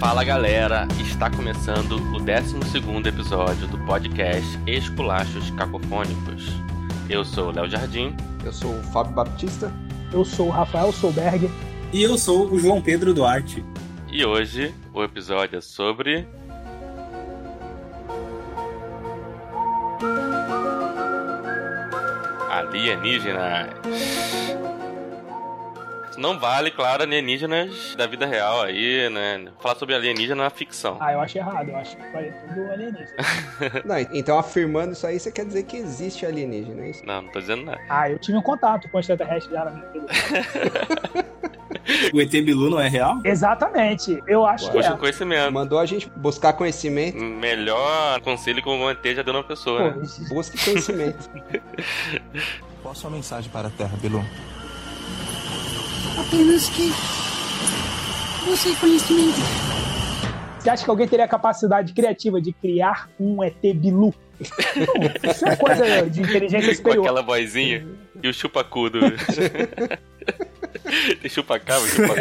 Fala galera, está começando o 12 episódio do podcast Esculachos Cacofônicos. Eu sou o Léo Jardim. Eu sou o Fábio Baptista. Eu sou o Rafael Solberg. E eu sou o João Pedro Duarte. E hoje o episódio é sobre. Alienígenas. Não vale, claro, alienígenas da vida real aí, né? Falar sobre alienígena na ficção. Ah, eu acho errado, eu acho que vai tudo alienígena. Não, então afirmando isso aí, você quer dizer que existe alienígena, é isso? Não, não tô dizendo nada. ah, eu tive um contato com extraterrestre já na minha vida. O ET Bilu não é real? Exatamente, eu acho que Hoje é. o conhecimento. Mandou a gente buscar conhecimento. Melhor conselho que eu vou ter já dando uma pessoa, né? Pô, isso- Busque conhecimento. Qual a sua mensagem para a Terra, Bilu? apenas que você conhecimento. Você acha que alguém teria a capacidade criativa de criar um ET Bilu? Não, isso é coisa de inteligência Com superior. aquela vozinha e o chupacudo. Tem chupacabra, chupacudo.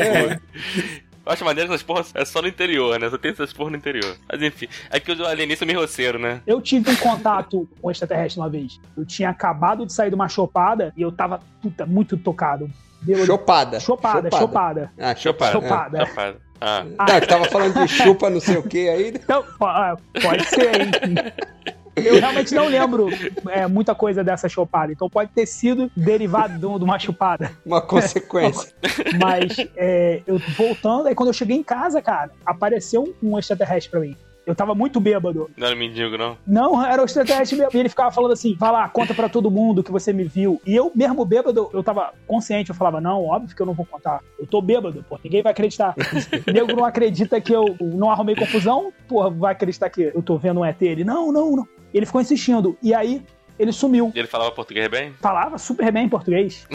Eu acho maneiro que essas porras é só no interior, né? Só tem essas porras no interior. Mas enfim, é que o alienista é meio roceiro, né? Eu tive um contato com extraterrestre uma vez. Eu tinha acabado de sair de uma chopada e eu tava, puta, muito tocado. Bêbado. Chopada. Chopada, chopada. Ah, Chupada. chopada. é. Chopada. Rapaz. Ah, Não, eu tava falando de chupa não sei o que aí. Então, po- ah, pode ser, hein? Eu realmente não lembro é, muita coisa dessa chupada, então pode ter sido derivado de um- de uma chupada. Uma consequência. Mas é, eu voltando, aí quando eu cheguei em casa, cara, apareceu um, um extraterrestre pra mim. Eu tava muito bêbado. não era mendigo, não. Não, era o extraterrestre mesmo. E ele ficava falando assim: vai lá, conta pra todo mundo que você me viu. E eu, mesmo bêbado, eu tava consciente. Eu falava: não, óbvio que eu não vou contar. Eu tô bêbado, pô, ninguém vai acreditar. O nego não acredita que eu não arrumei confusão, porra, vai acreditar que eu tô vendo um ET. Ele: não, não, não. Ele ficou insistindo. E aí, ele sumiu. E ele falava português bem? Falava super bem em português.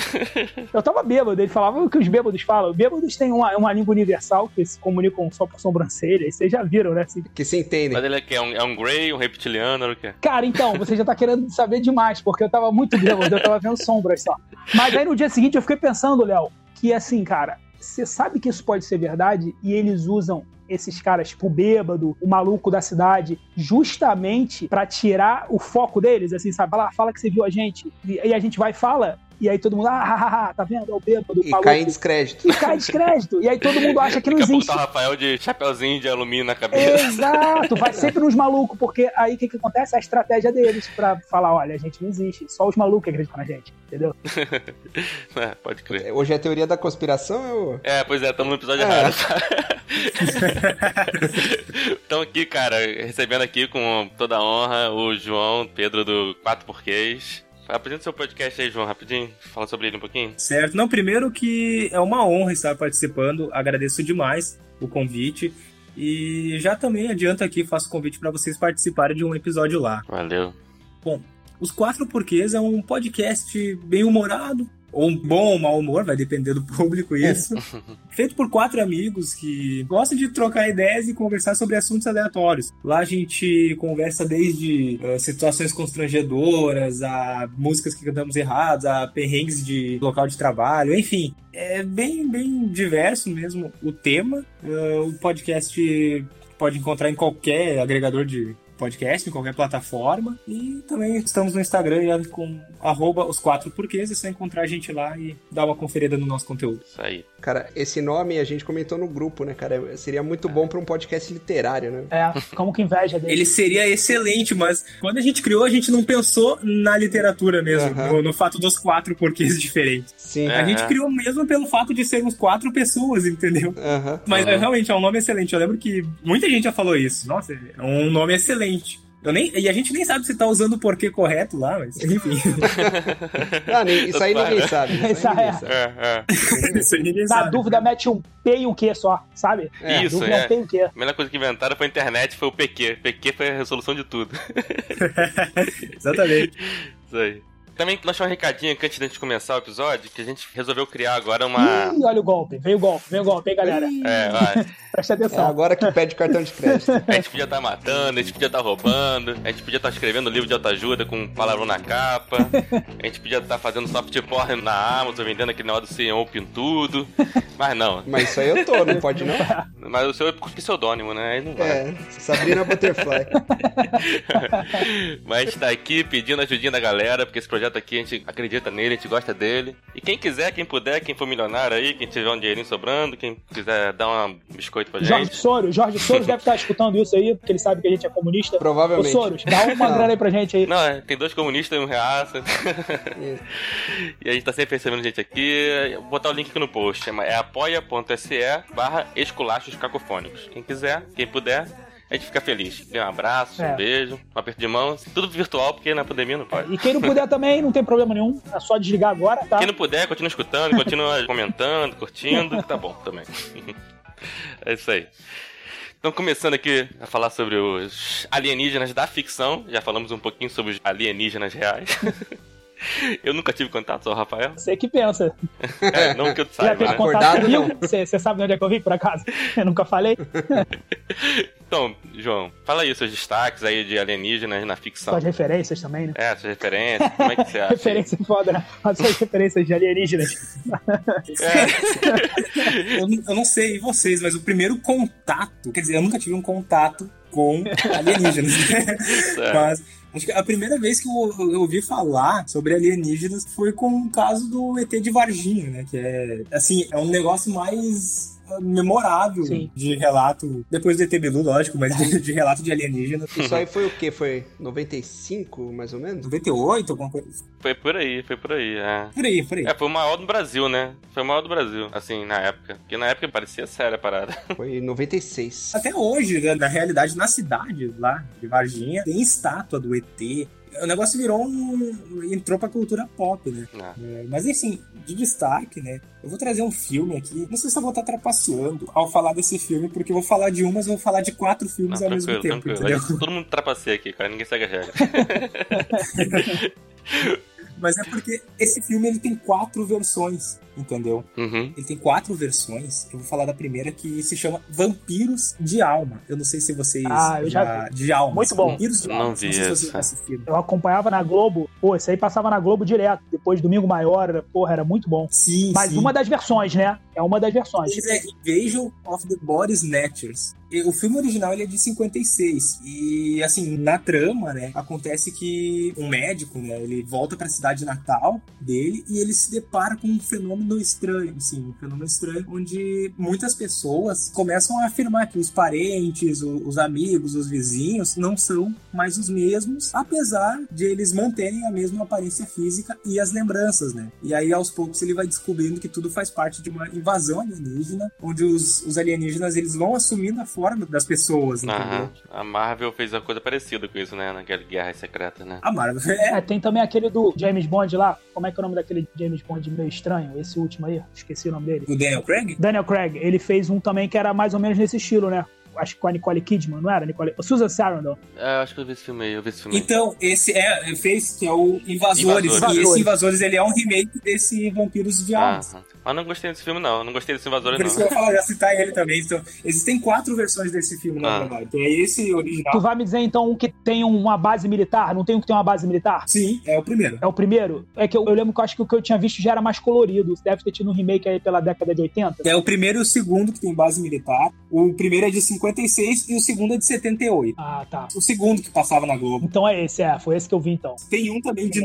Eu tava bêbado, ele falava o que os bêbados falam. Bêbados têm uma, uma língua universal que se comunicam só por sobrancelha, e vocês já viram, né? Assim, Que se entendem. Mas ele é, que é, um, é um Grey, um reptiliano, era o quê? Cara, então, você já tá querendo saber demais, porque eu tava muito bêbado, eu tava vendo sombras só. Mas aí no dia seguinte eu fiquei pensando, Léo, que assim, cara, você sabe que isso pode ser verdade e eles usam esses caras, tipo, o bêbado, o maluco da cidade, justamente pra tirar o foco deles, assim, sabe? Fala, fala que você viu a gente, e aí a gente vai e fala, e aí todo mundo, ah, ah, ah, ah, tá vendo? É o bêbado, o E cai em maluco. descrédito. E cai descrédito. E aí todo mundo acha É que não Daqui a pouco existe. tá o Rafael de chapeuzinho de alumínio na cabeça. Exato, vai sempre nos malucos, porque aí o que, que acontece? A estratégia deles pra falar: olha, a gente não existe, só os malucos que acreditam na gente, entendeu? É, pode crer. Hoje é teoria da conspiração, eu... É, pois é, estamos no episódio É. errado. Estamos aqui, cara, recebendo aqui com toda a honra o João Pedro do Quatro Porquês. Apresenta seu podcast aí, João, rapidinho. Fala sobre ele um pouquinho. Certo. Não, primeiro que é uma honra estar participando, agradeço demais o convite. E já também adianto aqui, faço convite para vocês participarem de um episódio lá. Valeu. Os Quatro Porquês é um podcast bem humorado, ou um bom ou mau humor, vai depender do público isso. Feito por quatro amigos que gostam de trocar ideias e conversar sobre assuntos aleatórios. Lá a gente conversa desde eh, situações constrangedoras, a músicas que cantamos erradas, a perrengues de local de trabalho, enfim. É bem, bem diverso mesmo o tema. Eh, o podcast pode encontrar em qualquer agregador de podcast, em qualquer plataforma. E também estamos no Instagram já com arroba os quatro porquês. É só encontrar a gente lá e dar uma conferida no nosso conteúdo. Isso aí. Cara, esse nome a gente comentou no grupo, né, cara? Seria muito bom pra um podcast literário, né? É, como que inveja dele. Ele seria excelente, mas quando a gente criou, a gente não pensou na literatura mesmo, Aham. no, no fato dos quatro porquês diferentes. Sim. É. A gente Aham. criou mesmo pelo fato de sermos quatro pessoas, entendeu? Aham. Mas Aham. é, realmente é um nome excelente. Eu lembro que muita gente já falou isso. Nossa, é um nome excelente. Eu nem, e a gente nem sabe se tá usando o porquê correto lá, mas enfim. Ah, nem- isso aí Tanto ninguém faz, sabe. Isso Isso aí ninguém é. sabe. É, é. Isso aí ninguém Na sabe. dúvida, mete um P e um Q só, sabe? É, Isso, dúvida, é. um P e um Q. A melhor coisa que inventaram foi a internet, foi o PQ. PQ foi a resolução de tudo. Exatamente. Isso aí. Também lançar um recadinho aqui antes da gente começar o episódio, que a gente resolveu criar agora uma. Ih, olha o golpe, veio o golpe, veio o golpe, hein, galera? É, ó, Presta É atenção. agora que pede cartão de crédito. a gente podia estar matando, a gente podia estar roubando, a gente podia estar escrevendo livro de autoajuda com um palavrão na capa, a gente podia estar fazendo soft porn na Amazon, vendendo aquele negócio do CEO Pintudo, mas não. Mas isso aí eu tô, não pode não? Mas o seu é com pseudônimo, né? Aí não vai. É, Sabrina Butterfly. Mas a gente tá aqui pedindo a ajudinha da galera, porque esse projeto aqui a gente acredita nele, a gente gosta dele. E quem quiser, quem puder, quem for milionário aí, quem tiver um dinheirinho sobrando, quem quiser dar um biscoito pra Jorge gente. Soros, Jorge Soros deve estar escutando isso aí, porque ele sabe que a gente é comunista. Ô Provavelmente. Soros, dá uma Não. grana aí pra gente aí. Não, é, tem dois comunistas e um reaça. e a gente tá sempre recebendo gente aqui. Vou botar o link aqui no post. É apoia.se barra esculachos cacofônicos. Quem quiser, quem puder, a gente fica feliz. Dê um abraço, É. um beijo, um aperto de mão. Tudo virtual, porque na pandemia não pode. E quem não puder também, não tem problema nenhum. É só desligar agora, tá? Quem não puder, continua escutando, continua comentando, curtindo, tá bom também. é isso aí. Então, começando aqui a falar sobre os alienígenas da ficção, já falamos um pouquinho sobre os alienígenas reais. Eu nunca tive contato, só o Rafael. Você que pensa. É, não que eu Já saiba, teve né? contato Acordado, comigo? não. Você você sabe de onde é que eu vim, por acaso? Eu nunca falei. Então, João, fala aí os seus destaques aí de alienígenas na ficção. Suas referências também, né? É, suas referências, como é que você acha? Referência foda, né? As suas referências de alienígenas. É, Eu, n- eu não sei vocês, mas o primeiro contato, quer dizer, eu nunca tive um contato com alienígenas. né? é. mas acho que a primeira vez que eu, eu ouvi falar sobre alienígenas foi com o caso do ET de Varginha, né? Que é, assim, é um negócio mais ah, memorável Sim. de relato, depois do ET Bilu, lógico, mas de, de relato de alienígenas. Isso aí foi o quê? Foi 95, mais ou menos? 98, alguma coisa. foi por aí, foi por aí, é. Por aí, por aí. É, foi o maior do Brasil, né? Foi o maior do Brasil, assim, na época. Porque na época parecia séria a parada. Foi 96. Até hoje, né, na realidade, na cidade lá de Varginha, tem estátua do ET. O negócio virou um. entrou pra cultura pop, né? Ah. É, Mas assim, de destaque, né? Eu vou trazer um filme aqui. Não sei se eu vou estar trapaceando ao falar desse filme, porque eu vou falar de um, mas eu vou falar de quatro filmes ao mesmo tempo, entendeu? Olha, Todo mundo trapaceia aqui, cara. Ninguém segue a regra. Mas é porque esse filme ele tem quatro versões, entendeu? Uhum. Ele tem quatro versões. Eu vou falar da primeira que se chama Vampiros de Alma. Eu não sei se vocês. Ah, eu já De alma. Muito bom. Vampiros de Não Alma. vi não sei se vocês esse. assistiram. Eu acompanhava na Globo. Pô, isso aí passava na Globo direto. Depois, domingo maior, era- porra, era muito bom. Sim, Mas sim. uma das versões, né? É uma das versões. Esse é Invasion of the Body Snatchers. E O filme original ele é de 56 e assim na trama, né, acontece que um médico, né, ele volta pra cidade natal dele e ele se depara com um fenômeno estranho, assim, um fenômeno estranho onde muitas pessoas começam a afirmar que os parentes, o- os amigos, os vizinhos não são mais os mesmos, apesar de eles manterem a mesma aparência física e as lembranças, né? E aí, aos poucos, ele vai descobrindo que tudo faz parte de uma invasão alienígena, onde os, os alienígenas eles vão assumindo a forma das pessoas, entendeu? Aham. A Marvel fez uma coisa parecida com isso, né? Naquela Guerra Secreta, né? A Marvel é. É, tem também aquele do James Bond lá. Como é que é o nome daquele James Bond meio estranho? Esse último aí, esqueci o nome dele. O Daniel Craig? Daniel Craig, ele fez um também que era mais ou menos nesse estilo, né? Acho que com a Nicole Kidman, não era? Nicole... Susan Sarandon. É, eu acho que eu vi esse filme aí. Eu vi esse filme aí. Então, esse é, fez que é o Invasores. Invasores. Ah, E esse Invasores. Invasores ele é um remake desse Vampiros de Almas. Aham. Mas não gostei desse filme, não. Não gostei desse Invasores, Então, Por isso que não. eu falo, já citar ele também. Então, existem quatro versões desse filme, na Ah. verdade. Tem esse Tu original. vai me dizer então um que tem uma base militar? Não tem um que tem uma base militar? Sim, é o primeiro. É o primeiro? É que eu, eu lembro que eu acho que o que eu tinha visto já era mais colorido. Deve ter tido um remake aí pela década de 80. É o primeiro e o segundo que tem base militar. O primeiro é de 56 e o segundo é de 78. Ah, tá. O segundo que passava na Globo. Então é esse, é. Foi esse que eu vi então. Tem um também de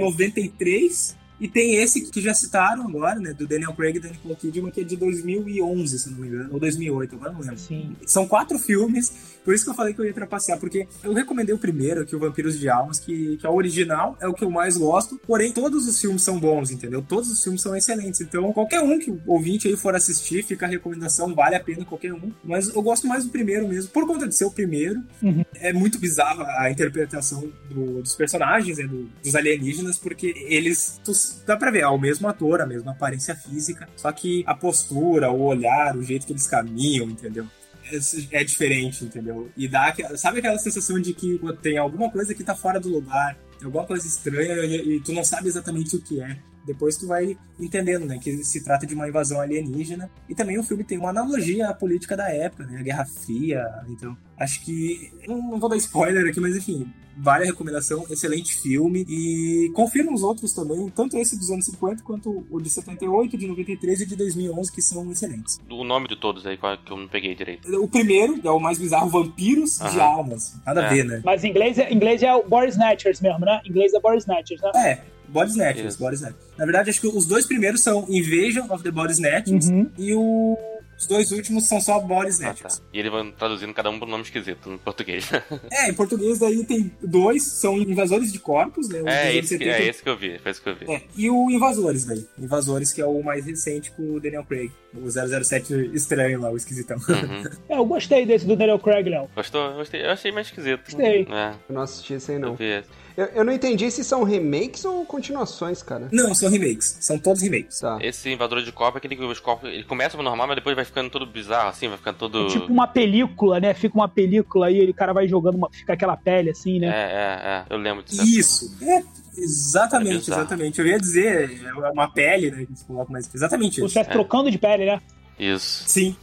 93 e tem esse que já citaram agora, né? Do Daniel Craig e da Nicole Kidman, que é de 2011, se não me engano. Ou 2008, agora não lembro. Sim. São quatro filmes, por isso que eu falei que eu ia trapacear, porque eu recomendei o primeiro, que é o Vampiros de Almas, que, que é o original, é o que eu mais gosto, porém todos os filmes são bons, entendeu? Todos os filmes são excelentes, então qualquer um que o ouvinte aí for assistir, fica a recomendação, vale a pena qualquer um, mas eu gosto mais do primeiro mesmo, por conta de ser o primeiro, Uhum. é muito bizarra a interpretação do- dos personagens, né, do- dos alienígenas, porque eles, tu- dá pra ver, é o mesmo ator, a mesma aparência física, só que a postura, o olhar, o jeito que eles caminham, entendeu? é é diferente, entendeu? E dá aquela, sabe aquela sensação de que pô, tem alguma coisa que tá fora do lugar. alguma coisa estranha e, e tu não sabe exatamente o que é. Depois tu vai entendendo, né, que se trata de uma invasão alienígena. E também o filme tem uma analogia à política da época, né, a Guerra Fria. Então, acho que não, não vou dar spoiler aqui, mas enfim, vale a recomendação, excelente filme e confira os outros também, tanto esse dos anos 50 quanto o de 78, de 93 e de 2011 que são excelentes. O nome de todos aí, qual é que eu não peguei direito. O primeiro é o mais bizarro, Vampiros de Aham. Almas. Nada a É. ver, né? Mas em inglês, é- em inglês é o Boris Snatchers mesmo, né? Em inglês é Boris Snatchers, né? É, Body Snatchers, Isso. Body Snatchers. Na verdade, acho que os dois primeiros são Invasion of the Body Snatchers Uhum. e o- os dois últimos são só Ah, Body tá. Snatchers. E ele vai traduzindo cada um por um nome esquisito no português. tipo É, em português daí tem dois, são invasores de corpos, né? O é, dos esse que, 70 é esse que eu vi, foi esse que eu vi. É, e o Invasores, velho. Invasores, que é o mais recente com o Daniel Craig. O 007 estranho lá, o esquisitão. Uhum. É, eu gostei desse do Daniel Craig, Léo. Gostou? Gostei. Eu achei mais esquisito. Gostei. É, Eu não assisti esse aí, eu não. vi esse. Eu, eu não entendi se são remakes ou continuações, cara. Não, são remakes. São todos remakes. Tá. Esse invador de copa é aquele que os corpos. Ele começa normal, mas depois vai ficando todo bizarro, assim, vai ficando todo. É tipo uma película, né? Fica uma película aí, ele- o cara vai jogando, uma, fica aquela pele assim, É, né? é, é. Eu lembro disso. Isso. É, É exatamente, bizarro. exatamente. Eu ia dizer, é uma pele, né? Que eles colocam, mas exatamente Como se isso. estivesse trocando de pele, né? Isso. Sim,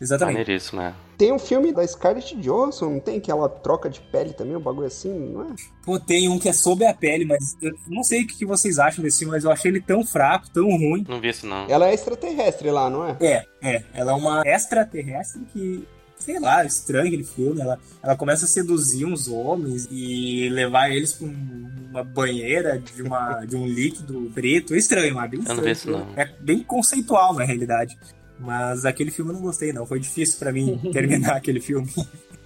exatamente. Maneiríssimo, né? Tem um filme da Scarlett Johansson, não tem? Que ela troca de pele também, um bagulho assim, não é? Pô, tem um que é sobre a pele, mas eu não sei o que que vocês acham desse filme, mas eu achei ele tão fraco, tão ruim. Não vi isso, não. Ela é extraterrestre lá, não é? É, é. Ela é uma extraterrestre que, sei lá, estranha aquele filme. Ela, ela começa a seduzir uns homens e levar eles pra um- uma banheira de, uma, de um líquido preto. É Estranho, mas bem não estranho. vi isso, não. É bem conceitual, na realidade. Mas aquele filme eu não gostei, não. Foi difícil pra mim terminar aquele filme.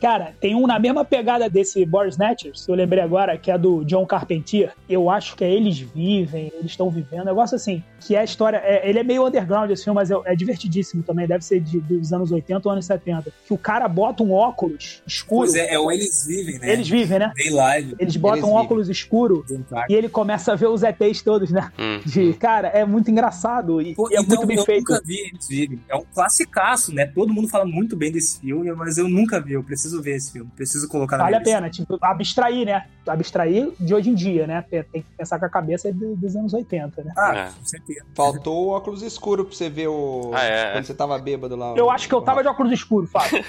Cara, tem um na mesma pegada desse Boris Snatchers, que eu lembrei agora, que é do John Carpentier. Eu acho que é Eles Vivem, Eles Estão Vivendo, um negócio assim, que é a história... é- ele é meio underground esse filme, mas é, é divertidíssimo também, deve ser de- dos anos 80 ou anos 70. Que o cara bota um óculos escuro, Pois é, é o Eles Vivem, né? eles vivem, né? Day Live. um Eles botam Eles um Vivem. óculos escuro Jim Carrey. e ele começa a ver os ETs todos, né? Hum. De, cara, é muito engraçado e, Pô, e é então, muito bem eu feito. nunca vi eles virem. É um classicaço, né? Todo mundo fala muito bem desse filme, mas eu nunca vi. Eu preciso ver esse filme. Preciso colocar na Vale a minha pena, tipo, abstrair, né? Abstrair de hoje em dia, né? Tem tem que pensar com a cabeça do- dos anos 80, né? lista. Ah, É. com certeza. Faltou o óculos escuro pra você ver o. Ah, é, Quando é. você tava bêbado lá. Eu acho que eu tava de óculos escuro, Fábio.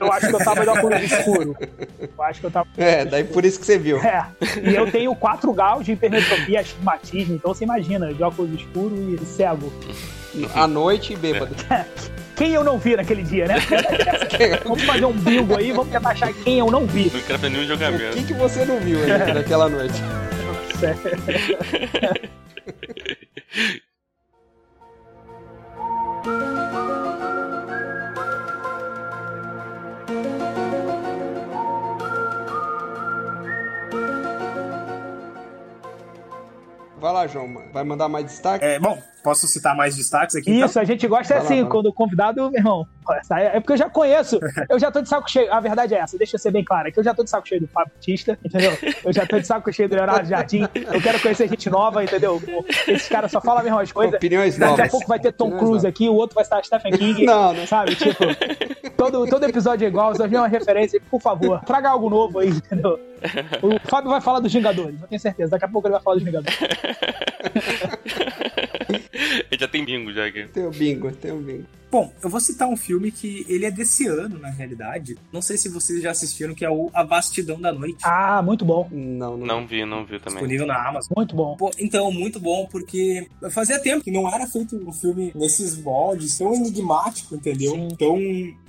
Eu acho que eu tava de óculos escuro. Eu acho que eu tava. É, daí por isso que você viu. É. E eu tenho 4 graus de hipermetropia, astigmatismo, então você imagina, de óculos escuro e cego. À noite e bêbado. Quem eu não vi naquele dia, né? Vamos fazer um bingo aí, vamos tentar achar quem eu não vi. Não quero fazer nenhum O julgamento. que, que você não viu aí naquela noite? Vai lá, João, mano. Vai mandar mais destaque? É, bom, posso citar mais destaques aqui? então? Isso, a gente gosta Vai lá, assim, vai lá. quando o convidado, meu irmão, essa é é porque eu já conheço, eu já tô de saco cheio. A verdade é essa, deixa eu ser bem claro, é que eu já tô de saco cheio do Fábio Batista, entendeu? Eu já tô de saco cheio do Leonardo Jardim, eu quero conhecer gente nova, entendeu? Esses caras só falam a mesma coisa. Opiniões Daqui a novas. pouco vai ter Tom Não, Cruise não. aqui, o outro vai estar Stephen King. Não, não. Sabe, tipo, todo, todo episódio é igual, as mesmas referências, por favor, traga algo novo aí, entendeu? O Fábio vai falar dos Vingadores, eu tenho certeza, daqui a pouco ele vai falar dos Vingadores. Ele já tem bingo já aqui. Tem o bingo, tem o bingo. Bom, eu vou citar um filme que ele é desse ano, na realidade. Não sei se vocês já assistiram, que é o A Vastidão da Noite. Ah, muito bom, Não, não. Não vi, não vi também. disponível na Amazon. muito bom. Pô, então, muito bom, porque fazia tempo que não era feito um filme nesses moldes, tão enigmático, entendeu? Sim. Tão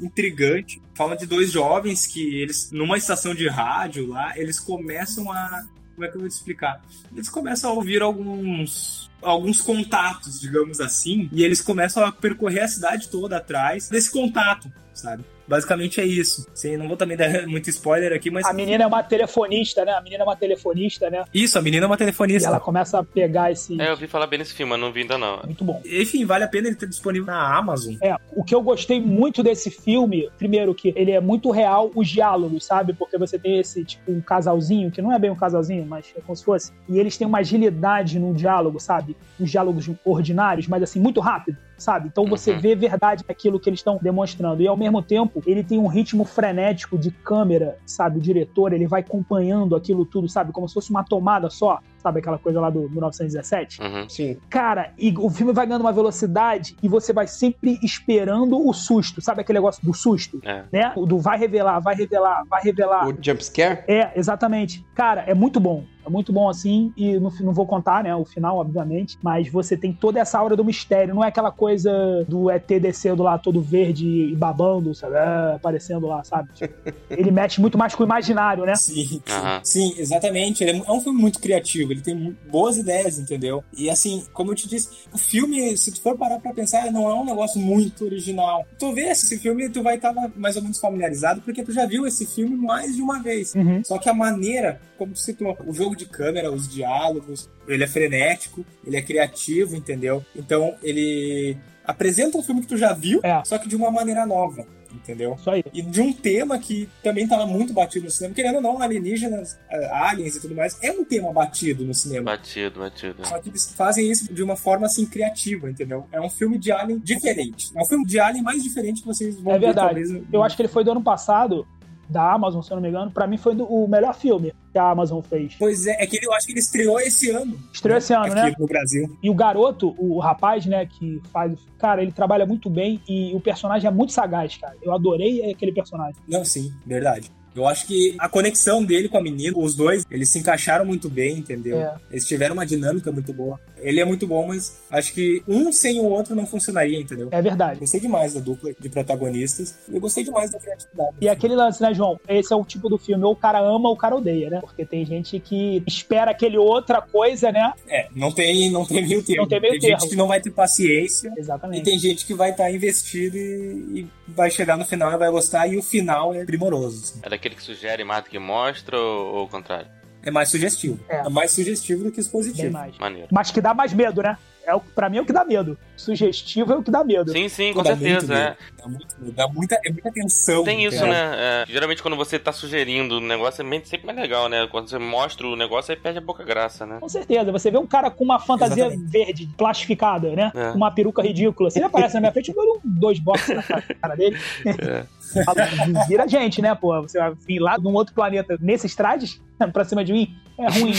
intrigante. Fala de dois jovens que eles, numa estação de rádio lá, eles começam a. Como é que eu vou te explicar? Eles começam a ouvir alguns. Alguns contatos, digamos assim, e eles começam a percorrer a cidade toda atrás desse contato, sabe? Basicamente é isso. Sim, não vou também dar muito spoiler aqui, mas. A menina é uma telefonista, né? A menina é uma telefonista, né? Isso, a menina é uma E telefonista. ela começa a pegar esse. É, eu vi falar bem nesse filme, mas não vi ainda não. Muito bom. Enfim, vale a pena ele estar disponível na Amazon. É, o que eu gostei muito desse filme, primeiro que ele é muito real os diálogos, sabe? Porque você tem esse, tipo, um casalzinho, que não é bem um casalzinho, mas é como se fosse. E eles têm uma agilidade no diálogo, sabe? sabe? Uns diálogos ordinários, mas assim, muito rápido, sabe? Então você Uhum. vê verdade naquilo que eles estão demonstrando. E ao mesmo tempo, ele tem um ritmo frenético de câmera, sabe? O diretor, ele vai acompanhando aquilo tudo, sabe? Como se fosse uma tomada só, sabe? Aquela coisa lá do 1917 Uhum. Sim. cara, e o filme vai ganhando uma velocidade e você vai sempre esperando o susto. Sabe aquele negócio do susto? É. Né? O do vai revelar, vai revelar, vai revelar. O jumpscare? É, exatamente. Cara, é muito bom. É muito bom assim, e no fi- não vou contar, né, o final, obviamente, mas você tem toda essa aura do mistério, não é aquela coisa do ET descendo lá todo verde e babando, sabe? Ah, aparecendo lá, sabe? Tipo, Ele mexe muito mais com o imaginário, né? Sim, Aham. sim, exatamente. Ele é mu- é um filme muito criativo, ele tem mu- boas ideias, entendeu? E assim, como eu te disse, o filme, se tu for parar pra pensar, não é um negócio muito original. Tu vê esse filme, tu vai estar mais ou menos familiarizado, porque tu já viu esse filme mais de uma vez. Uhum. Só que a maneira, como tu citou, o jogo de câmera, os diálogos, ele é frenético, ele é criativo, entendeu? Então, ele apresenta um filme que tu já viu, É. só que de uma maneira nova, entendeu? Isso aí. E de um tema que também tava muito batido no cinema, querendo ou não, alienígenas, ah, aliens e tudo mais, é um tema batido no cinema. Batido, batido. Só que eles fazem isso de uma forma assim criativa, entendeu? É um filme de alien diferente. É um filme de alien mais diferente que vocês vão É ver verdade. talvez. né? no- Eu acho que ele foi do ano passado, da Amazon, se eu não me engano. Pra mim foi do- o melhor filme que a Amazon fez. Pois é, é que ele- eu acho que ele estreou esse ano Estreou esse ano, aqui né? no Brasil. E o garoto, o rapaz, né, que faz. Cara, ele trabalha muito bem e o personagem é muito sagaz, cara. Eu adorei aquele personagem. Não, sim, verdade. Eu acho que a conexão dele com a menina, os dois, eles se encaixaram muito bem, entendeu? É. Eles tiveram uma dinâmica muito boa. Ele é muito bom, mas acho que um sem o outro não funcionaria, entendeu? É verdade. Gostei demais da dupla de protagonistas. Eu gostei demais da criatividade. E aquele lance, né, João? Esse é o tipo do filme, ou o cara ama ou o cara odeia, né? Porque tem gente que espera aquele outra coisa, né? É, não tem, não tem meio termo. Não tem meio termo. gente que não vai ter paciência. E Exatamente. tem gente que vai estar investido e, e vai chegar no final e vai gostar. E o final é primoroso. assim. É daquele que sugere mais do que mostra ou, ou o contrário? É mais sugestivo. É. É, mais sugestivo do que Bem expositivo. mais. Maneiro. Mas que dá mais medo, né? É o, pra mim é o que dá medo. Sugestivo é o que dá medo. Sim, sim, com Dá muito certeza. medo. É. Dá, muito, dá muita, é muita tensão. Tem isso, cara. né? É, geralmente quando você tá sugerindo um negócio, é men- sempre mais legal, né? Quando você mostra o negócio, aí perde a pouca graça, né? Com certeza. Você vê um cara com uma fantasia Exatamente. verde, plastificada, né? É. Com uma peruca ridícula. Se ele aparece na minha frente, eu dou um- dois boxes na cara- cara dele. É. Fala, Vira gente, né, pô? Você vai vir lá de um outro planeta nesses trajes pra cima de mim? É ruim.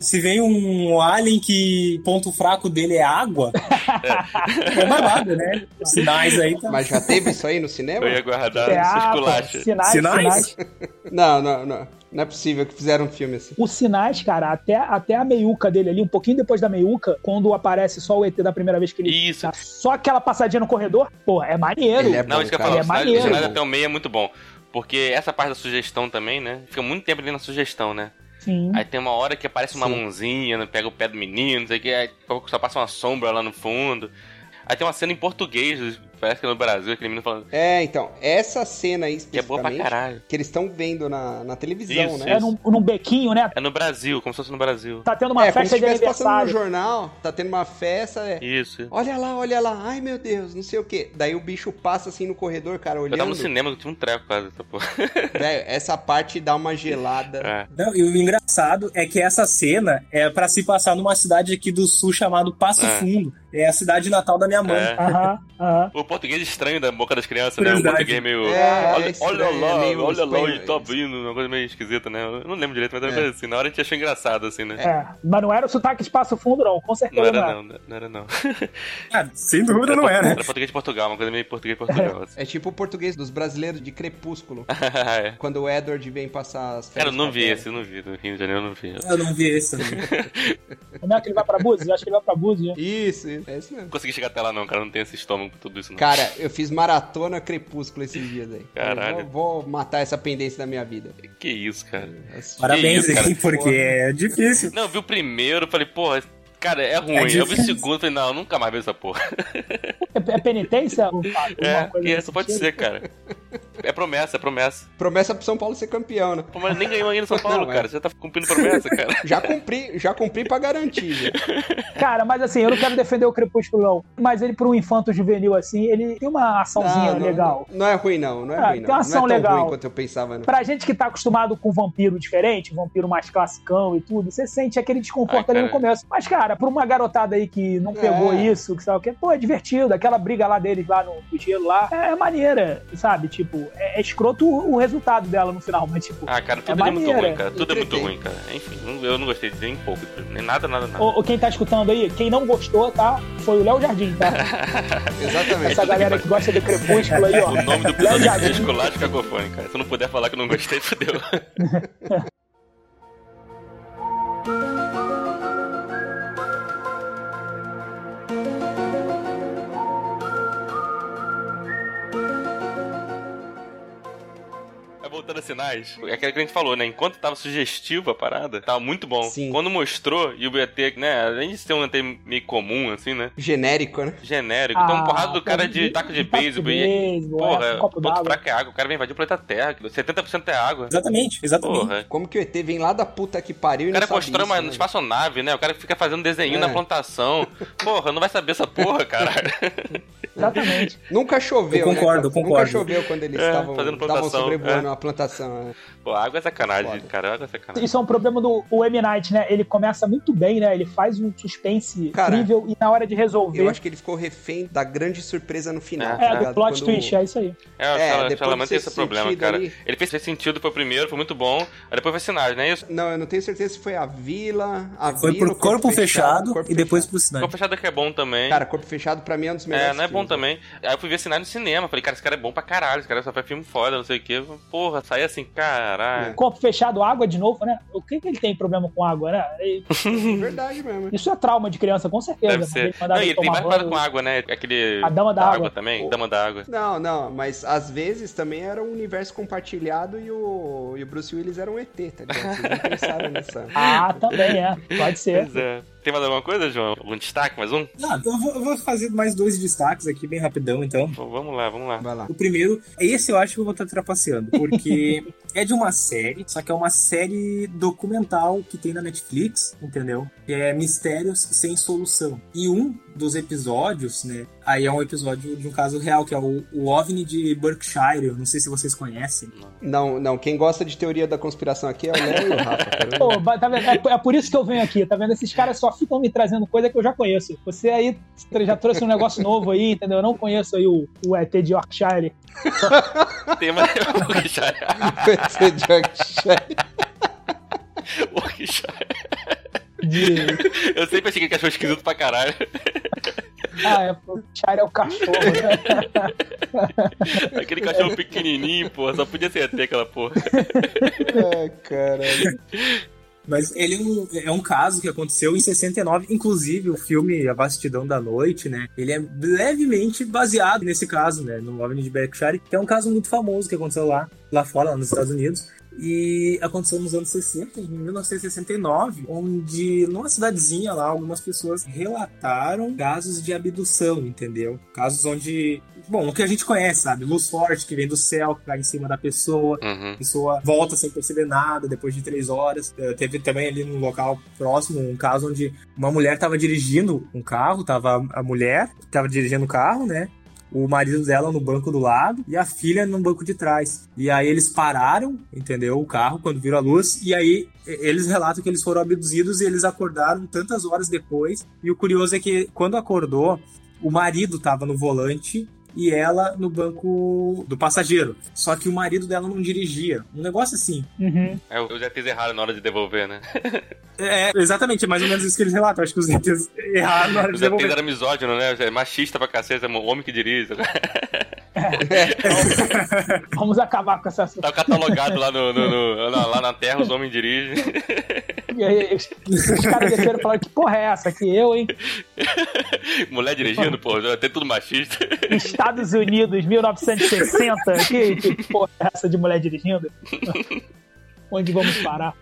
Se vem um alien que ponto fraco dele é água, é babado, né? Sinais aí. Tá... Mas já teve isso aí no cinema? Eu ia guardar é esses ah, pô, culachas. sinais, sinais, Sinais? Não, não, não. Não é possível que fizeram um filme assim. Os sinais, cara, até, até a meiuca dele ali, um pouquinho depois da meiuca, quando aparece só o ET da primeira vez que ele. Isso. dá Só aquela passadinha no corredor, pô, é maneiro. Ele é Não, isso que eu ia falar, cara. É o sinais- o maneiro. sinais até o meio é muito bom. Porque essa parte da sugestão também, né? Fica muito tempo ali na sugestão, né? Sim. Aí tem uma hora que aparece uma Sim. mãozinha, né? pega o pé do menino, não sei o que, aí daqui a pouco só passa uma sombra lá no fundo. Aí tem uma cena em português, parece que é no Brasil, aquele menino falando É, então, essa cena aí que é boa pra especificamente, caralho. que eles estão vendo na, na televisão, Isso, né? É num, num bequinho, né? É no Brasil, como se fosse no Brasil. Tá tendo uma é, como se festa de estivesse passando no aniversário. jornal, tá tendo uma festa, é. Isso. Olha lá, olha lá, ai meu Deus, não sei o quê. Daí o bicho passa assim no corredor, cara, Eu tava no olhando. cinema, eu tinha um treco quase essa porra. Velho, essa parte dá uma gelada. É. Não, e o engraçado é que essa cena é pra se passar numa cidade aqui do sul chamado Passo É. Fundo. É a cidade natal da minha mãe. É. Aham, aham. O português estranho da boca das crianças, né? O Verdade. português meio. É, olha, é estranho, olha lá, é meio olha lá, espanhol, ele tá é isso. vindo, uma coisa meio esquisita, né? Eu não lembro direito, mas era É. uma coisa assim. Na hora a gente achou engraçado, assim, né? É, mas não era o sotaque de passo fundo, não, com É, Não certeza era não. era. não, não era não. Ah, sem dúvida não é, né? Era português de Portugal, uma coisa meio português de Portugal. assim. É tipo o português dos brasileiros de Crepúsculo. É. quando o Edward vem passar as Cara, eu férias. não com a vi Vera. esse, eu não vi. Do Rio de Janeiro eu não vi. Eu não vi esse. né? Não é que ele vai pra Búzios? Eu acho que ele vai pra Búzios. né? Isso, isso. É isso mesmo. Não consegui chegar até lá, não, cara. Não tem esse estômago pra tudo isso, não. Cara, eu fiz maratona Crepúsculo esses dias aí. Caralho. Eu Vou, vou matar essa pendência da minha vida. Que isso, cara. Assisti- Parabéns, Que isso, cara. hein, porque é difícil. Não, eu vi o primeiro, falei, porra, cara, é ruim. É eu vi o difícil. segundo, falei, não, eu nunca mais vejo essa porra. É, é penitência? Ou, ah, alguma É, coisa e nesse essa pode sentido? ser, cara. É promessa, é promessa. Promessa pro São Paulo ser campeão, né? Pô, mas nem ganhou ainda São Paulo, Não, é. cara. Você tá cumprindo promessa, cara. Já cumpri, já cumpri pra garantir. já. Cara, mas assim, eu não quero defender o Crepúsculo, não. Mas ele, pra um infanto juvenil assim, ele tem uma açãozinha Não, não, legal. Não, é ruim, não. Não é Ah, ruim, não. tem uma Não é ação tão legal. ruim quanto eu pensava, não. Pra gente que tá acostumado com vampiro diferente, vampiro mais classicão e tudo, você sente aquele desconforto Ai, ali no Ah, cara. começo. Mas, cara, pra uma garotada aí que não pegou É. isso, que sabe o quê, pô, é divertido. Aquela briga lá deles lá no no gelo lá, é, é maneira, sabe? Tipo, é, é escroto o, o resultado dela no final, mas tipo... Ah, cara, É tudo é, muito maneiro. ruim, cara. Tudo é muito Entretei. ruim, cara. Enfim, não- eu não gostei de nem um pouco. Nem nada, nada, nada. Ou quem tá escutando aí, quem não gostou, tá? Foi o Léo Jardim, tá? Exatamente. Essa galera que gosta de crepúsculo aí, ó. O nome do Léo episódio é Jardim. Escolar de Cacofônica. Se eu não puder falar que eu não gostei, fudeu. É, Voltando a sinais, é aquilo que a gente falou, né? Enquanto tava sugestiva a parada, tava muito bom. Sim. Quando mostrou, e o ET, né? Além de ser um ET meio comum, assim, né? Genérico, né? Genérico, então Ah, uma porrada do tá cara de taco de beisebol e beisebol, Porra, é, um copo ponto d'água. fraco é água. O cara vai invadir o planeta Terra. que 70% é água. Exatamente, exatamente. Porra. Como que o ET vem lá da puta que pariu e O cara não sabe constrói isso, uma né? espaçonave, né? O cara fica fazendo desenho É. na plantação. Porra, não vai saber essa porra, cara. Exatamente. Nunca choveu, Eu né? concordo, cara? eu concordo. Nunca choveu quando eles É, estavam fazendo estavam plantação, é. sobrevoando uma plantação. né? Pô, água é sacanagem, Foda. cara. Água é sacanagem. Isso é um problema do o M. Night, né? Ele começa muito bem, né? Ele faz um suspense Cara, incrível e na hora de resolver. Eu acho que ele ficou refém da grande surpresa no final. É, tá é, ligado? do plot Quando- twist, é isso aí. É, o Shyamalan- depois Shyamalan de tem ser esse problema, sentido cara. ali. Ele fez esse sentido, foi o primeiro, foi muito bom. Aí depois foi sinais, né? Isso. Não, eu não tenho certeza se foi a vila, a Foi vila, por o corpo fechado corpo e depois fechado. pro Ficou sinal. fechado que é bom também. Cara, corpo fechado pra mim é um dos melhores. É, não é bom filmes. também. Aí eu fui ver sinais no cinema. Falei, cara, esse cara é bom pra caralho. Esse cara só faz filme foda, não sei o quê. Porra, saí assim, É. caralho. Corpo fechado, água de novo, né? O que, que ele tem problema com água, né? E- Verdade mesmo. Isso é trauma de criança, com certeza. Deve ser. Ele mandava Não, e ele ele tem tomar mais parada banho. com água, né? Aquele. A dama da água. também. O- Dama da água. Não, não, mas às vezes também era um universo compartilhado e o, e o Bruce Willis era um ET, tá ligado? Vocês não pensaram nessa. Ah, também é. Pode ser. Pois é. Tem mais alguma coisa, João? Algum destaque? Mais um? Ah, eu, vou, eu vou fazer mais dois destaques aqui, bem rapidão, então. Pô, vamos lá, vamos lá. Vai lá. O primeiro, esse eu acho que eu vou estar trapaceando, porque é de uma série, só que é uma série documental que tem na Netflix, entendeu? Que é Mistérios Sem Solução. E um dos episódios, né? Aí é um episódio de um caso real, que é o, o OVNI de Berkshire, eu não sei se vocês conhecem. Não, não, quem gosta de teoria da conspiração aqui é o Léo e o Rafa. cara. Pô, ba- tá vendo? É, é por isso que eu venho aqui, tá vendo? Esses caras só ficam me trazendo coisa que eu já conheço. Você aí já trouxe um negócio novo aí, entendeu? Eu não conheço aí o, o ET de Yorkshire. Tema é Orquixai. Esse Jack um Orquixai. De... é. Eu sempre achei que ele achou esquisito pra caralho. Ah, é, o Yorkshire é o cachorro, né? Aquele cachorro um pequenininho, porra. Só podia ser ET aquela porra. Ai, caralho. Mas ele é um, é um caso que aconteceu em 69, inclusive o filme A Vastidão da Noite, né? Ele é levemente baseado nesse caso, né? No OVNI de Berkshire, que é um caso muito famoso que aconteceu lá, lá fora, lá nos Estados Unidos. E aconteceu nos anos 60, em 1969, onde numa cidadezinha lá, algumas pessoas relataram casos de abdução, entendeu? Casos onde, bom, o que a gente conhece, sabe? Luz forte que vem do céu, que cai em cima da pessoa, a Uhum. pessoa volta sem perceber nada depois de três horas. Eh, Teve também ali num local próximo um caso onde uma mulher estava dirigindo um carro, tava a mulher estava dirigindo o carro, né? O marido dela no banco do lado e a filha no banco de trás. E aí eles pararam, entendeu? O carro quando viram a luz. E aí e- eles relatam que eles foram abduzidos e eles acordaram tantas horas depois. E o curioso é que quando acordou, o marido estava no volante e ela no banco do passageiro. Só que o marido dela não dirigia. Um negócio assim. Uhum. É, eu já fiz errado na hora de devolver, né? É, exatamente, é mais ou menos isso que eles relatam. Acho que os ETs erraram na hora de Os ETs devolver. eram misógino, né? É Machista pra cacete, é um homem que dirige. Vamos acabar com essa. Tá catalogado lá, no, no- no- lá, lá na Terra, os homens dirigem. Os caras desceram e falaram: que porra é essa aqui? Eu, hein? Mulher dirigindo, porra. Até tudo machista. Estados Unidos, 1960. Que, que porra é essa de mulher dirigindo? Onde vamos parar?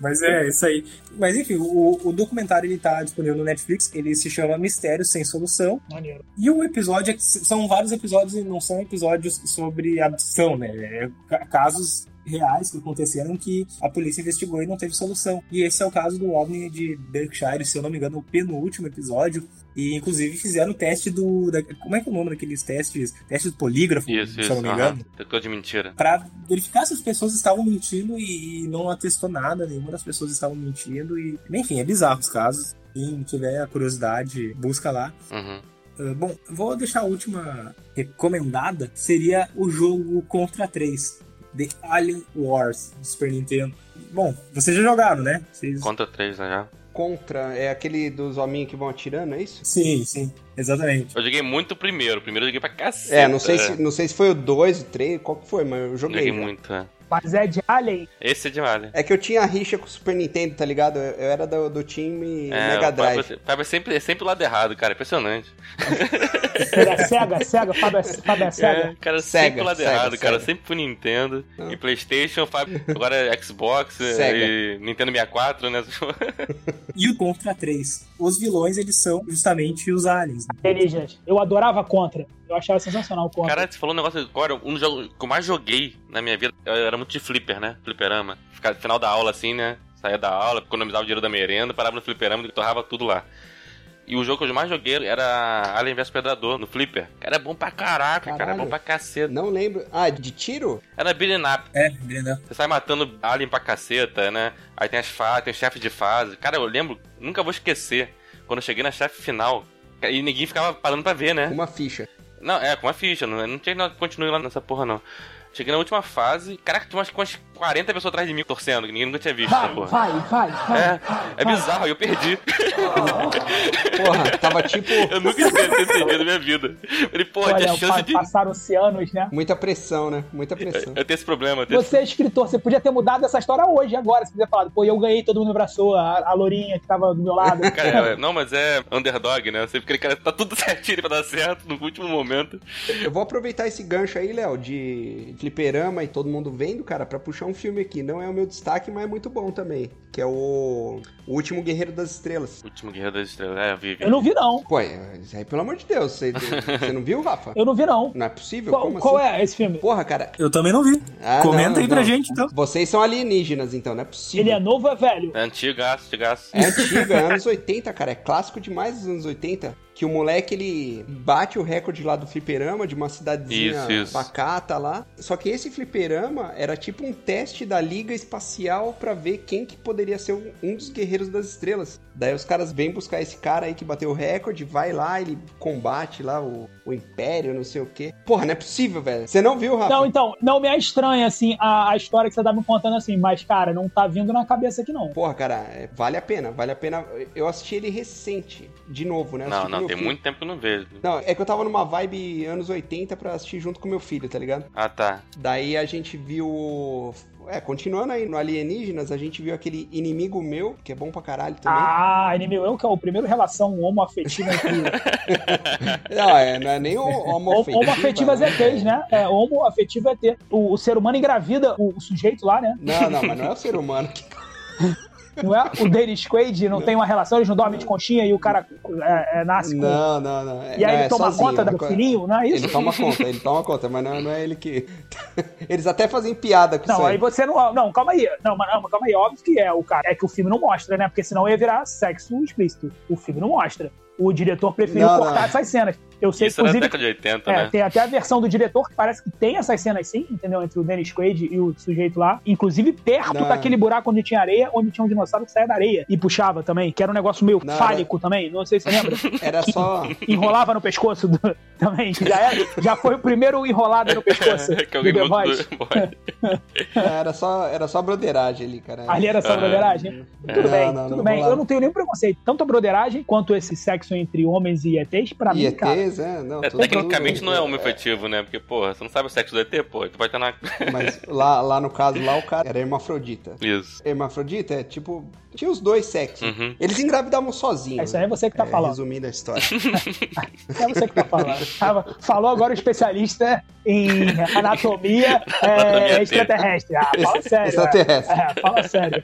Mas é, isso aí. Mas enfim, o, o documentário ele tá disponível no Netflix, ele se chama Mistérios Sem Solução. Maneiro. E o episódio é que s- são vários episódios e não são episódios sobre abdução, né? É ca- casos reais que aconteceram que a polícia investigou e não teve solução. E esse é o caso do OVNI de Berkshire, se eu não me engano, o penúltimo episódio. E inclusive fizeram o teste do. da- como é que é o nome daqueles testes? Teste do polígrafo, Isso, se isso. eu não me aham. engano Detector de mentira. pra verificar se as pessoas estavam mentindo e, e não atestou nada, nenhuma das pessoas estavam mentindo e enfim, é bizarro os casos. Quem tiver a curiosidade, busca lá. Uhum. Ah, bom, vou deixar a última recomendada, seria o jogo Contra 3, The Alien Wars, do Super Nintendo. Bom, vocês já jogaram, né? Vocês... Conta três, né, já? Contra, é aquele dos hominhos que vão atirando, é isso? Sim, sim, exatamente. Eu joguei muito o primeiro. O primeiro eu joguei pra cacete. É, não sei, se, não sei se foi o 2, o 3, qual que foi, mas eu joguei. Joguei já. muito, é. Mas é de Alien. Esse é demais, né? É que eu tinha a rixa com o Super Nintendo, tá ligado? Eu, eu era do, do time É, Mega o Pablo Drive. é se- Pablo é sempre, é sempre o lado errado, cara. Impressionante. Era é cega, cega, Fábio é, Fábio é É, cega. cara, Sega, sempre o lado Sega, errado, cara. Sega. Ah. Sempre pro Nintendo. E Playstation, Fábio. Agora é Xbox Sega. e Nintendo 64, né? E o Contra 3, os vilões eles são justamente os aliens. É. né? Alienígenas. Eu adorava Contra. Eu achava sensacional o Contra. Cara, você falou um negócio agora, um dos jogos que eu mais joguei na minha vida eu era muito de flipper, né? Fliperama. Ficava no final da aula assim, né? Saía da aula, economizava o dinheiro da merenda, parava no fliperama e torrava tudo lá. E o jogo que eu mais joguei era Alien vs Predador, no flipper. Era bom pra caraca, cara. Era Caralho. bom pra caceta. Não lembro. Ah, de tiro? Era beating up. É, Brendan. Você sai matando alien pra caceta, né? Aí tem as fases, tem os chefes de fase. Cara, eu lembro, nunca vou esquecer, quando eu cheguei na chefe final. E ninguém ficava parando pra ver, né? Uma ficha. Não, é, com uma ficha, não, não tinha nada que continue lá nessa porra, não. Cheguei na última fase, caraca, tinha umas, umas 40 pessoas atrás de mim torcendo, que ninguém nunca tinha visto essa Vai, porra. vai, vai, vai. É, é bizarro, aí eu perdi. Porra, tava tipo Eu nunca esqueci esse dia da minha vida. Falei, porra, tinha Olha, chance pa- de. passaram oceanos, né? muita pressão, né? Muita pressão. Eu tenho esse problema, eu tenho Você é escritor, você podia ter mudado essa história hoje, agora. Você podia falar, pô, eu ganhei, todo mundo abraçou, a, a Lourinha que tava do meu lado. esse- Cara, é, não, mas é underdog, né? Você fica, cara, tá tudo certinho pra dar certo no último momento. Eu vou aproveitar esse gancho aí, Léo, de fliperama e todo mundo vendo, cara, pra puxar um filme aqui. Não é o meu destaque, mas é muito bom também. Que é o, o Último Guerreiro das Estrelas. Último Guerreiro das Estrelas, é, eu vi, vi. Eu não vi, não. Pô, é- isso aí, pelo amor de Deus, você, você não viu, Rafa? Eu não vi, não. Não é possível? Qual, Como qual assim? é esse filme? Porra, cara. Eu também não vi. Ah, Comenta não, aí pra não. gente, então. Vocês são alienígenas, então, não é Ele possível. é novo ou é velho? É antigaço, antigaço. É antiga, é anos 80, cara. É clássico demais dos anos 80. Que o moleque, ele bate o recorde lá do fliperama, de uma cidadezinha Isso, isso. pacata lá. Só que esse fliperama era tipo um teste da Liga Espacial pra ver quem que poderia ser um- um dos Guerreiros das Estrelas. Daí os caras vêm buscar esse cara aí que bateu o recorde, vai lá, ele combate lá o, o Império, não sei o quê. Porra, não é possível, velho. Você não viu, Rafa? Não, então, não me é estranho, assim, a, a história que você tá me contando, assim, mas, cara, não tá vindo na cabeça aqui, não. Porra, cara, é- vale a pena, vale a pena. Eu assisti ele recente, de novo, É, né? Eu Não, assisti com não, meu tem filho. muito tempo que eu não vejo. Não, é que eu tava numa vibe anos 80 pra assistir junto com meu filho, tá ligado? Ah, tá. Daí a gente viu. É, continuando aí no Alienígenas, a gente viu aquele Inimigo Meu, que é bom pra caralho também. Ah, inimigo, eu que é o primeiro relação homoafetiva entre. Não, é, não é nem o homoafetiva. homoafetivas né? ETs, né? É, homoafetivo ET. O, o ser humano engravida o, o sujeito lá, né? Não, não, mas não é o ser humano que. Não é? O Dennis Quaid não tem uma relação, eles não dormem de conchinha e o cara é, é, nasce com. Não, não, não. é- E aí não, ele é toma sozinho, conta é uma do co- filhinho, não é isso? Ele toma conta, ele toma conta, mas não, não é ele que. Eles até fazem piada com isso. Não, Aí. aí você não. Não, calma aí. Não, mas não, mas calma aí. Óbvio que é o cara. É que o filme não mostra, né? Porque senão ia virar sexo explícito. O filme não mostra. O diretor preferiu Não, cortar não. essas cenas. Eu sei, Isso era na inclusive, década de 80, É, né? tem até a versão do diretor que parece que tem essas cenas sim, entendeu? Entre o Dennis Quaid e o sujeito lá. Inclusive perto Não. daquele buraco onde tinha areia, onde tinha um dinossauro que saía da areia e puxava também, que era um negócio meio Não, né? fálico também, não sei se você lembra. Era só. Enrolava no pescoço do- também, que já, era, já foi o primeiro enrolado no pescoço É, que do alguém The botou Voice. boy. Era só, era só broderagem ali, cara. Ali era só Ah. broderagem. Tudo Não, bem, não, tudo não bem. rolava. Eu não tenho nenhum preconceito. Tanto a broderagem quanto esse sexo entre homens e ETs, pra E mim, cara, ETs, Pois é, não. É, tudo- tecnicamente tudo- não é homem efetivo, né? Porque, porra, você não sabe o sexo do ET, pô. Tu pode estar na. Mas lá, lá no caso, lá o cara era hermafrodita. Isso. Hermafrodita é tipo. Tinha os dois sexos. Uhum. Eles engravidavam sozinhos. Isso aí é você que tá É, falando. Resumindo a história. É você que tá falando. Tava- Falou agora o especialista em anatomia, é, T. extraterrestre. Ah, fala sério. Extraterrestre. É, É, fala sério.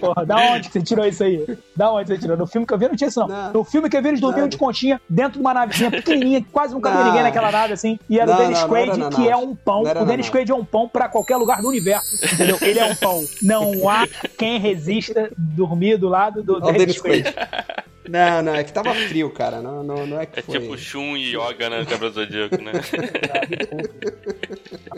Porra, da onde que você tirou isso aí? Da onde você tirou? No filme que eu vi não tinha isso, não. Não. No filme que eu vi eles dormiam Nada. de continha dentro de uma navezinha pequenininha, que quase não cabia Não. ninguém naquela nave, assim. E era o Não, Dennis não, não Quaid, era na que é nave. um pão. Não era O na Dennis nave. Quaid é um pão pra qualquer lugar do universo, entendeu? Ele é um pão. Não há quem resista dormir do lado do Olha É o Dennis Dennis Quaid. Quaid. Não, não, é que tava frio, cara. Não, não, não é que É foi. tipo Shun e Yoga na Cabra do Zodíaco, né?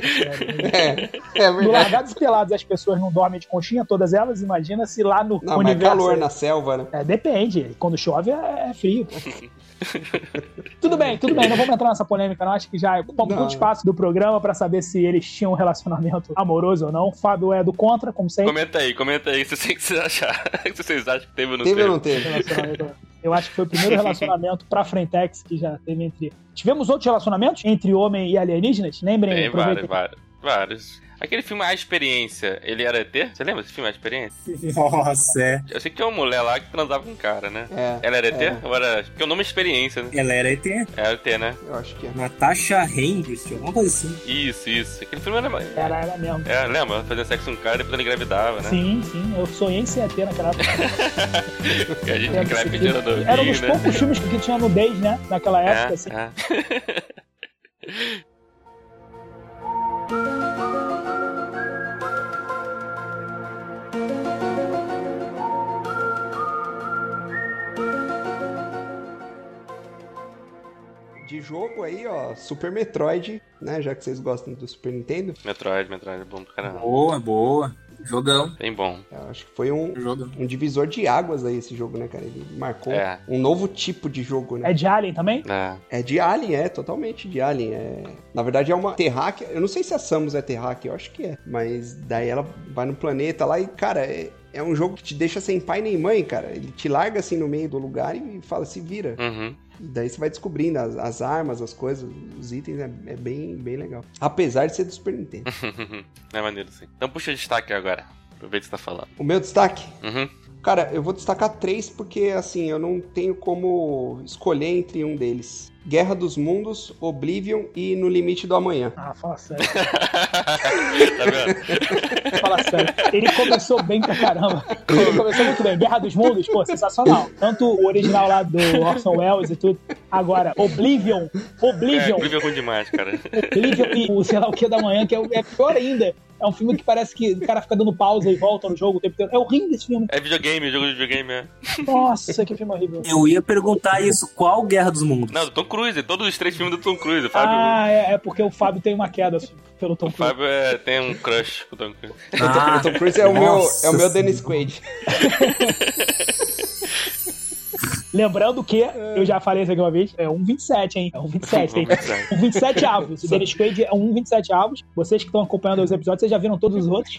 É, é No verdade. Largados e Pelados as pessoas não dormem de conchinha, todas elas, imagina se lá no Não, mas é universo... calor na selva, né? É, depende, quando chove é, é frio. tudo bem, tudo bem, não vamos entrar nessa polêmica não, acho que já é ocupamos Não. muito espaço do programa pra saber se eles tinham um relacionamento amoroso ou não. Fábio é do contra, como sempre. comenta aí, comenta aí se vocês- se vocês acharam. Se vocês acham que teve ou não Teve teve. ou não teve? é? Relacionamento- Eu acho que foi o primeiro relacionamento pra Frentex que já teve entre... Tivemos outros relacionamentos entre homem e alienígenas? Lembrem, Tem aproveitem. vários, vários. Vários. Aquele filme A Experiência, ele era ET? Você lembra desse filme A Experiência? Nossa, é. Eu sei que tinha uma mulher lá que transava com um cara, né? É, Ela era ET? É. Ou era. Porque o nome é Experiência, né? Ela era ET. Era ET, né? eu acho que é. Natasha Hendrist, alguma coisa assim. Isso, isso. Aquele filme era. Era, era mesmo. É, lembra? Ela Fazia sexo com um cara e depois ela engravidava, né? Sim, sim, eu sonhei em ser ET naquela época. Porque a gente Era engravidava era desse É, filme. Era um dos novinho, né? poucos filmes que tinha nudez, né? Naquela época, assim. É, é. De jogo aí, ó, Super Metroid, né? Já que vocês gostam do Super Nintendo, Metroid, Metroid, é bom pra caramba. Boa, boa. Jogão, Bem bom. eu acho que foi um, jogão. um divisor de águas aí esse jogo, né, cara? Ele marcou É. um novo tipo de jogo, né? É de Alien também? É. É de Alien, é, totalmente de Alien. É... Na verdade é uma terráquea, eu não sei se a Samus é terráquea, eu acho que é. Mas daí ela vai no planeta lá e, cara, é, é um jogo que te deixa sem pai nem mãe, cara. Ele te larga assim no meio do lugar e fala, se vira. Uhum. E daí você vai descobrindo as, as armas, as coisas, os itens, é, é bem, bem legal. Apesar de ser do Super Nintendo. é maneiro, sim. Então puxa destaque agora. Aproveita que você tá falando. o meu destaque? Uhum. Cara, eu vou destacar três porque, assim, eu não tenho como escolher entre um deles. Guerra dos Mundos, Oblivion e No Limite do Amanhã. Ah, fala sério, tá vendo? fala sério. Ele começou bem pra caramba. Ele começou muito bem. Guerra dos Mundos, pô, sensacional. Tanto o original lá do Orson Welles e tudo. Agora, Oblivion, É, Oblivion, incrível ruim demais, cara. Oblivion e o sei lá o que da manhã, que é, o- é pior ainda. É um filme que parece que o cara fica dando pausa e volta no jogo o tempo inteiro. É horrível esse filme. É videogame, jogo de videogame, é. Nossa, que filme horrível. Eu ia perguntar isso, qual Guerra dos Mundos? Não, do Tom Cruise. Todos os três filmes do Tom Cruise, Fábio. Ah, é, é porque o Fábio tem uma queda assim, pelo Tom O Cruise. Fábio é, tem um crush com o Tom Cruise. Ah, O Tom Cruise é o meu, é nossa o meu Dennis Quaid. Lembrando que, eu já falei isso aqui uma vez, é 1,27, hein? É 1,27, hein? Vamos pensar. 1,27 avos. O Dennis Quaid é um 1,27 avos. Vocês que estão acompanhando os episódios, vocês já viram todos os outros.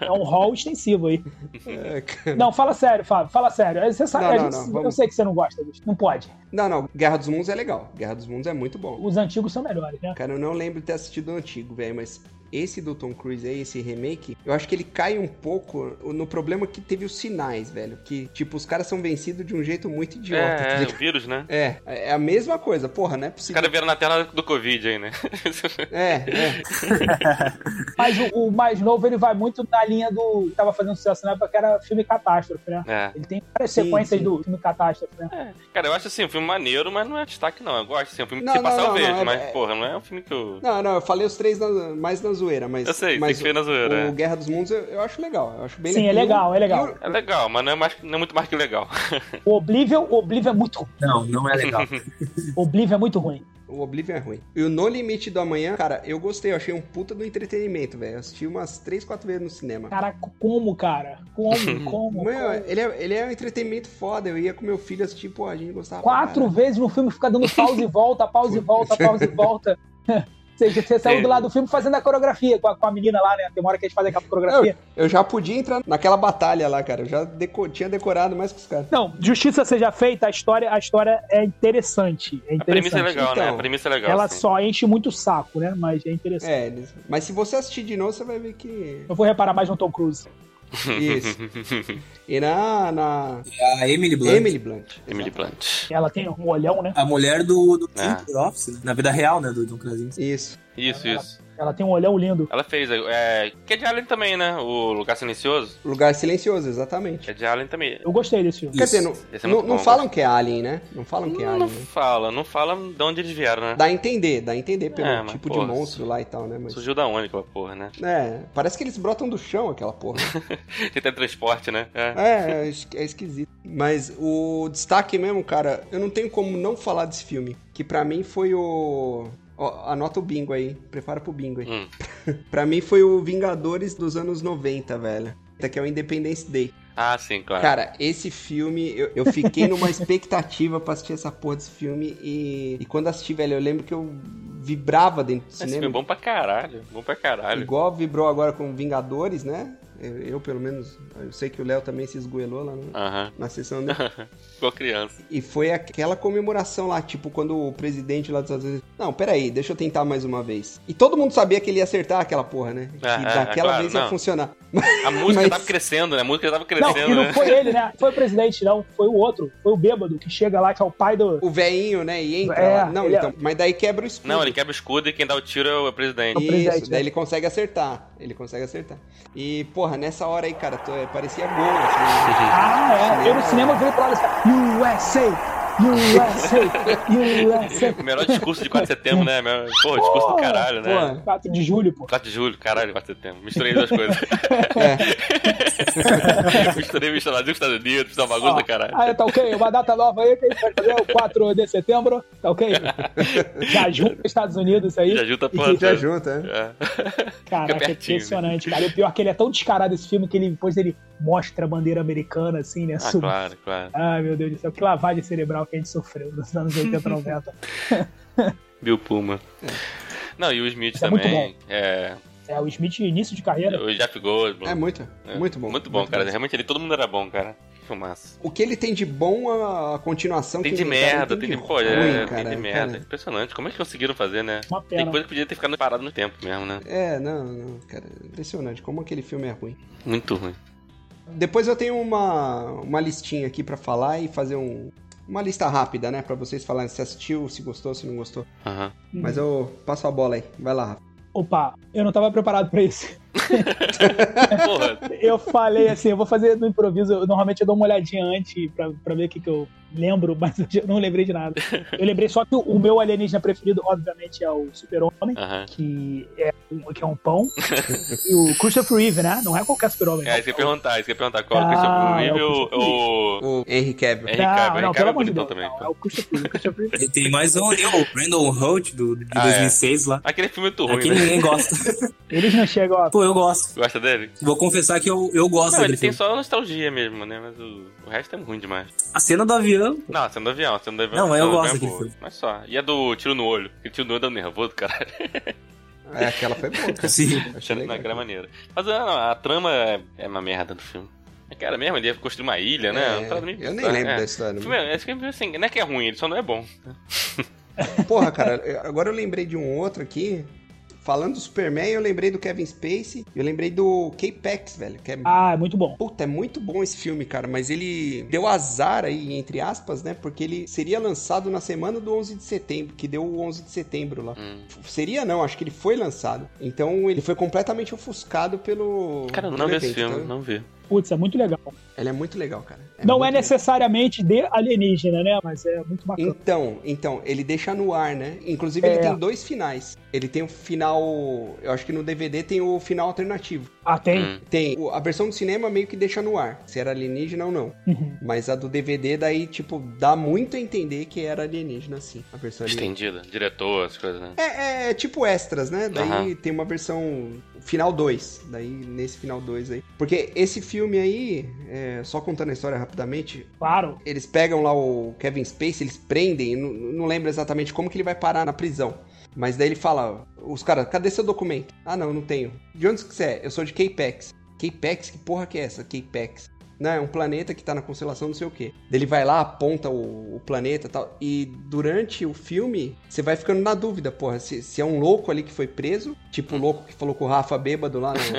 É um hall extensivo aí. É, cara. Não, fala sério, Fábio. Fala sério. É, Você sabe, Não, a não, gente- não, eu vamos. sei que você não gosta disso. Não pode. Não, não, Guerra dos Mundos é legal. Guerra dos Mundos é muito bom. Os antigos são melhores, né? Cara, eu não lembro de ter assistido o antigo, velho, mas esse do Tom Cruise aí, esse remake, eu acho que ele cai um pouco no problema que teve os sinais, velho. Que, tipo, os caras são vencidos de um jeito muito idiota. É, é, o vírus, né? É, é a mesma coisa, porra, não é Os possível. caras vieram na tela do Covid aí, né? É, é. Mas o, o mais novo, ele vai muito na linha do. que Tava fazendo sucesso na época, que era filme catástrofe, né? É. Ele tem várias Sim, sequências sim. do filme catástrofe, né? Cara, eu acho assim, um filme maneiro, mas não é destaque, não. Eu gosto, assim, um filme que Não, se não, passar eu não, vejo, não, é- mas, é- porra, não é um filme que eu. Não, não, eu falei os três na- mais na zoeira, mas. Eu sei, mas tem que ver na zoeira, O, é. o Guerra dos Mundos eu, eu acho legal. Eu acho bem Sim, é legal, é legal. E o- É legal, mas não é, mais, não é muito mais que legal. O Oblivion, o Oblivion é muito ruim. não, não é legal. Oblivion é muito ruim. O Oblivion é ruim. E o No Limite do Amanhã, cara, eu gostei, eu achei um puta do entretenimento, velho. Eu assisti umas três, quatro vezes no cinema. Caraca, como, cara? Como, como? Meu, como? ele é, ele é um entretenimento foda. Eu ia com meu filho assistir, pô, a gente gostava. pra Quatro caralho. vezes no filme fica dando pausa e volta, pausa e volta, pausa e volta. Você, você saiu Sim. do lado do filme fazendo a coreografia com a, com a menina lá, né? Tem uma hora que eles fazem aquela coreografia. Eu já podia entrar naquela batalha lá, cara. Eu já deco- tinha decorado mais que os caras. Não, justiça seja feita, a história, a história é interessante. É A premissa é interessante. legal, né? A Então, premissa é legal. Ela sim. só enche muito o saco, né? Mas é interessante. É, eles- mas se você assistir de novo, você vai ver que. Eu vou reparar mais no Tom Cruise. Isso. E na, na É A Emily Blunt. Emily Blunt. Emily Blunt. Ela tem um olhão, né? A mulher do, do Ah. Tim, do Office, né? na vida real, né? Do John Krasinski. Isso. Isso, isso. Ela tem um olhão lindo. Ela fez. É, que é de Allen também, né? O Lugar Silencioso. Lugar silencioso, exatamente. É de Allen também. Eu gostei desse filme. Quer Isso. dizer, não, Esse é não, muito não bom, falam que é Alien, né? Não falam que é Não, Alien. não né? fala, não fala de onde eles vieram, né? Dá a entender, dá a entender pelo É, mas, tipo porra, de monstro lá e tal, né? Mas, Surgiu da onde aquela porra, né? é, parece que eles brotam do chão aquela porra. Tem transporte, né? É. É, é es- é esquisito. Mas o destaque mesmo, cara, eu não tenho como não falar desse filme. Que pra mim foi o. ó, anota o bingo aí. Prepara pro bingo aí. Hum. Pra mim foi o Vingadores dos anos 90, velho. Que é o Independence Day. Ah, sim, claro. Cara, esse filme, eu, eu fiquei numa expectativa pra assistir essa porra desse filme. E, e quando assisti, velho, eu lembro que eu vibrava dentro do Esse filme é cinema. bom pra caralho. Bom pra caralho. Igual vibrou agora com Vingadores, né? Eu, eu, pelo menos, eu sei que o Léo também se esgoelou lá no- Aham. na sessão dele. Igual criança. E foi aquela comemoração lá, tipo, quando o presidente lá dos Estados Unidos. Não, peraí, deixa eu tentar mais uma vez. E todo mundo sabia que ele ia acertar aquela porra, né? Que Ah, é, daquela é claro, vez não. ia funcionar. A música Mas- tava crescendo, né? A música tava Não, crescendo, e não né? foi ele, né? Foi o presidente, não. Foi o outro. Foi o bêbado que chega lá, que é o pai do. O veinho, né? E entra É, lá. Não, ele é- então. Mas daí quebra o escudo. Não, ele quebra o escudo e quem dá o tiro é o presidente. o presidente, Isso, né? daí ele consegue acertar. Ele consegue acertar. E, porra, nessa hora aí, cara, tô- é, parecia gol. Assim, Ah, é. Eu no cinema virei pra lá USA! USA! USA! O melhor discurso de 4 de setembro, né? Meu- Porra, discurso do caralho, né? porra. 4 de julho, pô. 4 de julho, caralho, 4 de setembro. Misturei as duas coisas. É. Misturei misturado com os Estados Unidos, fiz uma bagunça do caralho. Ah, tá ok. Uma data nova aí que a gente vai fazer, o 4 de setembro, tá ok? Já junto com os Estados Unidos aí. Já junta a e porra que já toda. junta, né? tá É. Caraca, é pertinho, né? impressionante, cara. E o pior é que ele é tão descarado esse filme que ele depois ele mostra a bandeira americana, assim, né? Ah, subindo. claro, claro. Ai, meu Deus do céu, que lavagem cerebral que a gente sofreu nos anos 80, 90. Bill Puma. Não, e o Smith Isso é muito também. É, É, o Smith, início de carreira. o Jeff Goldblum. É muito, É. muito bom. Muito bom, cara. Realmente, ele, todo mundo era bom, cara. Fumaça. O que ele tem de bom, a a continuação Tem que de inventaram, merda, tem de... Pô, é, ruim, tem de merda. Impressionante. Como é que conseguiram fazer, né? Uma Tem pena. coisa que podia ter ficado parado no tempo mesmo, né? É, não, não, cara. Impressionante como aquele filme é ruim. Muito ruim. Depois eu tenho uma, uma listinha aqui pra falar e fazer um, uma lista rápida, né? Pra vocês falarem se assistiu, se gostou, se não gostou. Aham. Mas Uhum. eu passo a bola aí. Vai lá, Rafa. Opa, eu não tava preparado pra isso. Porra. eu falei assim, eu vou fazer no improviso. eu- normalmente eu dou uma olhadinha antes pra, pra ver o que, que eu lembro, mas hoje eu não lembrei de nada. Eu lembrei só que o, o meu alienígena preferido, obviamente, é o Super-Homem, Aham. que, é um- que é um pão. e o Christopher Reeve, né? Não é qualquer Super-Homem. É, isso que eu ia perguntar, isso que eu ia perguntar. Qual é o Ah, Christopher é o Reeve Christopher ou... ou- O Henry Cavill. É. Henry Cavill, não, não, Henry pelo Cavill é amor de bonitão Deus. também, não, pô. é o Christopher Reeve. Christopher Reeve. E tem mais o, tem o Brandon Holt do, de Ah, é. 2006 lá. Aquele filme é muito ruim, Aqui né? ninguém gosta. Eles não chegam, ó. Pô, eu gosto. Gosta dele? Vou confessar que eu, eu gosto Não, ele daquele tem filme. só nostalgia mesmo, né? Mas o, o resto é ruim demais. A cena do avião, Não, a cena do avião, a cena do avião. Não, eu a cena do gosto avião é daquele boa. filme. Mas só. E a do tiro no olho. Aquele tiro no olho deu nervoso, caralho. É, aquela foi boa. cara. Sim. Achei Achando é naquela legal. maneira. Mas ah, não, a trama é, é uma merda do filme. É cara mesmo, ele ia construir uma ilha, né? Uma É, parada meio eu nem bizarra, lembro é. da história. O Filme, é- esse filme, assim, não é que é ruim, ele só não é bom. Porra, cara, agora eu lembrei de um outro aqui. Falando do Superman, eu lembrei do Kevin Spacey. Eu lembrei do K-Pax, velho. Que é... Ah, é muito bom. Puta, é muito bom esse filme, cara, mas ele deu azar aí, entre aspas, né? Porque ele seria lançado na semana do 11 de setembro, que deu o 11 de setembro lá. Hum. F- Seria não, acho que ele foi lançado. Então ele foi completamente ofuscado pelo. Cara, eu não pelo vi esse evento, filme, então não vi. Putz, é muito legal. Ele é muito legal, cara. não muito é legal. necessariamente de alienígena, né? Mas é muito bacana. Então, então, ele deixa no ar, né? Inclusive, É. ele tem dois finais. Ele tem o final. Eu acho que no DVD tem o final alternativo. Ah, tem? Hum. Tem. o- A versão do cinema meio que deixa no ar. Se era alienígena ou não. Hum. Uhum. Mas a do DVD, daí, tipo, dá muito a entender que era alienígena, assim, a versão alienígena. Estendida, diretor, as coisas, né? É, é tipo extras, né? Daí Aham. tem uma versão final 2. Daí, nesse final 2 aí. Porque esse filme aí, é, só contando a história rapidamente, Claro. eles pegam lá o Kevin Spacey, eles prendem, eu não, não lembro exatamente como que ele vai parar na prisão. Mas daí ele fala, ó, os caras, cadê seu documento? Ah, não, não tenho. De onde que você é? Eu sou de K-Pex. K-Pex? Que porra que é essa? K-Pex. Não, é um planeta que tá na constelação não sei o quê. Daí Ele vai lá, aponta o, o planeta e tal. E durante o filme, você vai ficando na dúvida, porra, se, se é um louco ali que foi preso, tipo o louco que falou com o Rafa bêbado lá no-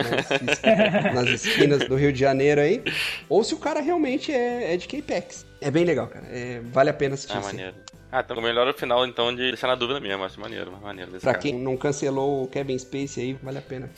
nas, nas esquinas do Rio de Janeiro aí, ou se o cara realmente é, é de K-Pex. É bem legal, cara. É, vale a pena assistir. Ah, sim. maneiro. Ah, então melhor o final, então, de deixar na dúvida mesmo. Acho maneiro, mas maneiro. Desse Pra cara. quem não cancelou o Kevin Spacey aí, vale a pena.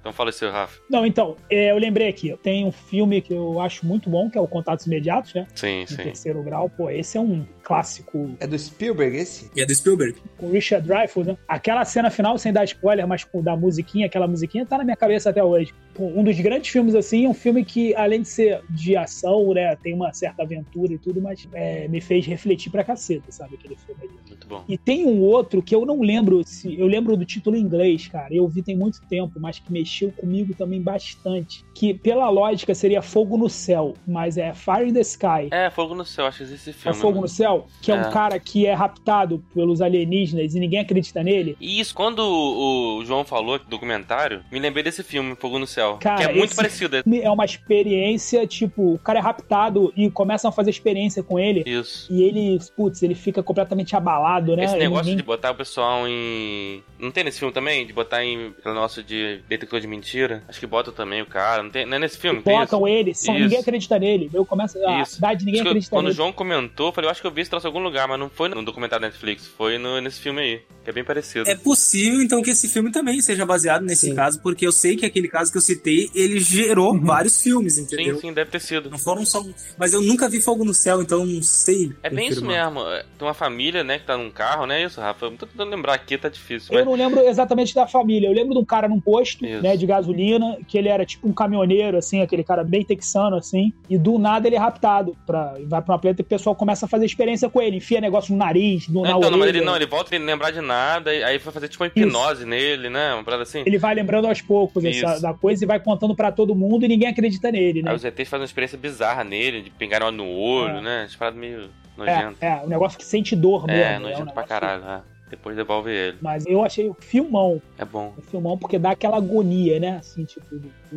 Então fala isso, Rafa. Não, então, é, eu lembrei aqui, tem um filme que eu acho muito bom, que é o Contatos Imediatos, né? Sim, Em sim. terceiro grau, pô, esse é um clássico É do Spielberg esse? E é do Spielberg. com o Richard Dreyfuss, né? Aquela cena final, sem dar spoiler, mas com da musiquinha, aquela musiquinha tá na minha cabeça até hoje. Pô, Um dos grandes filmes, assim, é um filme que, além de ser de ação, né, tem uma certa aventura e tudo, mas é, me fez refletir pra caceta, sabe, aquele filme ali. Muito bom. E tem um outro que eu não lembro, se eu lembro do título em inglês, cara. Eu vi tem muito tempo, mas que mexeu comigo também bastante. Que pela lógica seria Fogo no Céu, mas é Fire in the Sky. É, Fogo no Céu, acho que existe esse É filme. Fogo né? no Céu, que é um É. cara que é raptado pelos alienígenas e ninguém acredita nele. E isso, quando o o João falou do documentário, me lembrei desse filme, Fogo no Céu. Cara, que é muito esse- parecido. é É uma experiência, tipo, o cara é raptado e começam a fazer experiência com ele. Isso. E ele, putz, ele fica completamente abalado, né? Esse Ele negócio nem- de botar o pessoal em. Não tem nesse filme também? De botar em. Aquele nosso de detector de mentira? Acho que bota também o cara. Não, tem... não é nesse filme? que tem isso? Botam ele, só Isso. ninguém acredita nele. Eu começo a Isso. cidade, um, ninguém Acho que eu- acredita quando o nele. João comentou, eu falei, eu acho que eu vi esse troço em algum lugar, mas não foi no documentário da Netflix, foi no- nesse filme aí, que é bem parecido. É possível, então, que esse filme também seja baseado nesse Sim. Uhum. caso, porque eu sei que aquele caso que eu citei, ele gerou vários filmes, entendeu? sim, sim, deve ter sido. Não foram só. um- Mas eu nunca vi Fogo no Céu, então não sei. É bem isso confirmar. mesmo. é, Tem uma família, né, que tá num carro, né? Isso, Rafa. Eu tô tentando lembrar aqui, tá difícil. Eu Mas... não lembro exatamente da família. Eu lembro de um cara num posto, Isso. né, de gasolina, que ele era tipo um caminhoneiro, assim, aquele cara bem texano, assim, e do nada ele é raptado pra, vai pra uma planeta e o pessoal começa a fazer experiência com ele, enfia negócio no nariz, no, Não, na então, não, mas orelha. ele não, ele volta e ele não lembrar de nada, e aí foi fazer tipo uma hipnose nele, né? Uma parada assim. Ele vai lembrando aos poucos Isso. essa- da coisa e vai contando pra todo mundo e ninguém acredita nele, Aí né? os ETs fazem uma experiência bizarra nele, de pingar óleo no olho, né? As paradas meio É, nojentas. é, um negócio que sente dor mesmo. É, né? Um nojento pra negócio- caralho, né? Depois devolve ele. Mas eu achei o filmão, É bom. o filmão, porque dá aquela agonia, né? Assim, tipo,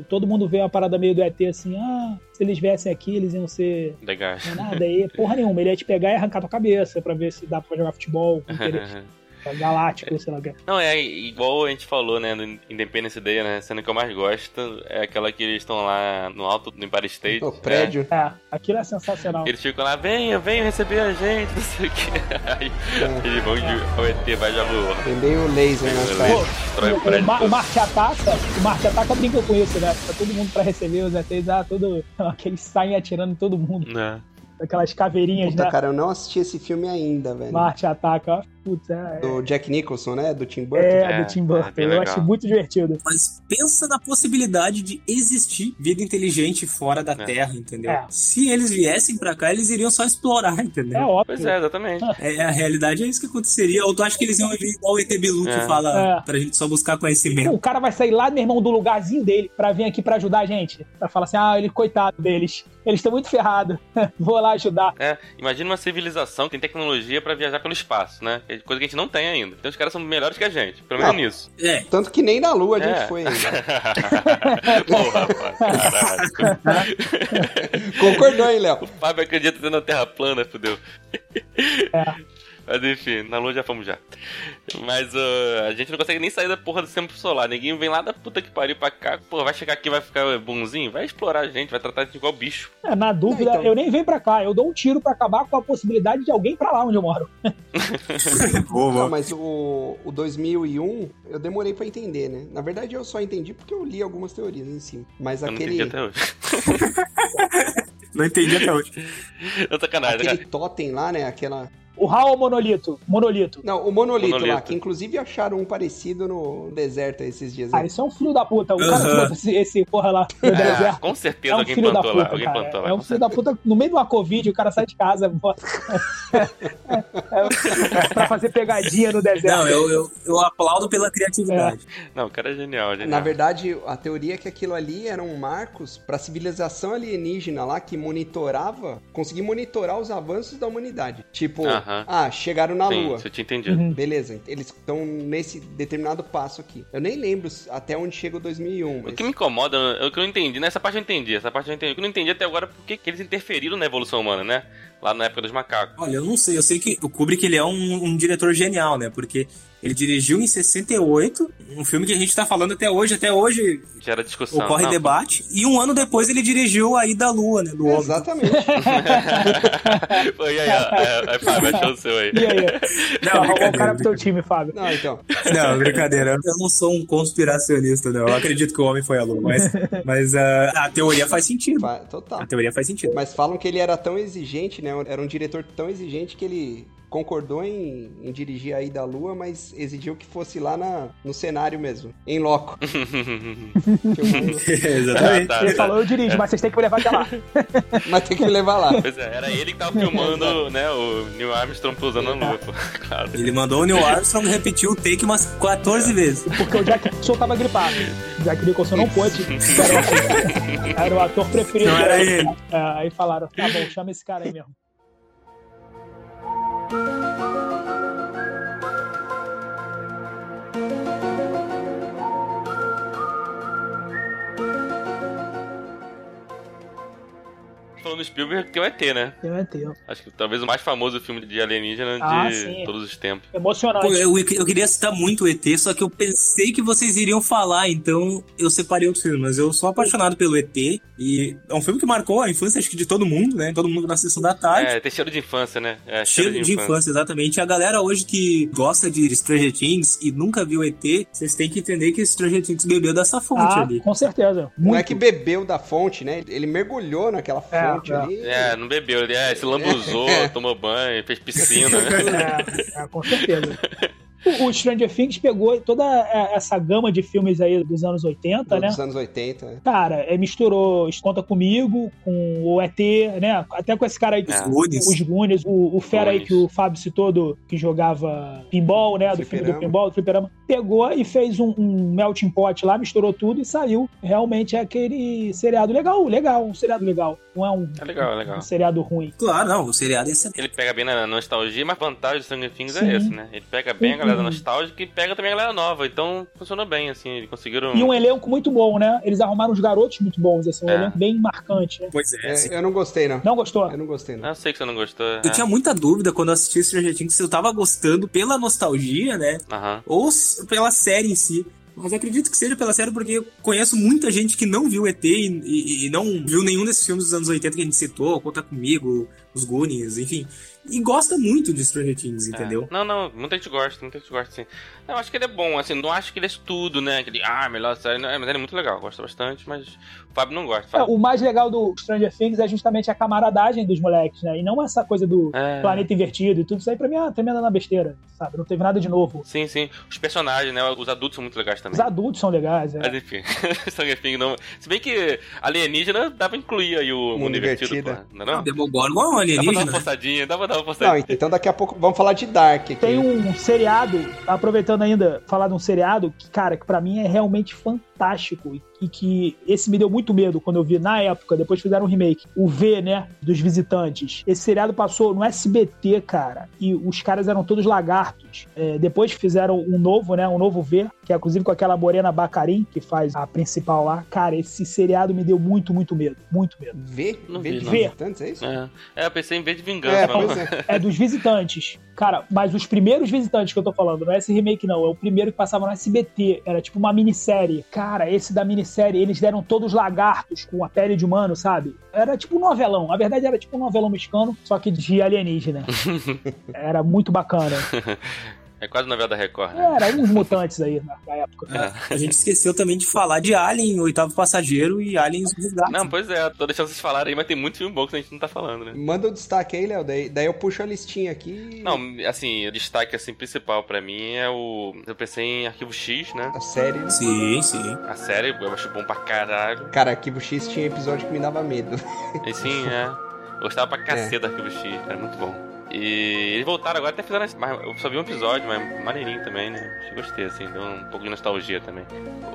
todo mundo vê uma parada meio do ET assim, ah, se eles viessem aqui, eles iam ser Legal. Não é nada aí, porra nenhuma. Ele ia te pegar e arrancar tua cabeça pra ver se dá pra jogar futebol, com aquele galáctico, sei lá. o quê. Não, é igual a gente falou, né, no Independence Day, né, a cena que eu mais gosto é aquela que eles estão lá no alto do Empire State. O né, prédio. É, aquilo é sensacional. Eles ficam lá, venham, venham receber a gente, não sei o que. Aí eles vão, de, o ET vai já voou. É. Tem bem o laser na Ele cara. Destrói o O, prédio. o, Mar- o todo. Marte Ataca, o Marte Ataca brinca com isso, né? Tá todo mundo pra receber os ETs, ah, todo, aqueles saem atirando em todo mundo, Né. aquelas caveirinhas, Puta, né? cara, eu não assisti esse filme ainda, velho. Marte Ataca, ó, putz, é, Do Jack Nicholson, né? Do Tim Burton. é, É, do Tim é, Burton, bem eu legal. acho muito divertido. É Mas pensa na possibilidade de existir vida inteligente fora da É. Terra, entendeu? É. Se eles viessem pra cá, eles iriam só explorar, É entendeu? Pois óbvio. é, exatamente. É, a realidade é isso que aconteceria. Ou tu acha que eles iam vir igual o ET Bilu que É. fala É. pra gente só buscar conhecimento? O cara vai sair lá, meu irmão, do lugarzinho dele pra vir aqui pra ajudar a gente. Pra falar assim, ah, ele, coitado deles. Eles estão muito ferrados. Vou lá ajudar. É, imagina uma civilização que tem tecnologia pra viajar pelo espaço, né? É Coisa que a gente não tem ainda. Então os caras são melhores que a gente, pelo menos Ah. nisso. É, Tanto que nem na lua a gente É. foi ainda. Porra, rapaz, caralho. Concordou, hein, Léo? Fábio acredita na Terra plana, fudeu. Mas enfim, na Lua já fomos já. Mas uh, a gente não consegue nem sair da porra do tempo solar. Ninguém vem lá da puta que pariu pra cá. Pô, vai chegar aqui, vai ficar bonzinho, vai explorar a gente, vai tratar a gente igual bicho. É, na dúvida, Então. eu nem venho pra cá. Eu dou um tiro pra acabar com a possibilidade de alguém pra lá onde eu moro. boa, Não, mas o, o 2001 eu demorei pra entender, né? Na verdade eu só entendi porque eu li algumas teorias em cima. Mas Eu não entendi aquele, até hoje. Não entendi até hoje. Não, É sacanagem, cara. aquele totem lá, né? Aquela. O Raul Monolito. Monolito. Não, o monolito, lá, Monolito. que inclusive acharam um parecido no deserto esses dias. Ah, Né? isso é um filho da puta. O cara Aham. que esse, esse porra lá do Ah, deserto. com É certeza um alguém filho da plantou lá. puta, Alguém cara. plantou lá. é um com filho da certeza. puta. No meio de uma Covid, o cara sai de casa bota- É, é, pra fazer pegadinha no deserto. Não, eu, eu, eu aplaudo pela criatividade. Não, o cara é genial, genial. Na verdade, a teoria é que aquilo ali eram marcos pra civilização alienígena lá que monitorava, conseguia monitorar os avanços da humanidade. Tipo, Aham. Aham. Ah, chegaram na Sim, Lua. isso eu tinha entendido. Uhum. Beleza, eles estão nesse determinado passo aqui. Eu nem lembro s- até onde chega o 2001, O mas... que me incomoda, é o que eu não entendi, nessa parte eu entendi, essa parte eu entendi. O que eu não entendi até agora é por que que eles interferiram na evolução humana, né? Lá na época dos macacos. Olha, eu não sei, eu sei que o Kubrick ele é um, um diretor genial, né? Porque ele dirigiu em 68, um filme que a gente tá falando até hoje, até hoje Gera discussão. ocorre Não, debate, e um ano depois ele dirigiu aí da Lua, né? Do Homem. Exatamente. pô. Aí, aí, ó, é, é, pá, vai achar o seu aí. E aí? Não, roubou o cara brincadeira. pro teu time, Fábio. Não, então. Não, brincadeira. Eu não sou um conspiracionista, não. Eu acredito que o homem foi a Lua, mas, mas ah, a teoria faz sentido. fa- Total. A teoria faz sentido. Mas falam que ele era tão exigente, né? Era um diretor tão exigente que ele concordou em, em dirigir aí da Lua, mas exigiu que fosse lá na, no cenário mesmo, em loco. Que eu- Ah, Exatamente. tá, Ele tá. falou, eu dirijo, mas vocês têm que me levar até lá. mas tem que levar lá. Pois é, era ele que tava filmando, né, o Neil Armstrong pousando na lua, pô. Claro. Ele mandou o Neil Armstrong repetir o take umas 14 vezes. Porque o Jack Nicholson tava gripado. O Jack Nicholson não pôde. Era o- Era o ator preferido. Não era ele. É, aí falaram, tá bom, chama esse cara aí mesmo. Falando do Spielberg, tem o ET, né? Eu entendo. Acho que talvez o mais famoso filme de alienígena Ah, de sim. todos os tempos. Emocionante. Pô, eu, eu queria citar muito o ET, só que eu pensei que vocês iriam falar, então eu separei outros filmes. Mas eu sou apaixonado pelo ET, e é um filme que marcou a infância, acho que de todo mundo, né? Todo mundo na sessão da tarde. É, tem cheiro de infância, né? É, Cheiro de, infância. exatamente. E a galera hoje que gosta de Stranger Things e nunca viu ET, vocês têm que entender que Stranger Things bebeu dessa fonte ah, ali. com certeza. Não Muito. é que bebeu da fonte, né? Ele mergulhou naquela É, fonte é. ali. É, não bebeu, ele é, se lambuzou, tomou banho, fez piscina, né? É, é, com certeza. O, o Stranger Things pegou toda é, essa gama de filmes aí dos anos 80, né? Dos anos 80, né? Cara, é, misturou Conta Comigo com o ET, né? Até com esse cara aí, É. Goonies. os Goonies, o, o fera aí Goonies. que o Fábio citou, do, que jogava pinball, né? Do filme do Fliperama. pinball, do fliperama. Pegou e fez um, um melting pot lá, misturou tudo e saiu. Realmente é aquele seriado legal, legal, um seriado legal. Não é um, É legal, é legal. um seriado ruim. Claro, não, o seriado é excelente. Ele pega bem na nostalgia, mas a vantagem do Stranger Things Sim. é essa, né? Ele pega bem a galera Uhum. nostálgica e pega também a galera nova. Então funcionou bem, assim. Eles conseguiram. E um elenco muito bom, né? Eles arrumaram uns garotos muito bons, assim, um É. elenco bem marcante, né? Pois é, É, assim. eu não gostei, não. Não gostou? Eu não gostei, não. Ah, Eu sei que você não gostou. é. Eu tinha muita dúvida quando eu assisti Stranger Things se eu tava gostando pela nostalgia, né? é, Aham. ou s- pela série em si. Mas acredito que seja pela série, porque eu conheço muita gente que não viu ET e, e- e não viu nenhum desses filmes dos anos 80 que a gente citou, Conta Comigo, Os Goonies, enfim. E gosta muito de Stranger Things, entendeu? É. Não, não, muita gente gosta, muita gente gosta, sim. Eu acho que ele é bom, assim, não acho que ele é tudo, né? Aquele, ah, melhor série. Não, é, mas ele é muito legal, eu gosto bastante, mas o Fábio não gosta. É, Fábio. o mais legal do Stranger Things é justamente a camaradagem dos moleques, né? E não essa coisa do É. planeta invertido e tudo isso aí pra mim é uma tremenda na besteira, sabe? Não teve nada de novo. Sim, sim. Os personagens, né? Os adultos são muito legais também. Os adultos são legais, é. Mas enfim, Stranger Things não. Se bem que alienígena dava pra incluir aí o mundo Mundo invertido, invertido. pô. Não é não? Demogorgon Dá pra é um dar uma alienígena. forçadinha, dá pra dar uma Não, forçadinha. então daqui a pouco vamos falar de Dark aqui. Tem um seriado, aproveitando ainda, falar de um seriado que, cara, que pra mim é realmente fantástico e- e que esse me deu muito medo quando eu vi na época, depois fizeram um remake, o V, né, dos Visitantes. Esse seriado passou no SBT, cara, e os caras eram todos lagartos. É, depois fizeram um novo, né, um novo V, que é inclusive com aquela Morena Bacarin, que faz a principal lá. Cara, esse seriado me deu muito, muito medo, muito medo. V? Não V vi, de não. visitantes, é isso? É. É, eu pensei em vez de vingança, É, mas- pois é. É dos visitantes. Cara, mas os primeiros visitantes que eu tô falando, não é esse remake, não. É o primeiro que passava no SBT. Era tipo uma minissérie. Cara, esse da minissérie, eles deram todos lagartos com a pele de humano, sabe? Era tipo um novelão. Na verdade, era tipo um novelão mexicano, só que de alienígena. era muito bacana. É quase novela da Record, né? Era uns mutantes aí na na época. A gente esqueceu também de falar de Alien, o oitavo passageiro e Aliens Resgate. Não, pois é, tô deixando vocês falarem aí, mas tem muito filme bom que a gente não tá falando, né? Manda o destaque aí, Léo. Daí, daí eu puxo a listinha aqui. Não, assim, o destaque assim, principal pra mim é o. Eu pensei em Arquivo X, né? A série. né? Sim, sim. A série eu acho bom pra caralho. Cara, Arquivo X tinha episódio que me dava medo. E sim, é. Eu gostava pra cacete do Arquivo X, era muito bom. E eles voltaram agora, até fizeram. esse- Mas eu só vi um episódio, mas maneirinho também, né? Gostei, assim, deu um pouco de nostalgia também.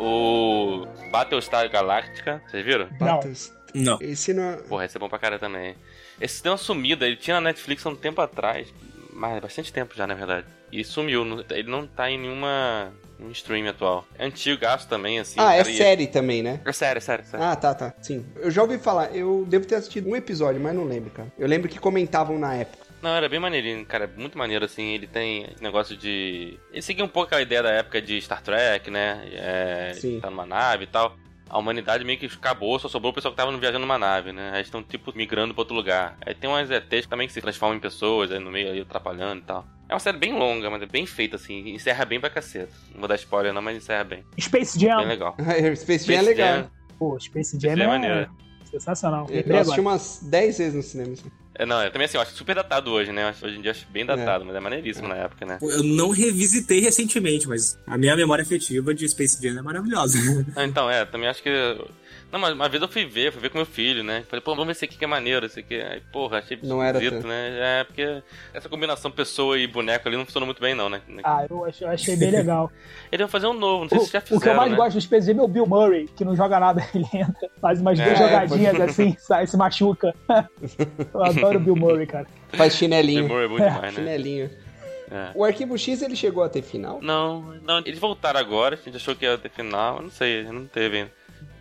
O. Battlestar Galactica, vocês viram? É, é Não. Batas. Não. Esse não. Porra, esse é bom pra caralho também. Esse deu uma sumida, ele tinha na Netflix há um tempo atrás. mas bastante tempo já, na verdade. E sumiu, não- ele não tá em nenhuma nenhum stream atual. É antigo gasto também, assim. ah, é cara, e- série também, né? É sério, é sério, é sério. Ah, tá, tá. Sim. Eu já ouvi falar. Eu devo ter assistido um episódio, mas não lembro, cara. Eu lembro que comentavam na época. Não, era bem maneirinho, cara. Muito maneiro, assim. Ele tem esse negócio de. Ele seguiu um pouco a ideia da época de Star Trek, né? É, Sim. Tá numa nave e tal. A humanidade meio que acabou, só sobrou o pessoal que tava viajando numa nave, né? Aí estão, tipo, migrando pra outro lugar. Aí tem umas ETs também que se transformam em pessoas, aí no meio aí atrapalhando e tal. É uma série bem longa, mas é bem feita, assim. Encerra bem pra caceta. Não vou dar spoiler, não, mas encerra bem. Space Bem Jam. legal. Space Jam é legal. né? Pô, Space Jam Jam é é, maneiro. sensacional. Eu Lembrei assisti agora. umas 10 vezes no cinema. assim. É, não, é também assim, eu acho super datado hoje, né? Eu acho- Hoje em dia eu acho bem datado, mas é maneiríssimo na época, né? Eu não revisitei recentemente, mas a minha memória afetiva de Space Jam é maravilhosa. Ah, então, é, também acho que. Não, mas uma vez eu fui ver, fui ver com meu filho, né? Falei, pô, vamos ver esse aqui que é maneiro, esse aqui. Aí, porra, achei Não era esquisito, tanto. né? É, porque essa combinação pessoa e boneco ali não funcionou muito bem, não, né? Ah, eu achei, eu achei bem legal. Ele vai fazer um novo, não sei se já o, fizeram. o que eu mais né? gosto do Space Jam é o Bill Murray, que não joga nada, ele entra, faz umas É, duas é, jogadinhas assim, sai, se machuca. eu adoro o Bill Murray, cara. Faz Bill chinelinho. Murray é bom demais, né? Chinelinho. É. O Arquivo X, ele chegou a ter final? Não, não, eles voltaram agora, a gente achou que ia ter final, eu não sei, não teve ainda.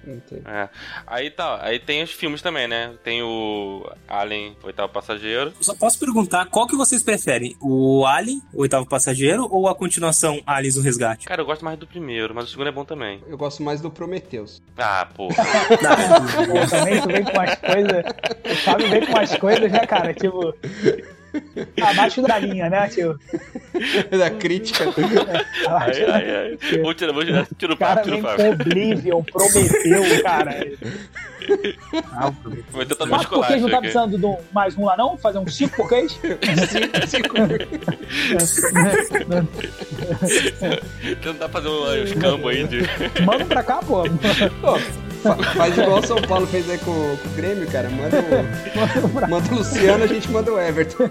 Não teve. É. Aí tá, aí tem os filmes também, né? Tem o Alien, Oitavo Passageiro. Só posso perguntar qual que vocês preferem? O Alien, o oitavo passageiro, ou a continuação Aliens o Resgate? Cara, eu gosto mais do primeiro, mas o segundo é bom também. Eu gosto mais do Prometheus. Ah, porra. Pô, também tu vem com as coisas. O Fábio vem com as coisas, né, cara? Tipo. Abaixo da linha, né, tio? da crítica. Abaixo Ai, da ai, ai. Vou tirar, vou tirar, tira o O cara papo, tira vem o com papo. Oblivion, Prometeu, cara. Vou tentar tomar Mas por que esculacho não tá aqui. precisando de um- mais um lá, não? Fazer um cinco por queijo? Cinco, cinco. Tentar fazer um- uns campos aí de. Manda pra cá, pô. Pô, fa- faz igual o São Paulo fez aí com, com o Grêmio, cara. Manda o, Manda pra manda o Luciano, a gente manda o Everton.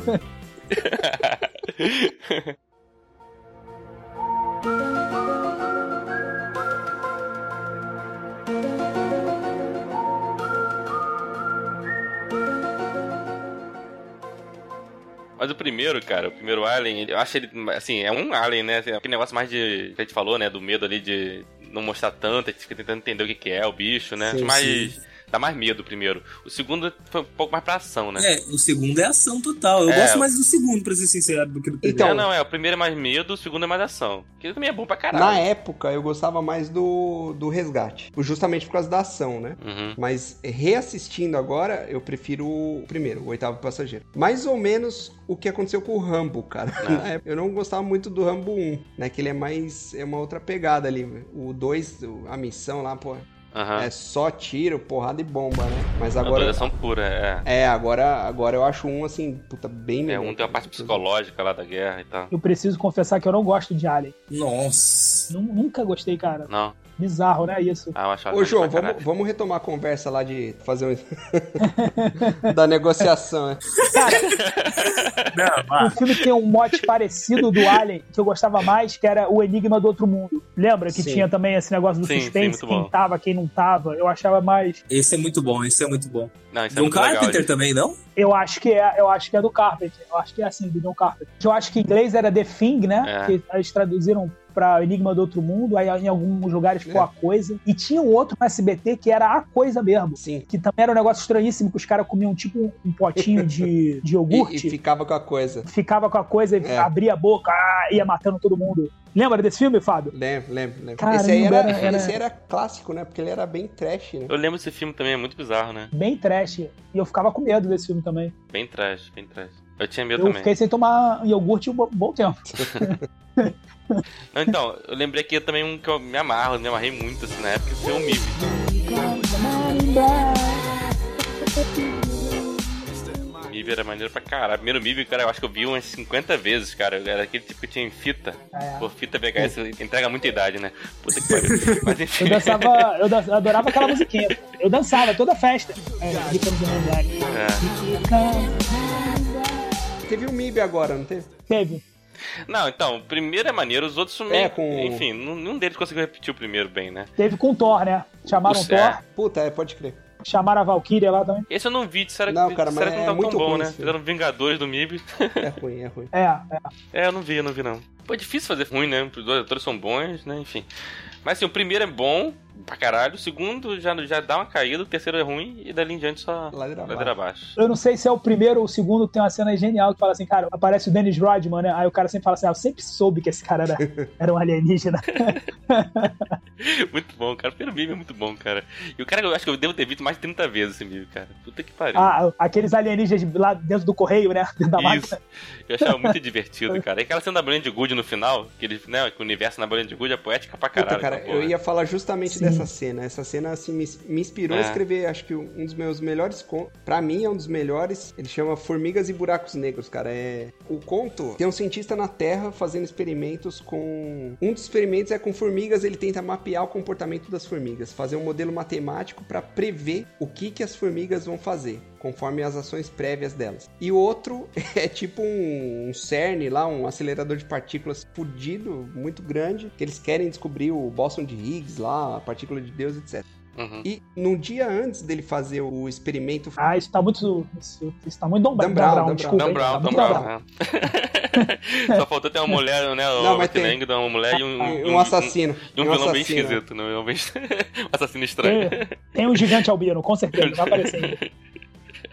Mas o primeiro, cara, o primeiro Alien, ele- eu acho ele. Assim, é um Alien, né? Assim, é Aquele negócio mais de. que a gente falou, né? Do medo ali de não mostrar tanto, a gente fica tentando entender o que, que é o bicho, né? Sim, Acho mais. Dá mais medo o primeiro. O segundo foi um pouco mais pra ação, né? É, o segundo é ação total. Eu É. gosto mais do segundo, pra ser sincero, do que do primeiro. Então, É, não, é. O primeiro é mais medo, o segundo é mais ação. Que também é bom pra Na caralho. época, eu gostava mais do, do Resgate. Justamente por causa da ação, né? Uhum. Mas reassistindo agora, eu prefiro o primeiro, o oitavo passageiro. Mais ou menos o que aconteceu com o Rambo, cara. É. Na época, Eu não gostava muito do Rambo 1, né? Que ele é mais. É uma outra pegada ali. O 2, o- a missão lá, pô, Aham. é só tiro, porrada e bomba, né? Mas Agora... agora. Ação pura, é. É, agora, agora eu acho um assim, puta, bem É, melhor. um tem uma parte psicológica lá da guerra e tal. Eu preciso confessar que eu não gosto de Alien. Nossa. Nu- Nunca gostei, cara. Não? Bizarro, né? Isso. Ah, eu acho Ô, Alien João, pra caralho. vamos, vamos retomar a conversa lá de fazer um. da negociação, né? Não, vá. Um filme que tem um mote parecido do Alien, que eu gostava mais, que era O Enigma do Outro Mundo. Lembra que Sim. tinha também esse negócio do Sim, sim, suspense, muito bom. quem tava, quem não tava. Eu achava mais. Esse é muito bom, esse é muito bom. Não, isso é John muito legal. Carpenter gente. também, não? Eu acho que é, eu acho que é do Carpenter. Eu acho que é assim, do John Carpenter. Eu acho que em inglês era The Thing, né? É. Que eles traduziram pra Enigma do Outro Mundo, aí em alguns lugares ficou É. a coisa. E tinha um outro no SBT que era a coisa mesmo. Sim. Que também era um negócio estranhíssimo, que os caras comiam tipo um potinho de, E- de iogurte. e ficava com a coisa. ficava com a coisa e É. abria a boca, ah, ia matando todo mundo. Lembra desse filme, Fábio? Lembro, lembro, lembro. Caramba, esse aí era, era- Esse era clássico, né? Porque ele era bem trash, né? Eu lembro desse filme também, é muito bizarro, né? Bem trash. E eu ficava com medo desse filme também. Bem trash, bem trash. Eu tinha medo Eu, também. fiquei sem tomar iogurte um bo- bom tempo. Não, Então, eu lembrei que eu também um que eu me amarro, me amarrei muito assim na época, que foi o MIB. MIB era maneiro pra caralho. Primeiro MIB, cara, eu acho que eu vi umas 50 vezes, cara. Era aquele tipo que tinha em fita. É. Pô, fita VHS entrega muita idade, né? Puta que pariu. Mas enfim. Eu dançava, eu dan- eu adorava aquela musiquinha. Eu dançava toda festa. É, Ficamos no Rio é. Grande. Teve o MIB agora, não teve? Teve. Não, então, o primeiro é maneiro, os outros sumiram. É, com- Enfim, nenhum deles conseguiu repetir o primeiro bem, né? Teve com o Thor, né? Chamaram o Puxa, é. Thor. Puta, é, pode crer. Chamaram a Valkyria lá também. Esse eu não vi, será, Não, que, cara, será mas que não é tava muito tão bom, ruim né? esse filme. Fizeram Vingadores do MIB. É ruim, é ruim. É, é. É, eu não vi, eu não vi não. Pô, é difícil fazer ruim, né? Os dois atores são bons, né? Enfim. Mas assim, o primeiro é bom pra caralho, o segundo já, já dá uma caída, o terceiro é ruim e dali em diante só Ladeira ladeira abaixo. abaixo. Eu não sei se é o primeiro ou o segundo, tem uma cena genial que fala assim, cara, aparece o Dennis Rodman, né? Aí o cara sempre fala assim, ah, eu sempre soube que esse cara era, era um alienígena. muito bom, cara. O primeiro meme é muito bom, cara. E o cara, eu acho que eu devo ter visto mais de 30 vezes esse meme, cara. Puta que pariu. Ah, aqueles alienígenas lá dentro do correio, né? Dentro da Isso. máquina. Eu achava muito divertido, cara. E aquela cena da Brand Good no final, que, ele, né, que o universo na Brand Good é poética pra caralho. Puta, cara, essa porra. eu ia falar justamente Sim. dessa cena. Essa cena assim, me, me inspirou É. a escrever, acho que um dos meus melhores contos. Pra mim, é um dos melhores. Ele chama Formigas e Buracos Negros, cara. É O conto tem um cientista na Terra fazendo experimentos com. Um dos experimentos é com formigas. Ele tenta mapear o comportamento das formigas, fazer um modelo matemático pra prever o que, que as formigas vão fazer. Conforme as ações prévias delas. E o outro é tipo um, um CERN lá, um acelerador de partículas fudido, muito grande, que eles querem descobrir o Boston de Higgs lá, a partícula de Deus, etc. Uhum. E num dia antes dele fazer o experimento, Ah, isso tá muito. Isso, isso tá muito Dom Brown, Dan Brown, Dan desculpa. Dan hein? Brown, Tá Dan muito Brown. né? Só faltou ter uma mulher, né? Não, O mas Robert tem. Englund, uma mulher e um, um assassino. E um, vilão bem assassino. esquisito, né? Um vilão bem... um assassino estranho. Tem, tem um gigante albino, com certeza, vai aparecer. ainda.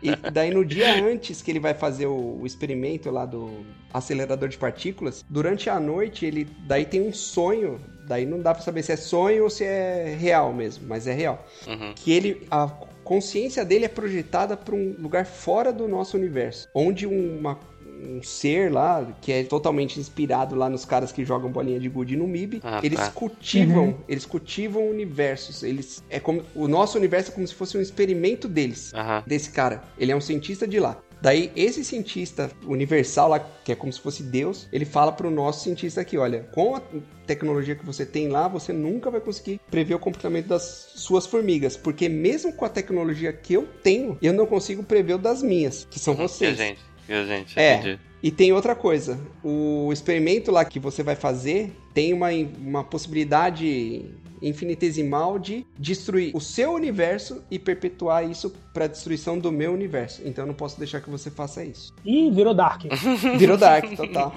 E daí no dia antes que ele vai fazer o, o experimento lá do acelerador de partículas, durante a noite ele daí tem um sonho, daí não dá pra saber se é sonho ou se é real mesmo, mas é real. Uhum. que ele a consciência dele é projetada para um lugar fora do nosso universo, onde uma- um ser lá, que é totalmente inspirado lá nos caras que jogam bolinha de gude no MIB, Ah, eles tá. cultivam, eles cultivam universos, eles é como o nosso universo é como se fosse um experimento deles, Aham. desse cara. Ele é um cientista de lá. Daí esse cientista universal lá, que é como se fosse Deus, ele fala pro nosso cientista aqui, olha, com a tecnologia que você tem lá, você nunca vai conseguir prever o comportamento das suas formigas, porque mesmo com a tecnologia que eu tenho, eu não consigo prever o das minhas, que são E a vocês. gente? E a gente? É. Entendi. E tem outra coisa, o experimento lá que você vai fazer tem uma, uma possibilidade infinitesimal de destruir o seu universo e perpetuar isso para destruição do meu universo. Então eu não posso deixar que você faça isso. Ih, virou Dark. Uhum. Virou Dark, total.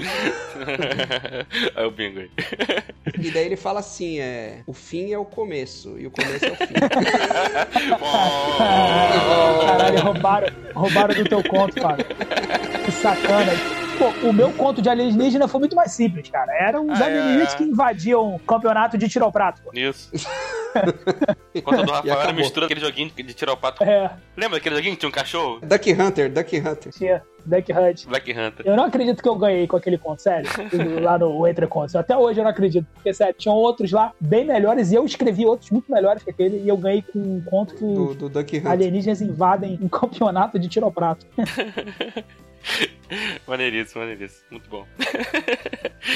Aí É o bingo aí. E daí ele fala assim, é, o fim é o começo e o começo é o fim. Oh, Caralho, roubaram, roubaram do teu conto, cara. Que sacana. Pô, o meu conto de alienígena foi muito mais simples, cara. Eram uns Ah, é, alienígenas é. que invadiam o campeonato de tiro ao prato. pô. Isso. Conta do Rafael era acabou. mistura aquele joguinho de tirar o pato. É, Lembra daquele joguinho que tinha um cachorro? Duck Hunter, Duck Hunter. tinha Duck Hunt. Black Hunter. Eu não acredito que eu ganhei com aquele conto, sério. Lá no Entre Contos. Até hoje eu não acredito. Porque, sério, tinham outros lá bem melhores e eu escrevi outros muito melhores que aquele. E eu ganhei com um conto que Do, do Duck Hunter. alienígenas invadem um campeonato de tiro ao prato. Maneiríssimo, maneiríssimo. Muito bom.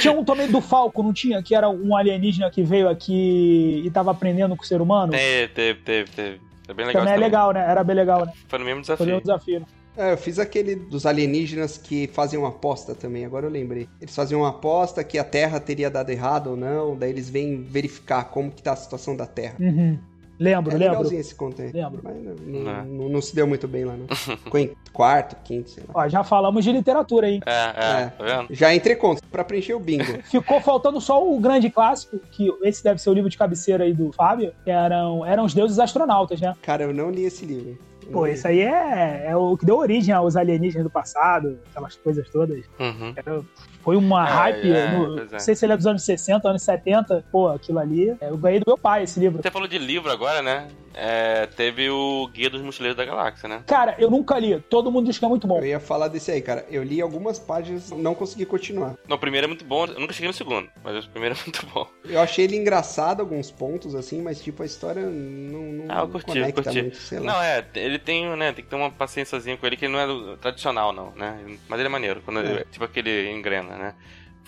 Tinha um também do Falco, não tinha? Que era um alienígena que veio aqui e tava aprendendo com o ser humano. Teve, teve, teve, teve. É bem É, legal também é isso legal, né? Era bem legal, né? Foi no mesmo Foi desafio. um desafio. né? É, eu fiz aquele dos alienígenas que faziam uma aposta também, agora eu lembrei. Eles faziam uma aposta que a Terra teria dado errado ou não, daí eles vêm verificar como que tá a situação da Terra. Uhum. Lembro, é lembro. legalzinho esse conteúdo. Lembro. Mas não, não- É. não- não se deu muito bem lá, não. Ficou em quarto, quinto, sei lá. Ó, já falamos de literatura, hein? É, é, É. tá vendo? Já entre contos, pra preencher o bingo. Ficou faltando só o grande clássico, que esse deve ser o livro de cabeceira aí do Fábio, que eram, eram os deuses astronautas, né? Cara, eu não li esse livro. Eu não Pô, li. isso aí é, é o que deu origem aos alienígenas do passado, aquelas coisas todas. Uhum. Foi uma É, hype, é, no- pois é. não sei se ele é dos anos 60, anos 70, pô, aquilo ali. é, Eu ganhei do meu pai esse livro. Você falou de livro agora, né? É, teve o Guia dos Mochileiros da Galáxia, né? Cara, eu nunca li. Todo mundo diz que é muito bom. Eu ia falar desse aí, cara. Eu li algumas páginas, não consegui continuar. Não, o primeiro é muito bom. Eu nunca cheguei no segundo, mas o primeiro é muito bom. Eu achei ele engraçado alguns pontos, assim, mas tipo, a história não, não, Ah, eu não curti, eu conecta curti. muito, sei lá. Não, é, ele tem, né, tem que ter uma É. paciênciazinha com ele, que ele não é do- tradicional, não, né? Mas ele é maneiro, quando ele- tipo aquele engrena, né?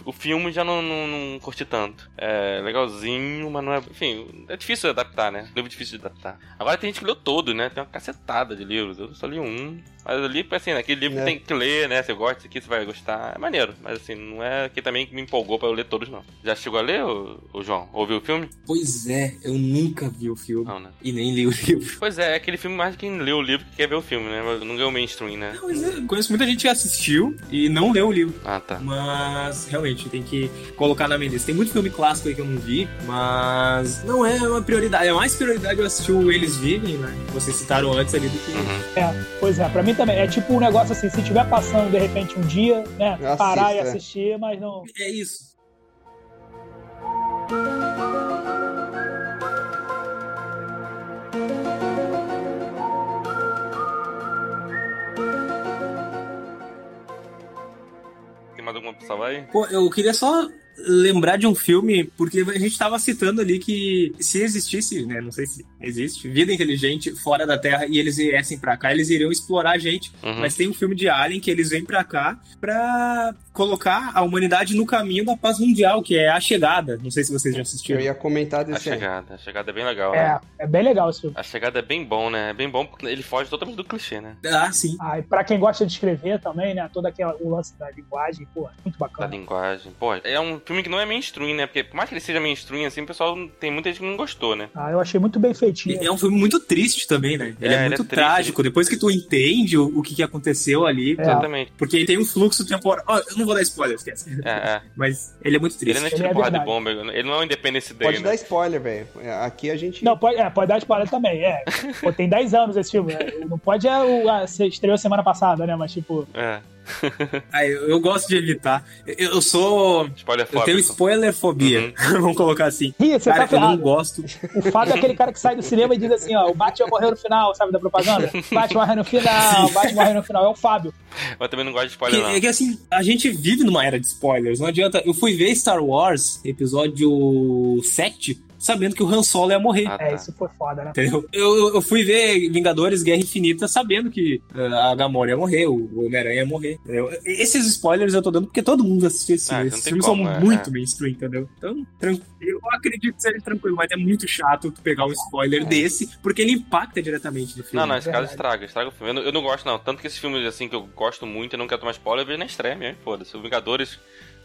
O filme já não, não, não curti tanto. É legalzinho, mas não é. Enfim, é difícil adaptar, né? Livro difícil de adaptar. Agora tem gente que leu todo, né? Tem uma cacetada de livros. Eu só li um. Mas eu li, assim, aquele livro É. tem que ler, né? Você gosta aqui, você vai gostar. É maneiro. Mas assim, não é que também que me empolgou pra eu ler todos, não. Já chegou a ler, ô, ô João? Ouviu o filme? Pois é, eu nunca vi o filme. Não, né? E nem li o livro. Pois é, é aquele filme mais de quem lê o livro que quer ver o filme, né? Não ganhou o mainstream, né? Pois é, conheço muita gente que assistiu e não leu o livro. Ah, tá. Mas realmente tem que colocar na minha lista. Tem muito filme clássico aí que eu não vi, mas não é uma prioridade. É mais prioridade eu assistir o Eles Vivem, né? que Vocês citaram antes ali do que. Uhum. Pois é, pra mim também. É tipo um negócio assim, se tiver passando de repente um dia, né? Assista, parar e é. assistir, mas não. É isso. Tem mais alguma pessoa aí? Pô, eu queria só lembrar de um filme, porque a gente tava citando ali que se existisse, né? Não sei se existe, vida inteligente fora da Terra e eles viessem pra cá, eles iriam explorar a gente. Uhum. Mas tem um filme de Alien que eles vêm pra cá pra colocar a humanidade no caminho da paz mundial, que é a chegada. Não sei se vocês já Eu assistiram. ia comentar A desse aí. chegada. A chegada é bem legal, né? É, é bem legal esse filme. A chegada é bem bom, né? É bem bom porque ele foge totalmente do clichê, né? Ah, sim. Ah, e pra quem gosta de escrever também, né? Todo aquele o lance da linguagem, pô, é muito Da bacana. linguagem. Pô, é um filme que não é mainstream, né? Porque por mais que ele seja mainstream, assim, o pessoal tem muita gente que não gostou, né? Ah, eu achei muito bem feitinho. E É um filme muito triste também, né? Ele É, é, ele é muito triste, trágico. Depois que tu entende o, o que, que aconteceu ali. É. Exatamente. Porque ele tem um fluxo temporal. Ó, eu não vou dar spoiler, esquece. É, é. Mas ele é muito Ele triste. não é Ele tipo é porra de verdade. bomba, ele não é o Independence Day, Pode né? dar spoiler, velho. É, Aqui a gente. Não, pode, é, pode dar spoiler também, é. Pô, tem 10 anos esse filme. né? Não pode é o. ah, se estreou semana passada, né? Mas, tipo, É. Ah, eu, eu gosto de evitar. Eu, eu sou. Spoiler Eu tenho fóbico. Uhum. spoilerfobia. Vamos colocar assim. Ih, você Cara, tá eu não ferrado. gosto. O Fábio é aquele cara que sai do cinema e diz assim, ó, o Batman morreu no final, sabe, da propaganda? Batman morreu no final, Batman morreu no final. É o Fábio. Mas também não gosto de Que- spoiler, não. é que assim, a gente vive numa era de spoilers. Não adianta. Eu fui ver Star Wars, episódio 7, sabendo que o Han Solo ia morrer. Ah, É, tá. isso foi foda, né? Entendeu? Eu, eu- eu fui ver Vingadores Guerra Infinita sabendo que eh, a Gamora ia morrer, o Homem-Aranha ia morrer. entendeu? Esses spoilers eu tô dando porque todo mundo assistiu esse Ah, filme. então Esses tem filmes como, são é, muito é. mainstream, entendeu? Então, tran- eu acredito que seja tranquilo, mas é muito chato tu pegar um spoiler desse, porque ele impacta diretamente no filme. É. Não, não, esse caso Verdade. estraga, estraga o filme. Eu não, eu não gosto, não. Tanto que esses filmes, assim, que eu gosto muito, eu não quero tomar spoiler, eu vejo na estreia mesmo, foda-se. O Vingadores,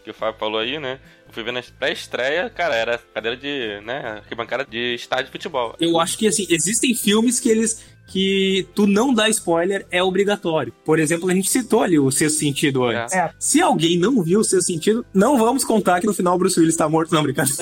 que o Fábio falou aí, né? Eu fui ver na pré-estreia, cara, era cadeira de, né? Arquibancada de estádio de futebol. Eu acho que assim, existem filmes que eles. que tu não dá spoiler é obrigatório. Por exemplo, a gente citou ali o Sexto Sentido antes. É. Se alguém não viu o Sexto Sentido, não vamos contar que no final o Bruce Willis tá morto, não, brincadeira.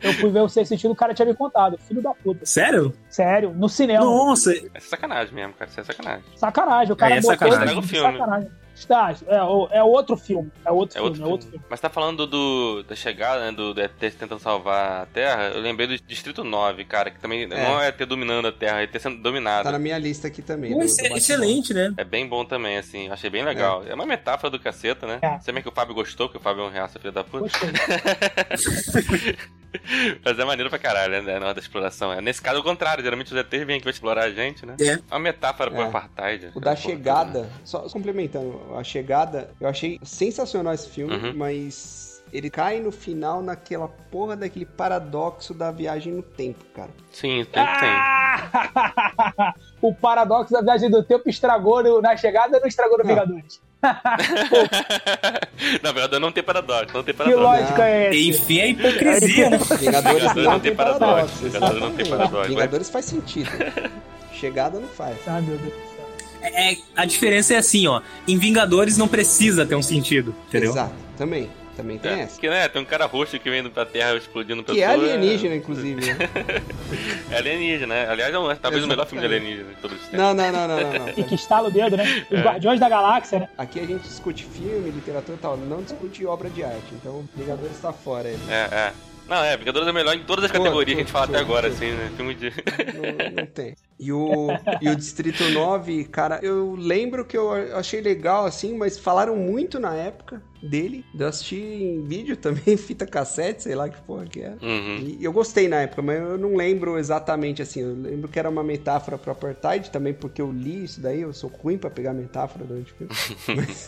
Eu fui ver o sexto sentido, o cara tinha me contado. Filho da puta. Sério? Sério, no cinema. Nossa, É sacanagem mesmo, cara. Isso é sacanagem. Sacanagem, o cara Aí é botou sacanagem. Estraga esse o de filme. sacanagem. Está, é, o- é outro filme. É outro É filme, outro é outro filme. filme. Mas tá falando do, da chegada, né? Do, do ET tentando salvar a Terra. Eu lembrei do Distrito 9, cara, que também não é ET dominando a Terra, é ET sendo dominado. Tá na minha lista aqui também. Pô, do- isso do é Batman. excelente, né? É bem bom também, assim. eu Achei bem legal. É, uma metáfora do caceta, né? É. Você bem que o Fábio gostou, que o Fábio é um reaça filho da puta. Gostei. Mas é maneiro pra caralho, né? Na hora da exploração. É. Nesse caso, é o contrário. Geralmente os ETs vêm aqui pra explorar a gente, né? É. uma metáfora pro É. apartheid. aquela O da porra tá chegada, só complementando, a chegada, eu achei sensacional esse filme, Uhum. mas ele cai no final naquela porra daquele paradoxo da viagem no tempo, cara. toda, né? Sim, tem, tem. Ah! o paradoxo da viagem do tempo estragou no- na chegada ou não estragou no Não. Vingadores? Na verdade, não tem paradoxo. Não tem Que paradoxo. lógica é essa? um Enfim, a hipocrisia, né? Vingadores Vingadores não tem paradoxo. Vingadores não tem exatamente. paradoxo, Vingadores faz sentido. chegada não faz. Ah, meu Deus do céu. É, a diferença é assim, ó. Em Vingadores não precisa ter um sentido, entendeu? Exato, também. Também tem É, essa. porque, né, tem um cara roxo que vem pra Terra explodindo pessoas. Que é alienígena, inclusive. né? É alienígena, né? Aliás, é um- talvez o melhor filme de Exatamente. alienígena de todos os tempos. Não, não, não, não, não. E não. que estala o dedo, né? É. Os Guardiões da Galáxia, né? Aqui a gente discute filme, literatura e tal, não discute obra de arte. Então, Vingadores tá fora. Ele. É, é. Não, é, Vingadores é o melhor em todas as Pô, categorias que a gente pô, fala até pô, agora, pô. assim, né? Filme de. Não, não tem. E o, e o Distrito 9, cara, eu lembro que eu a- achei legal, assim, mas falaram muito na época dele. Eu assisti em vídeo também, fita cassete, sei lá que porra que era. Uhum. E eu gostei na época, mas eu não lembro exatamente assim. Eu lembro que era uma metáfora pro apartheid também, porque eu li isso daí. Eu sou ruim pra pegar metáfora durante o filme.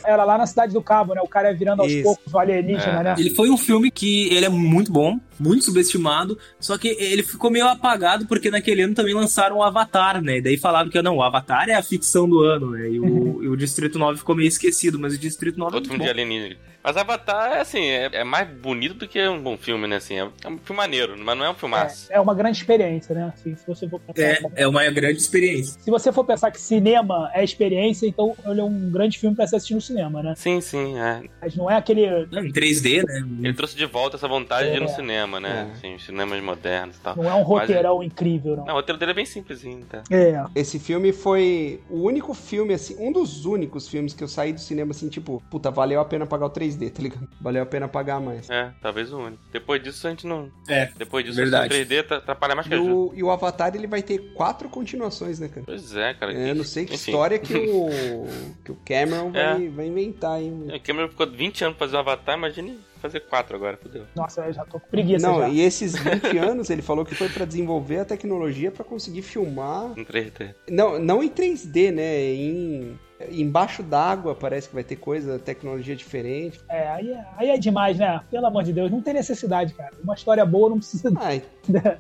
Era lá na Cidade do Cabo, né? O cara ia virando aos Isso. poucos o alienígena, É. né? Ele foi um filme que ele é muito bom, muito subestimado, só que ele ficou meio apagado porque naquele ano também lançaram o Avatar, né? E daí falaram que não, o Avatar é a ficção do ano, né? E o, e o Distrito 9 ficou meio esquecido, mas o Distrito 9 é Outro muito bom. filme de alienígena. Mas Avatar é assim, é, é mais bonito do que um bom filme, né? Assim, é, é um filme maneiro, mas não é um filmaço. É uma grande experiência, né? Assim, se você for pensar. É, é uma grande experiência. Se você for pensar que cinema é experiência, então ele é um grande filme pra se assistir no cinema, né? Sim, sim, é. Mas não é aquele. Não, Em 3D, né? Ele trouxe de volta essa vontade de ir no É. cinema, né? Hum. É. Assim, os cinemas modernos e tal. Não é um roteirão incrível, não. Não, o roteiro dele é bem simplesinho, tá? É. Esse filme foi o único filme, assim, um dos únicos filmes que eu saí do cinema, assim, tipo, puta, valeu a pena pagar o 3D, tá ligado? Valeu a pena pagar mais. É, talvez o único. Depois disso a gente não. É, Depois disso verdade. o 3D tá- atrapalha mais que E ajuda. o, e o Avatar, ele vai ter quatro continuações, né, cara? Pois é, cara. É, não sei que Enfim. É. história que o, que o Cameron vai, vai inventar, hein? A câmera ficou 20 anos pra fazer um avatar, imagine fazer 4 agora, fodeu. Nossa, eu já tô com preguiça Não, já. e esses 20 anos ele falou que foi pra desenvolver a tecnologia pra conseguir filmar. Um 3D. Não, não em 3D, né? Em embaixo d'água parece que vai ter coisa, tecnologia diferente. É, aí, é, aí é demais, né? Pelo amor de Deus, não tem necessidade, cara. Uma história boa não precisa Ah, de-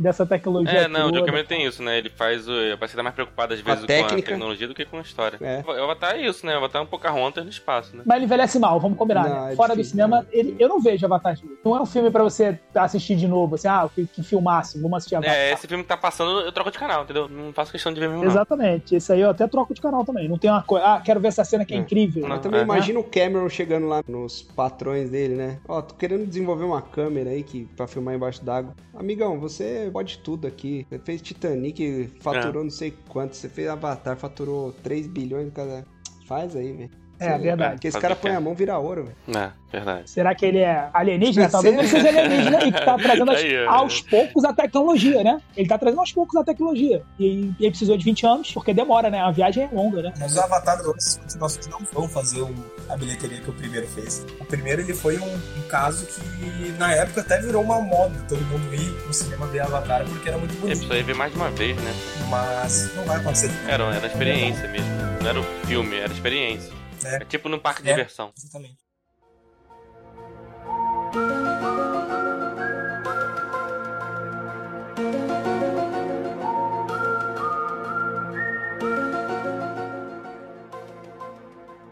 dessa tecnologia. É, não, o Joe toda. Cameron tem isso, né? Ele faz o. A parceria mais preocupada às vezes com a técnica. tecnologia do que com a história. É. O Avatar é isso, né? O Avatar é um Pocahontas no espaço, né? Mas ele envelhece mal, vamos combinar, Não, né? é Fora do difícil, cinema, né? ele- eu não vejo Avatar. de novo. Não é um filme pra você assistir de novo, assim, ah, que, que filmasse, vamos assistir Avatar. É, esse filme que tá passando, eu troco de canal, entendeu? Não faço questão de ver mesmo. Não. é. Exatamente. Esse aí eu até troco de canal também. Não tem uma coisa. Ah, quero ver essa cena que é, É. incrível. Não. mas também é. imagina o Cameron chegando lá nos patrões dele, né? Ó, tô querendo desenvolver uma câmera aí que para filmar embaixo d'água. Amigão, você pode tudo aqui. Você fez Titanic, faturou não sei quanto. Você fez Avatar, faturou 3 bilhões cada. Faz aí, velho. É, verdade. Porque esse Faz cara o que põe quer. a mão, vira ouro, velho. É, verdade. Será que ele é alienígena? Deve Talvez ser. ele seja alienígena e que tá trazendo aos, Aí, é. aos poucos a tecnologia, né? Ele tá trazendo aos poucos a tecnologia. E ele precisou de 20 anos, porque demora, né? A viagem é longa, né? Mas os Avatar 2 continuações não vão fazer o- a bilheteria que o primeiro fez. O primeiro ele foi um, um caso que na época até virou uma moda todo mundo ir no cinema ver Avatar porque era muito E a bonito. pessoa ia ver mais de uma vez, né? Mas não vai acontecer. Era, era experiência mesmo. Não era o filme, era experiência. É. É tipo num parque de É. diversão. Exatamente.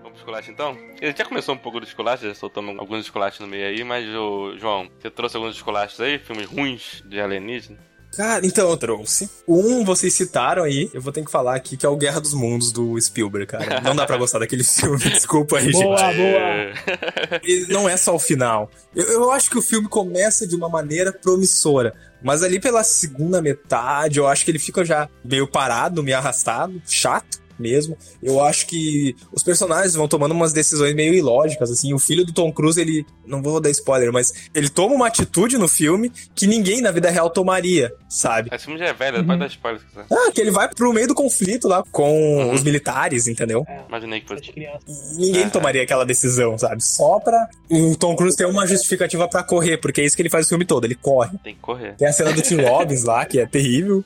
Vamos pro esculacho então? Ele já começou um pouco do esculacho, já soltamos alguns esculachos no meio aí, mas, ô, João, você trouxe alguns esculachos aí, filmes ruins de alienígena? Cara, então eu trouxe. Um vocês citaram aí, eu vou ter que falar aqui, que é o Guerra dos Mundos do Spielberg, cara. Não dá pra gostar daquele filme, desculpa aí, gente. Boa, boa. É. E não é só o final. Eu, eu acho que o filme começa de uma maneira promissora. Mas ali pela segunda metade, eu acho que ele fica já meio parado, meio arrastado, chato mesmo. Eu acho que os personagens vão tomando umas decisões meio ilógicas, assim. O filho do Tom Cruise, ele. Não vou dar spoiler, mas ele toma uma atitude no filme que ninguém na vida real tomaria, sabe? Esse filme já é velho, pode dar spoiler se quiser. Ah, que ele vai pro meio do conflito lá com os militares, entendeu? Imaginei que fosse. As crianças. Ninguém É. tomaria aquela decisão, sabe? Só pra o Tom Cruise ter uma justificativa pra correr, porque é isso que ele faz o filme todo, ele corre. Tem que correr. Tem a cena do Tim Robbins lá, que é terrível.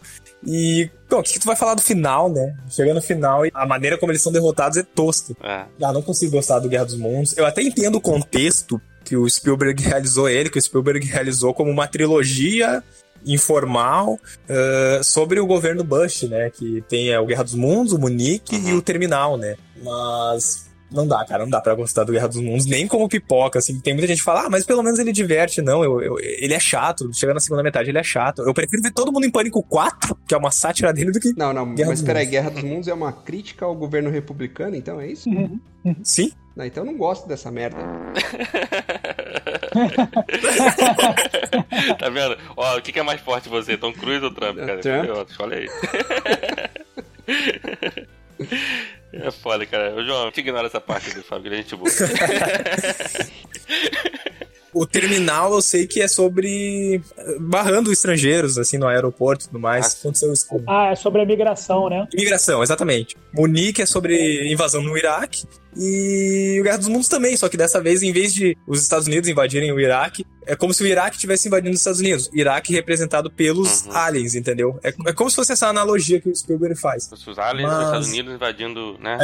E, bom, o que, que tu vai falar do final, né? Chega no final e a maneira como eles são derrotados é tosca. É. Ah, não consigo gostar do Guerra dos Mundos. Eu até entendo o contexto que o Spielberg realizou ele, que o Spielberg realizou como uma trilogia informal ah, sobre o governo Bush, né? Que tem é, o Guerra dos Mundos, o Munique e o Terminal, né? Mas não dá, cara, não dá pra gostar do Guerra dos Mundos, nem como pipoca, assim. Tem muita gente que fala, ah, mas pelo menos ele diverte. Não, eu, eu- ele é chato. Chega na segunda metade, ele é chato. Eu prefiro ver Todo Mundo em Pânico 4, que é uma sátira dele, do que Não, não, Guerra mas dos peraí, Mundos. Guerra dos Mundos é uma crítica ao governo republicano, então é isso? sim. Não, então eu não gosto dessa merda. tá vendo? Ó, o que, que é mais forte você, Tom Cruise ou Trump, cara? Trump. Eu, olha aí. É foda, cara. Ô, João, te ignora essa parte do Fábio, ele é gente boa. O terminal eu sei que é sobre eh, barrando estrangeiros, assim, no aeroporto e tudo mais. Ah. Aconteceu isso com Ah, é sobre a migração, né? Imigração, exatamente. Munique é sobre invasão no Iraque e o Guerra dos Mundos também, só que dessa vez, em vez de os Estados Unidos invadirem o Iraque, é como se o Iraque estivesse invadindo os Estados Unidos. Iraque representado pelos Uhum. aliens, entendeu? É, é como se fosse essa analogia que o Spielberg faz. Os aliens Mas- dos Estados Unidos invadindo, né?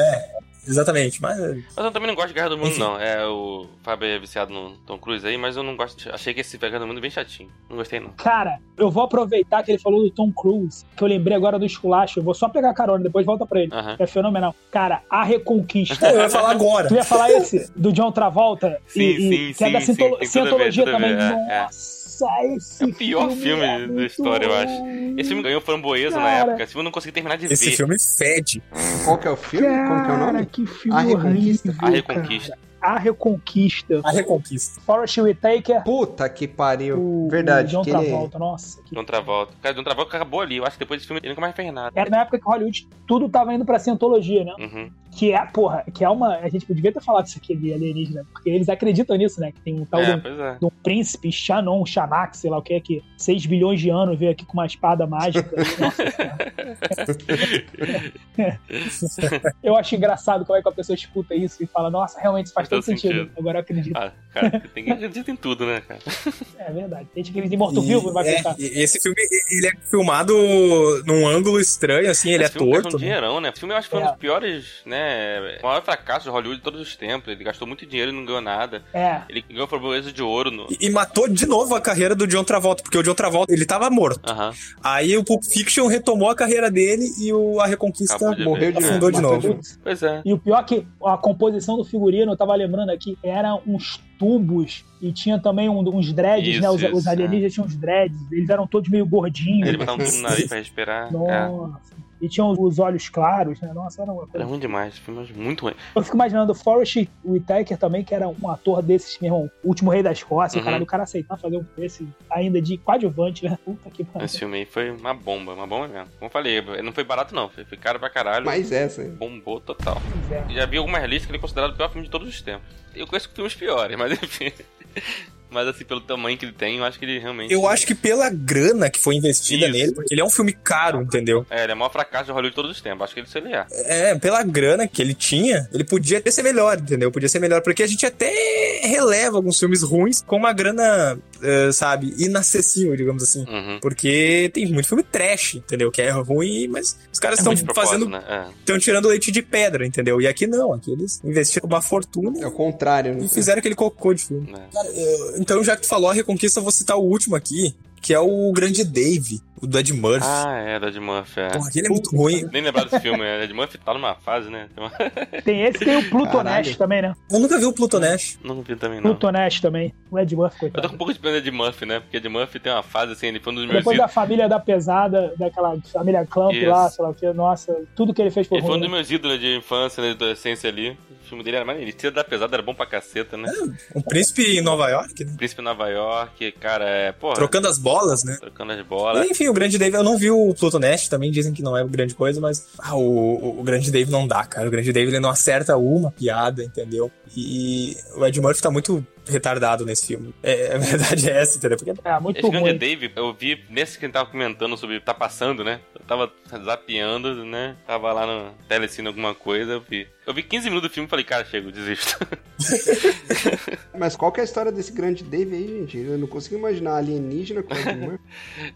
Exatamente, mas é, Mas eu também não gosto de Guerra do Mundo, Enfim. não. É, o Fábio é viciado no Tom Cruise aí, mas eu não gosto. de- Achei que esse Guerra do Mundo é bem chatinho. Não gostei, não. Cara, eu vou aproveitar que ele falou do Tom Cruise, que eu lembrei agora do esculacho. Eu vou só pegar carona, depois volta pra ele. Aham. É fenomenal. Cara, a Reconquista. eu ia falar agora. Tu ia falar esse? Do John Travolta? Sim, e, sim, e- que é da sim, sim, tem tudo a Scientolo- ver, Cientologia tudo a também. ver, é, é. Nossa, esse É o pior filme é da muito história, eu acho. ruim. Esse filme ganhou framboesa na Cara. época. Esse filme eu não consegui terminar de Esse ver. filme fede. Qual que é o filme? Como que é o Cara, nome? que filme A Reconquista. horrível, A Reconquista. cara. A Reconquista. A Reconquista. Forrest Whitaker. Puta que pariu. O, Verdade, O John que ele- Travolta, nossa. Que... John Travolta. Cara, John Travolta acabou ali. Eu acho que depois desse filme ele nunca mais fez nada. Era na época que Hollywood tudo tava indo pra Cientologia, né? Uhum. Que é, porra, que é uma. A gente devia ter falado isso aqui de alienígena, porque eles acreditam nisso, né? Que tem um tal É, de, pois é. de um príncipe, Xanon, Xanax, sei lá o que, é que 6 bilhões de anos veio aqui com uma espada mágica. Nossa, cara. eu acho engraçado como é que a pessoa escuta isso e fala, nossa, realmente faz todo Faz todo sentido. sentido. Agora eu acredito. Ah, cara, tem que acreditar em tudo, né, cara? É verdade. Tem gente que acredita em morto-vivo e vai é, pensar. e- esse filme ele é filmado num ângulo estranho, assim, ele Esse é filme gastou torto. um né? dinheirão, né? Esse filme eu acho que foi É. um dos piores, né? O maior fracasso de Hollywood de todos os tempos. Ele gastou muito dinheiro e não ganhou nada. É. Ele ganhou framboesa de ouro no. E, e matou de novo a carreira do John Travolta, porque o John Travolta ele tava morto. Aham. Aí o Pulp Fiction retomou a carreira dele e o, a Reconquista Acabou de morreu, ver. afundou de Matou novo. Putz. Pois é. E o pior é que a composição do figurino, eu tava lembrando aqui, era uns tubos e tinha também um- uns dreads, Isso, né? Os, isso, é. os alienígenas tinham uns dreads, eles eram todos meio gordinhos. Ele botava um tubo no nariz pra respirar. É. Nossa. E tinham os olhos claros, né? Nossa, era uma Era coisa. ruim demais, esse filme é muito ruim. Eu fico imaginando o Forrest Whitaker também, que era um ator desses, meu irmão, o último rei da Escócia, Uhum. o cara, o cara aceitar fazer um desse ainda de coadjuvante, né? Puta que pariu. Esse filme aí foi uma bomba, uma bomba mesmo. Como eu falei, não foi barato não, foi foi caro pra caralho. Mas essa. Bombou total. Pois é. Já vi algumas listas que ele é considerado o pior filme de todos os tempos. Eu conheço filmes piores, mas enfim. Mas assim, pelo tamanho que ele tem, eu acho que ele realmente. Eu acho que pela grana que foi investida Isso. nele, porque ele é um filme caro, entendeu? É, ele é o maior fracasso de Hollywood de todos os tempos. Acho que ele se ele é. É, pela grana que ele tinha, ele podia ter ser melhor, entendeu? Podia ser melhor, porque a gente até releva alguns filmes ruins com uma grana, eh, sabe, inacessível, digamos assim. Uhum. Porque tem muito filme trash, entendeu? Que é ruim, mas os É caras estão muito de propósito, Uhum. fazendo. né? É. Estão tirando leite de pedra, entendeu? E aqui não, aqui eles investiram uma fortuna É o contrário, né? e fizeram aquele cocô de filme. né. Cara, eu- então já que tu falou a Reconquista, eu vou citar o último aqui, que é o Grande Dave, o do Ed Murphy. Ah, é, da de Murphy. É. Porra, aquele é muito ruim. Nem lembrar desse filme, é. Ed Murphy tá numa fase, né? Tem uma- Tem esse, tem o Plutonesh Caralho. também, né? Eu nunca vi o Plutonash. Não vi também, não. Plutonesh também. O Ed Murphy, Eu tô coitado. com um pouco de pena de Ed Murphy, né? Porque Ed Murphy tem uma fase assim, ele foi um dos meus Depois da ídolos. família da pesada, daquela família Clamp Isso. lá, sei lá o que, nossa, tudo que ele fez por Ele foi um ruim. dos né? meus ídolos de infância, né, de adolescência ali. O filme dele era maneiro. Tira da pesada era bom pra caceta, né? Um príncipe em Nova York, né? Príncipe em Nova York, cara, é. Porra, Trocando as bolas, né? trocando as bolas. Enfim, o Grande Dave, eu não vi o Plutonash, também dizem que não é grande coisa, mas ah, o, o- o Grande Dave não dá, cara. O Grande Dave ele não acerta uma piada, entendeu? E o Ed Murphy tá muito retardado nesse filme. É, a verdade é essa, entendeu? Porque É, muito Esse grande ruim. Dave, eu vi nesse que ele tava comentando sobre tá passando, né? Eu tava zapeando, né? Tava lá no telecine alguma coisa, eu vi. Eu vi 15 minutos do filme e falei, cara, chega, eu desisto. Mas qual que é a história desse grande Dave aí, gente? Eu não consigo imaginar alienígena com Ed Murphy.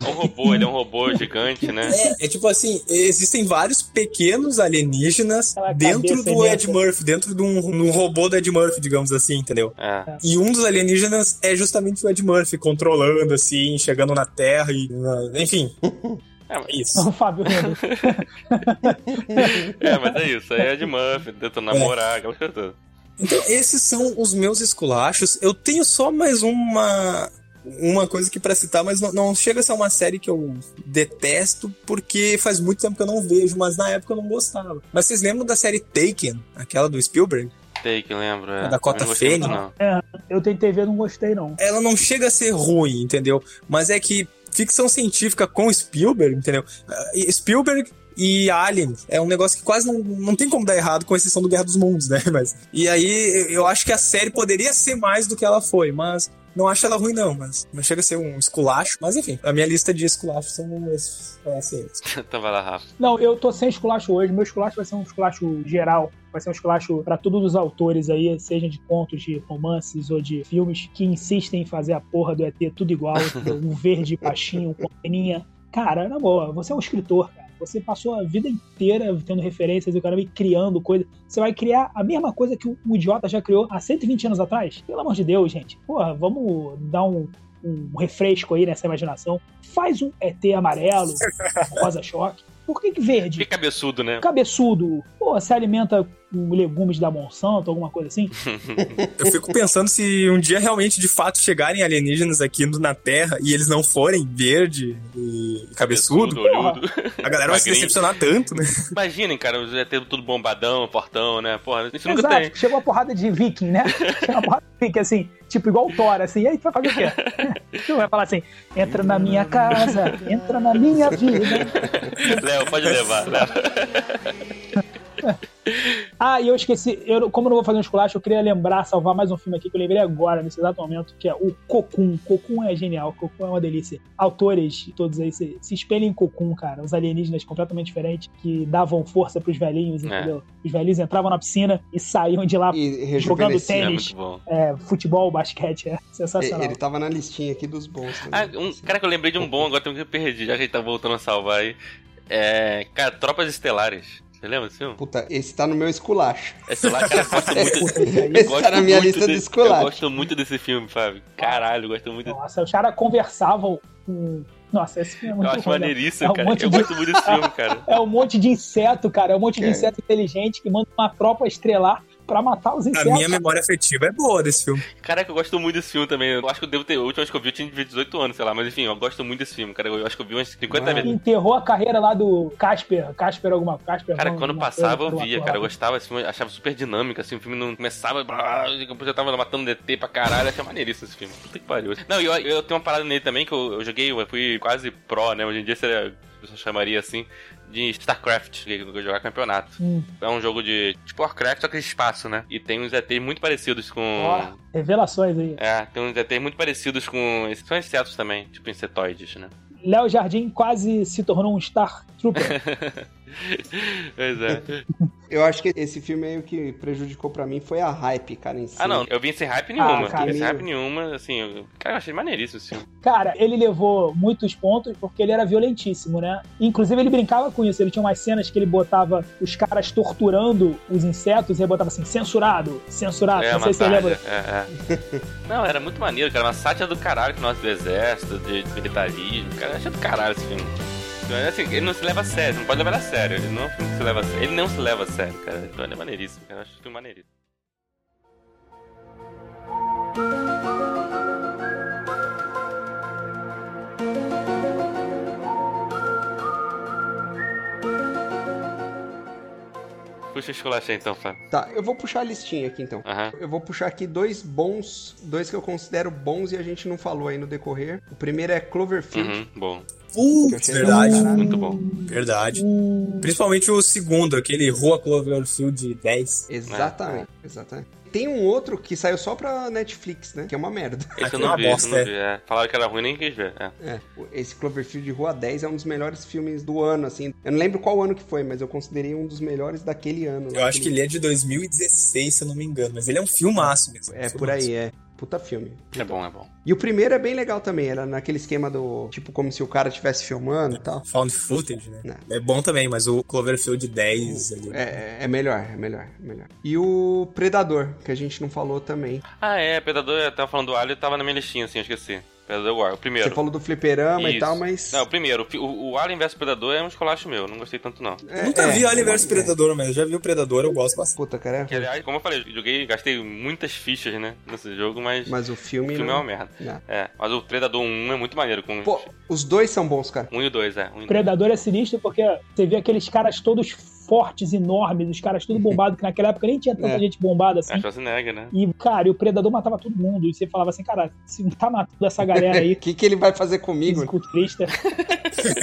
É um robô, ele é um robô gigante, né? é, é tipo assim, existem vários pequenos alienígenas Aquela dentro cabeça do Ed imensa. Murphy, dentro de um, um robô do Ed Murphy, digamos assim, entendeu? É. E um dos alienígenas é justamente o Ed Murphy, controlando, assim, chegando na Terra e. na- Enfim. É, mas- É isso. O Fábio Renan. É, mas é isso. Aí é de Murphy, tentando namorar, aquela coisa toda. Então, esses são os meus esculachos. Eu tenho só mais uma. Uma coisa que pra citar, mas não, não chega a ser uma série que eu detesto, porque faz muito tempo que eu não vejo, mas na época eu não gostava. Mas vocês lembram da série Taken, aquela do Spielberg? Sei que eu lembro. É. A Dakota Também não gostei muito, Fanning. não. Eu tentei ver, não gostei, não. ela não chega a ser ruim, entendeu? Mas é que ficção científica com Spielberg, entendeu? Ah, e Spielberg e Alien é um negócio que quase não, não tem como dar errado, com exceção do Guerra dos Mundos, né? Mas, e aí eu acho que a série poderia ser mais do que ela foi, mas Não acho ela ruim, não, mas não chega a ser um esculacho. Mas enfim, a minha lista de esculachos são esses. É, assim, esses. Então vai lá, Rafa. Não, eu tô sem esculacho hoje. Meu esculacho vai ser um esculacho geral. Vai ser um esculacho pra todos os autores aí, seja de contos, de romances ou de filmes, que insistem em fazer a porra do ET tudo igual. entendeu? um verde baixinho, com a peninha. Cara, na boa, você é um escritor, cara. Você passou a vida inteira tendo referências e o cara vai criando coisa. Você vai criar a mesma coisa que um idiota já criou há 120 anos atrás? Pelo amor de Deus, gente. Porra, vamos dar um, um refresco aí nessa imaginação. Faz um ET amarelo, rosa-choque. Por que, que verde? Que cabeçudo, né? cabeçudo, pô, se alimenta com legumes da Monsanto, alguma coisa assim. Eu fico pensando se um dia realmente, de fato, chegarem alienígenas aqui no- na Terra e eles não forem verde e cabeçudo, olhudo. a galera vai se magrinho. decepcionar tanto, né? Imaginem, cara, os ET tudo bombadão, fortão, né? Porra, a gente nunca Exato, tem. chegou a porrada de viking, né? Chegou a porrada de viking, assim, tipo igual o Thor, assim, e aí tu vai fazer o quê? Tu vai falar assim, entra na minha casa, entra na minha vida. Léo, pode levar, Léo. Ah, e eu esqueci, eu, não- como eu não vou fazer um esculacho, eu queria lembrar, salvar mais um filme aqui que eu lembrei agora, nesse exato momento, que é o Cocum. Cocum é genial, Cocum é uma delícia. Autores, todos aí, se, se espelhem em Cocum, cara. Os alienígenas completamente diferentes que davam força pros velhinhos, É. entendeu? Os velhinhos entravam na piscina e saíam de lá E jogando rejuvenescia. É tênis. muito bom. É, futebol, basquete, é sensacional. Ele tava na listinha aqui dos né? Assim, bons. também. Ah, um cara que eu lembrei de um bom, agora também que eu perdi, já que a gente tá voltando a salvar aí. É. Cara, Tropas Estelares. Você lembra desse filme? Puta, esse tá no meu esculacho. Esse lá, cara, eu gosto muito. eu esse tá gosto na minha muito lista do desse- Eu esculacho. gosto muito desse filme, Fábio. Caralho, eu gosto muito desse Nossa, os caras conversavam com. Nossa, esse filme é Eu muito acho bom, né? É maneiríssimo, um cara. monte Eu de- gosto muito desse filme, cara. É um monte de inseto, cara. É um monte de É. inseto inteligente que manda uma tropa estrelar pra matar os A insetos. minha memória afetiva é boa desse filme. Caraca, eu gosto muito desse filme também. Eu acho que eu devo ter. A última vez que eu vi, eu tinha 18 anos, sei lá. Mas enfim, eu gosto muito desse filme, cara. Eu acho que eu vi umas 50 Ah. vezes. Enterrou a carreira lá do Casper. Casper alguma Casper. Cara, não, quando alguma passava eu coisa, via, aquela cara. Eu porra. gostava, assim, eu achava super dinâmico, assim. O filme não começava. blá, Eu já tava matando DT pra caralho. Eu achei maneiríssimo esse filme. Puta que pariu. Não, e eu, eu tenho uma parada nele também que eu, eu joguei, eu fui quase pró, né? Hoje em dia seria. Eu chamaria assim de StarCraft, que é eu jogar campeonato. Hum. É um jogo de tipo Warcraft, só que de espaço, né? E tem uns ETs muito parecidos com. Ó, revelações aí. É, tem uns ETs muito parecidos com. esses São insetos também, tipo insetoides, né? Léo Jardim quase se tornou um Star Trooper. Pois é. Eu acho que esse filme aí o que prejudicou pra mim foi a hype, cara, em si. Ah, não, eu vim sem hype nenhuma. Ah, cara, sem meio- hype nenhuma, assim. eu- Cara, eu achei maneiríssimo esse filme. cara, ele levou muitos pontos porque ele era violentíssimo, né? Inclusive, ele brincava com isso. Ele tinha umas cenas que ele botava os caras torturando os insetos e ele botava assim, censurado, censurado. é, não sei se você tarde, lembra. é, é. Não, era muito maneiro, cara. Uma sátira do caralho que nós do exército, de de militarismo. Cara, eu achei do caralho esse filme. Então, é Assim, ele não se leva a sério, não pode levar a sério. Ele não é um filme que se leva a sério. Ele não se leva a sério, cara. Então ele é maneiríssimo, cara. Eu acho esse filme maneiríssimo. Puxa o esculacho aí, então, Fábio. Tá, eu vou puxar a listinha aqui então. Aham. Eu vou puxar aqui dois bons, dois que eu considero bons e a gente não falou aí no decorrer. O primeiro é Cloverfield. Uhum, bom, que eu Putz, achei verdade, legal, caralho. muito bom. verdade. Principalmente o segundo, aquele Rua Cloverfield 10. Exatamente, É. exatamente. Tem um outro que saiu só pra Netflix, né? Que é uma merda. Esse eu é não uma vi, esse eu bosta, não é. vi. é. Falaram que era ruim, nem quis ver. É. É, esse Cloverfield de Rua 10 é um dos melhores filmes do ano, assim. Eu não lembro qual ano que foi, mas eu considerei um dos melhores daquele ano. Eu acho que ele é de 2016, se eu não me engano, mas ele é um filmaço mesmo. É filmaço. por aí, é. Puta filme. É bom, é bom. E o primeiro é bem legal também, era naquele esquema do tipo como se o cara estivesse filmando e tal. Found footage, né? Não. É bom também, mas o Cloverfield 10 ali. É, é melhor, é melhor, é melhor. E o Predador, que a gente não falou também. Ah, é, Predador, eu tava falando do Alien, tava na minha listinha, assim, eu esqueci. Predador War, o primeiro. Você falou do fliperama e Isso. tal, mas. Não, o primeiro. O, o Alien vs Predador é um esculacho meu, não gostei tanto não. é, Nunca é, vi Alien é, vs é. Predador, mas eu já vi o Predador, eu gosto bastante. Puta, cara. Que, aliás, como eu falei, joguei, gastei muitas fichas, né, nesse jogo, mas, Mas o o filme. filme é não- uma merda. não. É, mas o Predador 1 é muito maneiro, com Pô, os dois são bons, cara. 1 e o 2, é. Um e o dois. Predador é sinistro porque você vê aqueles caras todos fortes, enormes, os caras tudo bombados, que naquela época nem tinha tanta É. gente É bombada assim. Schwarzenegger, né? E, cara, e o Predador matava todo mundo. E você falava assim, cara, se não tá matando essa galera O aí, que, que ele vai fazer comigo? fisiculturista,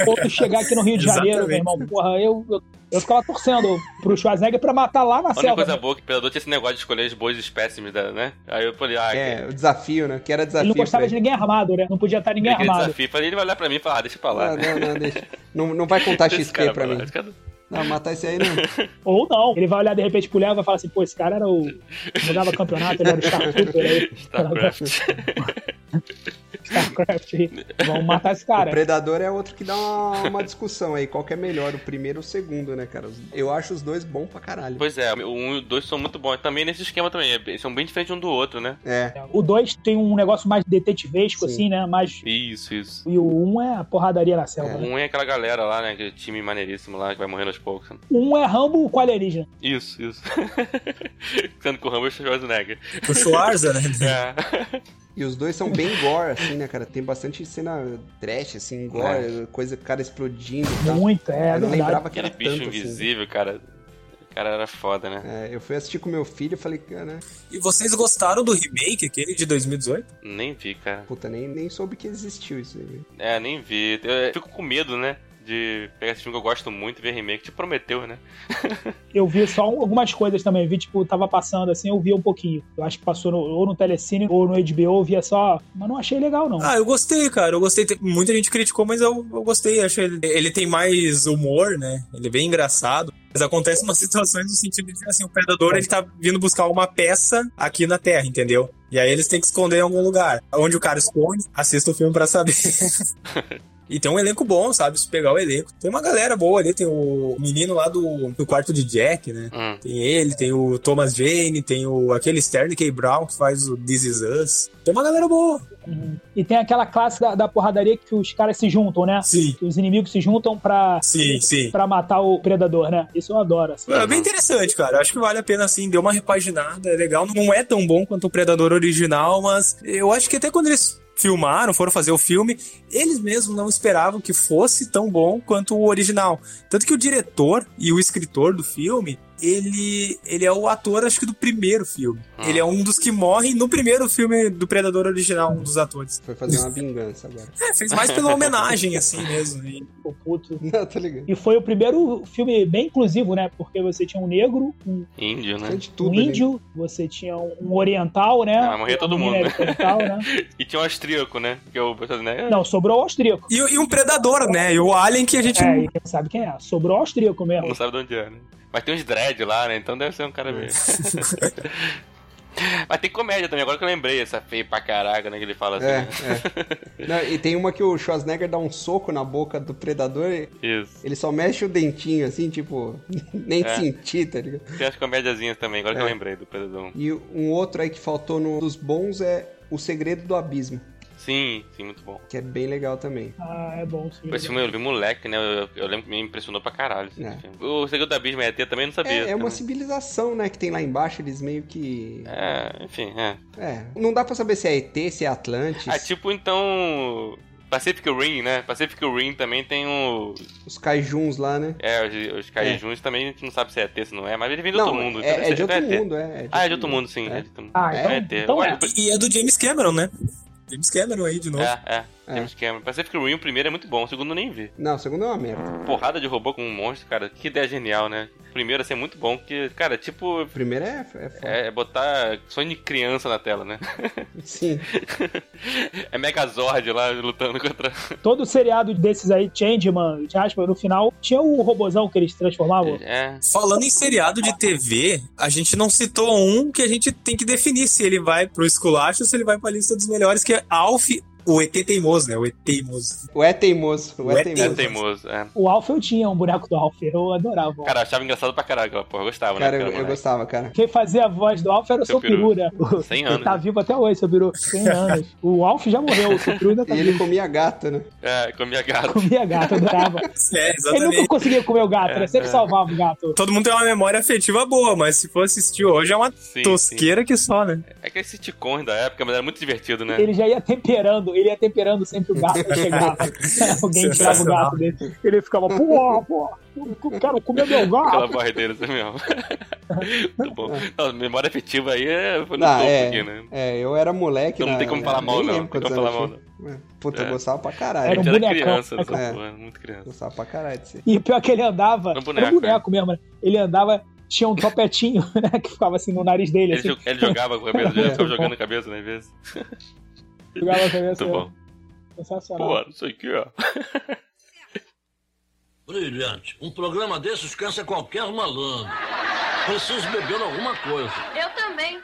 ou tu chegar aqui no Rio de Janeiro, meu Exatamente. irmão, porra, eu, eu Eu ficava torcendo pro Schwarzenegger pra matar lá na A única selva. coisa boa é que o Predador tinha esse negócio de escolher os bois espécimes, da- né? Aí eu falei, ah, É, o desafio, né? Que era Ele desafio. não gostava pra de ninguém armado, né? Não podia estar ninguém Ele queria armado. desafio. Falei, ele vai olhar pra mim e falar, ah, deixa pra lá. Ah, né? não, não, deixa. Não, não vai contar Deixa esse cara XP pra mim. lá. Esse cara- Não, matar esse aí não. Ou não. Ele vai olhar de repente pro Léo e vai falar assim: pô, esse cara era o. jogava campeonato, ele era o Starcraft, aí. Starcraft. Starcraft. aí. Vamos matar esse cara. O Predador é outro que dá uma, uma discussão aí. Qual que é melhor, o primeiro ou o segundo, né, cara? Eu acho os dois bom pra caralho. Pois é, o 1 e o 2 são muito bons. Também nesse esquema também, é bem- são bem diferentes um do outro, né? É. O 2 tem um negócio mais detetivesco, Sim. assim, né? Mais. Isso, isso. E o 1 um é a porradaria na selva. O né? 1 é aquela galera lá, né? Aquele time maneiríssimo lá, que vai morrendo aos poucos. né? O 1 um é Rambo com alienígena. Isso, isso. Sendo que o Rambo é o Schwarzenegger. O Schwarza, né? É. E os dois são bem gore, assim, né, cara? Tem bastante cena trash, assim, gore, coisa cara explodindo e tal. Muito, é, é eu não verdade. lembrava que era É. Aquele bicho tanto, assim. invisível, cara. O cara era foda, né? É, eu fui assistir com meu filho e falei, cara, né? E vocês gostaram do remake, aquele de 2018? Nem vi, cara. puta, nem, nem soube que existiu isso aí. velho. É, nem vi. Eu fico com medo, né? De pegar esse filme que eu gosto muito e ver remake. Te prometeu, né? Eu vi só um- algumas coisas também. Vi, tipo, tava passando assim, eu via um pouquinho. Eu acho que passou no- ou no Telecine ou no HBO, eu via só. Mas não achei legal, não. Ah, eu gostei, cara. Eu gostei. Tem- Muita gente criticou, mas eu, eu gostei. Acho ele, ele tem mais humor, né? Ele é bem engraçado. Mas acontece umas situações no sentido de assim, o predador ele tá vindo buscar uma peça aqui na Terra, entendeu? E aí eles têm que esconder em algum lugar. Onde o cara esconde, assista o filme pra saber. E tem um elenco bom, sabe? Se pegar o elenco. Tem uma galera boa ali, tem o menino lá do, do quarto de Jack, né? Hum. Tem ele, tem o Thomas Jane, tem o aquele Sterling K. Brown que faz o This Is Us. Tem uma galera boa. E tem aquela classe da, da porradaria que os caras se juntam, né? Sim, Que os inimigos se juntam pra, sim, sim. pra matar o predador, né? Isso eu adoro. assim. É bem interessante, cara. Acho que vale a pena, assim, deu uma repaginada, é legal. Não é tão bom quanto o Predador original, mas eu acho que até quando eles filmaram, foram fazer o filme, eles mesmos não esperavam que fosse tão bom quanto o original. Tanto que o diretor e o escritor do filme, ele, ele é o ator, acho que, do primeiro filme. Ah. Ele é um dos que morre no primeiro filme do Predador original, um dos atores. Foi fazer uma vingança agora. É, fez mais pela homenagem, assim, mesmo. E Ficou puto. Não, tá ligado. E foi o primeiro filme bem inclusivo, né? Porque você tinha um negro, um, Índio, né? Tem de tudo um ali. índio, você tinha um oriental, né? Ah, morria todo Um mundo, né? oriental, né? E tinha um austríaco, né? Que eu né? Não, sobrou o austríaco. e, e um Predador, né? E o Alien que a gente É, e quem sabe quem é? Sobrou o austríaco mesmo. Não sabe de onde é, né? Mas tem uns dread lá, né? Então deve ser um cara meio. Mas tem comédia também, agora que eu lembrei, essa feia pra caraca, né? Que ele fala assim. É, né? é. Não, e tem uma que o Schwarzenegger dá um soco na boca do predador, Isso. ele só mexe o dentinho, assim, tipo, nem É. sentir, tá ligado? Tem as comédiazinhas também, agora que eu É. lembrei do Predador. E um outro aí que faltou no dos bons é O Segredo do Abismo, Sim, sim, muito bom. que é bem legal também. Ah, é bom. sim. Esse filme eu vi moleque, né? Eu, eu lembro que me impressionou pra caralho. esse É. filme. O Segredo da Abismo ET também não sabia. É, é uma também. civilização, né, que tem lá embaixo, eles meio que... É, enfim, é. É, não dá pra saber se é ET, se é Atlantis, Ah, tipo, então. Pacific Rim, né? Pacific Rim também tem o. os caijuns lá, né? É, os, os Caijuns também, a gente não sabe se é ET, se não é, mas ele vem de outro mundo. então é, deve é ser- de outro deve ter. mundo, é. Ah, é de outro mundo, sim. É, É. de outro mundo. Ah, É, é então é, ET. então Olha, é. E é do James Cameron, né? James Cameron aí de novo. É, é. É. James Cameron. Pacific Rim, o primeiro é muito bom, o segundo eu nem vi. Não, o segundo é uma merda. Porrada de robô com um monstro, cara. Que ideia genial, né? O primeiro ia ser muito bom, porque, cara, tipo. O primeiro é, é foda. É, é botar sonho de criança na tela, né? Sim. é Megazord lá lutando contra. Todo seriado desses aí, Changeman, Jasper, no final, tinha o robozão que eles transformavam. É. Falando em seriado de TV, a gente não citou um que a gente tem que definir se ele vai pro esculacho ou se ele vai pra lista dos melhores, que é Alf, o ET Teimoso, né? O ET Teimoso. O é teimoso, o O é é É teimoso. teimoso, é. O Alf eu tinha um boneco do Alf, eu adorava. Cara, eu achava engraçado pra caralho aquela porra. eu Gostava, Cara, né? eu, aquela eu mulher. gostava, cara. Quem fazia a voz do Alf era o Seu seu Peru. peru, né? 100 Ele tá anos. vivo até hoje, seu peru. 100 anos. O Alf já morreu, o seu peru ainda tá E ele vivo. comia gato, né? tá- É, comia gato. Comia gato, adorava. É, Ele exatamente. nunca conseguia comer o gato, É, né? Sempre salvava o gato. Todo mundo tem uma memória afetiva boa, mas se for assistir hoje é uma Sim, sim. tosqueira que só, né? É que esse sitcoms da época, mas era muito divertido, né? Ele já ia temperando, ele ia temperando sempre o gato que chegava. Alguém tirava o gato dele. Ele ficava, pô, pô, eu quero comer meu Aquela gato. voz dele também, ó. Muito bom. Não, memória afetiva aí é, foi no Ah, topo é. aqui, né? É, eu era moleque. Então não na- tem como na- falar mal, nem não. Não lembro tem como quantos falar anos mal, eu não. É. Puta, É. eu gostava pra A Era caralho. um gente era bonecão. criança dessa É. porra, muito criança. Gostava pra caralho de ser. E pior que ele Era andava. Era um um boneco, boneco, mesmo, né? Ele andava, tinha um topetinho, né? Que ficava assim no nariz dele, Ele, assim, jo- ele jogava com a cabeça, ele É. ficava jogando a cabeça, né, às vezes. jogava a cabeça. Muito era bom. Sensacional. Pô, não sei o que, ó. Brilhante. Um programa desses cansa qualquer malandro. Preciso beber alguma coisa. Eu também.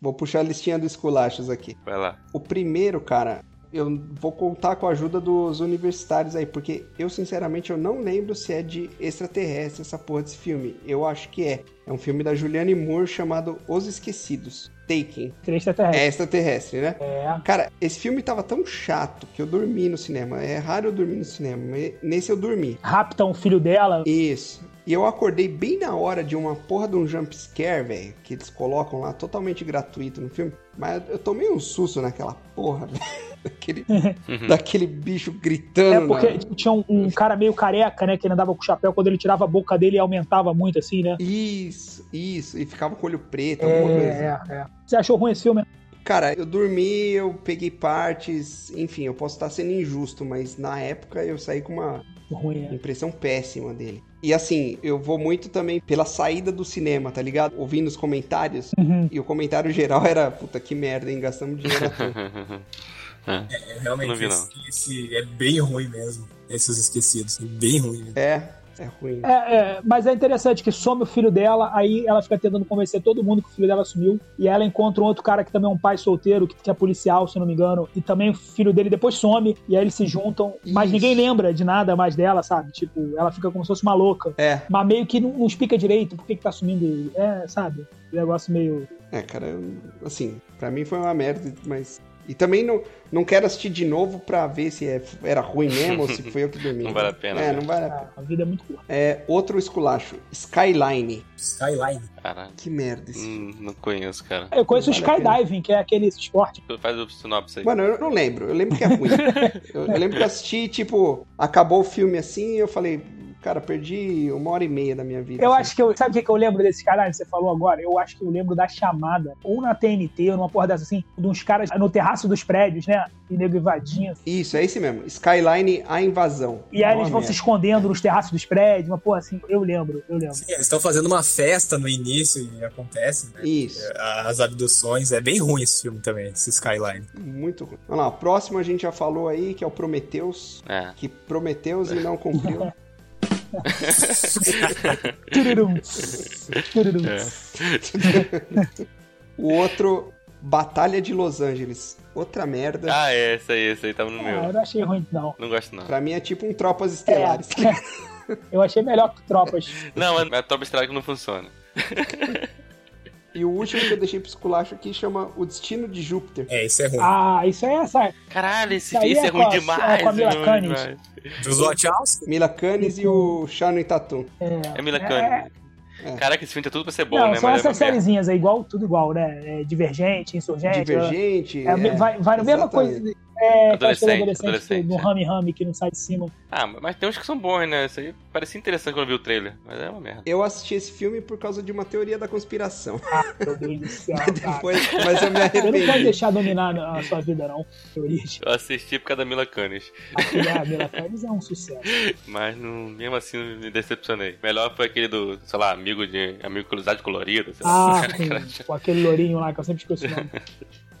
Vou puxar a listinha dos culachos aqui. Vai lá. O primeiro, cara, eu vou contar com a ajuda dos universitários aí, porque eu, sinceramente, eu não lembro se é de extraterrestre essa porra desse filme. Eu acho que é. É um filme da Julianne Moore chamado Os Esquecidos. Taken. Três É extraterrestres. extraterrestre, né? É. Cara, esse filme tava tão chato que eu dormi no cinema. É raro eu dormir no cinema, mas nesse eu dormi. Raptam o um filho dela. Isso. E eu acordei bem na hora de uma porra de um jump scare, velho, que eles colocam lá totalmente gratuito no filme. Mas eu tomei um susto naquela porra, velho. daquele, daquele bicho gritando. É porque na- tipo, tinha um, um cara meio careca, né? Que ele andava com o chapéu. Quando ele tirava a boca dele, aumentava muito, assim, né? Isso, isso. E ficava com o olho preto, alguma coisa. É, é, é. Você achou ruim esse filme? Cara, eu dormi, eu peguei partes. Enfim, eu posso estar sendo injusto, mas na época eu saí com uma Ruim, é. Impressão péssima dele. E assim, eu vou muito também pela saída do cinema, tá ligado? Ouvindo os comentários. Uhum. E o comentário geral era, puta que merda, hein? Gastamos dinheiro à toa. É, Não realmente, vi, esse, esse é bem ruim mesmo. Esses esquecidos, é bem ruim. Mesmo. É, é ruim. É, é, mas é interessante que some o filho dela, aí ela fica tentando convencer todo mundo que o filho dela sumiu, e ela encontra um outro cara que também é um pai solteiro, que, que é policial, se não me engano, e também o filho dele depois some, e aí eles se juntam, mas Isso. ninguém lembra de nada mais dela, sabe? Tipo, ela fica como se fosse uma louca. É, Mas meio que não, não explica direito por que, que tá sumindo, é, sabe? Negócio meio. é, cara, eu- assim, pra mim foi uma merda, mas. E também não, não quero assistir de novo pra ver se é- era ruim mesmo ou se foi eu que dormi. Não vale a pena, É, né? não vale a pena. A vida é muito curta. É, outro esculacho, Skyline. Skyline. Caralho. Que merda esse filme. Hum, Não conheço, cara. Eu conheço Não o vale a pena. skydiving, que é aquele esporte. Faz o sinopse aí. Mano, eu não lembro. Eu lembro que é ruim. eu, eu lembro que eu assisti, tipo, acabou o filme assim e eu falei, cara, perdi uma hora e meia da minha vida. Eu assim. acho que eu. Sabe o que, que eu lembro desse caralho que você falou agora? Eu acho que eu lembro da chamada, ou na TNT, ou numa porra dessa assim, de uns caras no terraço dos prédios, né? E nego invadindo. Isso, é esse mesmo. Skyline, a invasão. E aí Uma eles vão se merda. escondendo nos terraços dos prédios, uma porra assim. Eu lembro, eu lembro. É, Sim, eles estão fazendo uma festa no início e acontece, né? Isso, As abduções. É bem ruim esse filme também, esse Skyline. muito ruim. Vamos lá, o próximo a gente já falou aí, que é o Prometeus, É. que prometeu e não cumpriu. Tururum. Tururum. o outro, Batalha de Los Angeles. Outra merda. Ah, é, esse aí, esse aí tava no Ah, eu meu. não achei ruim, não. Não gosto, não. Pra mim é tipo um Tropas Estelares. Eu achei melhor que tropas. Não, é a Top Strike não funciona. E o último que eu deixei pro esculacho aqui chama O Destino de Júpiter. É, isso é ruim. Ah, isso aí é essa. Caralho, esse, Isso aí esse é, é ruim com a- demais. é com a esse Mila é ruim Kunis. demais. Dos Ah, Wachowski? Mila Kunis e o Shannon Tatum. É Mila É. Kunis. Caraca, esse filme tem tudo pra ser bom, não, né? são Mas é essas uma merda. sériezinhas, é igual, tudo igual, né? É Divergente, Insurgente. Divergente. É, vai, vai na mesma exatamente. coisa. É, Adolescente, adolescente, adolescente, adolescente, no é. rame rame que não sai de cima. Ah, mas tem uns que são bons, né? Isso aí parecia interessante quando eu vi o trailer, mas é uma merda. Eu assisti esse filme por causa de uma teoria da conspiração. Ah, Meu Deus do céu, cara. Depois, mas eu me Você Tá. não pode arrependi. deixar dominar a sua vida, não. Teorias. Eu assisti por causa da Mila Kunis, A Mulher Miraculous é um sucesso. mas não, mesmo assim me decepcionei. Melhor foi aquele do, sei lá, amigo de amigo curiosidade colorida, sei lá. Ah, com, com aquele lourinho lá que eu sempre esqueço o nome.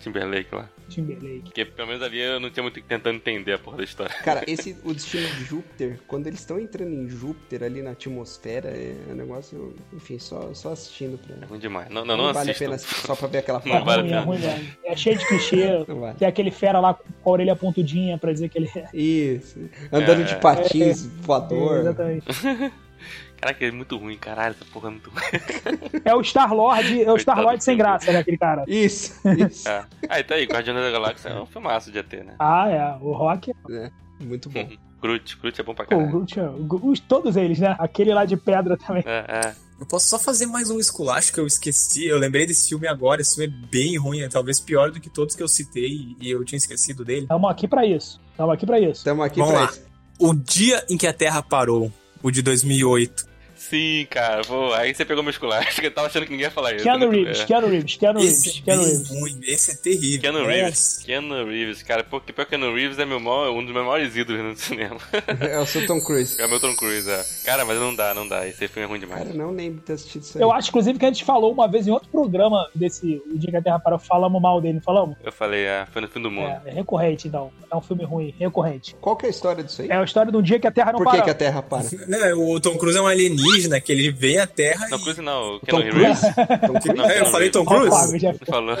Timberlake lá. Timberlake. Porque pelo menos ali eu não tinha muito tentando entender a porra da história. Cara, esse o destino de Júpiter, quando eles estão entrando em Júpiter ali na atmosfera, é um negócio, enfim, só, só assistindo pra. É ruim demais. Não, não, não, vale a assisto. pena assistir só pra ver aquela Não é foto. vale a ruim, pena. é ruim mesmo. É cheio de clichê. Não vale. Tem aquele fera lá com a orelha pontudinha pra dizer que ele é. Isso. Andando É. de patins, voador. Exatamente. Caraca, é muito ruim, caralho, essa porra é muito ruim. É o Star-Lord, é o Coitado Star-Lord sem do filme. graça, né, aquele cara. Isso, isso. É. Ah, e tá aí, Guardiões da Galáxia é um filmaço de AT, né? Ah, é. O Rock Muito bom. Groot, Groot é bom pra Pô, o caralho. Groot, o Groot, todos eles, né? Aquele lá de pedra também. É, é. Eu posso só fazer mais um esculacho que eu esqueci. Eu lembrei desse filme agora. Esse filme é bem ruim, é talvez pior do que todos que eu citei e eu tinha esquecido dele. Estamos aqui pra isso. Estamos aqui pra isso. Estamos aqui Vamos pra lá. isso. O Dia em que a Terra Parou, o de 2008. Sim, cara, pô, aí você pegou meu esculacho, que eu tava achando que ninguém ia falar isso. Keanu né? Reeves, Keanu Reeves, Keanu Reeves, Esse é Keanu bem Reeves. ruim, esse é terrível. Keanu Nossa. Reeves. Keanu Reeves, cara, pô, que pior que Keanu Reeves é meu maior, um dos meus maiores ídolos no cinema. É o seu Tom Cruise. é o meu Tom Cruise, é. Cara, mas não dá, não dá. Esse filme é ruim demais. Cara, eu não lembro de ter assistido isso aí. Eu acho, inclusive, que a gente falou uma vez em outro programa desse O Dia que a Terra Parou, falamos mal dele, falamos? Eu falei, ah, foi no fim do mundo. É, é recorrente, então. É um filme ruim, recorrente. Qual que é a história disso aí? É a história de um dia que a Terra não Por que, parou. que a Terra para? Né, Não, o Tom Cruise é um alienígena que ele vem à Terra Tom e... Cruise não, o Tom Keanu Reeves. Cruise? Tom Cruise? Não, É, eu Keanu falei Reeves. Tom Ó, Cruise? Fábio, já- Você falou.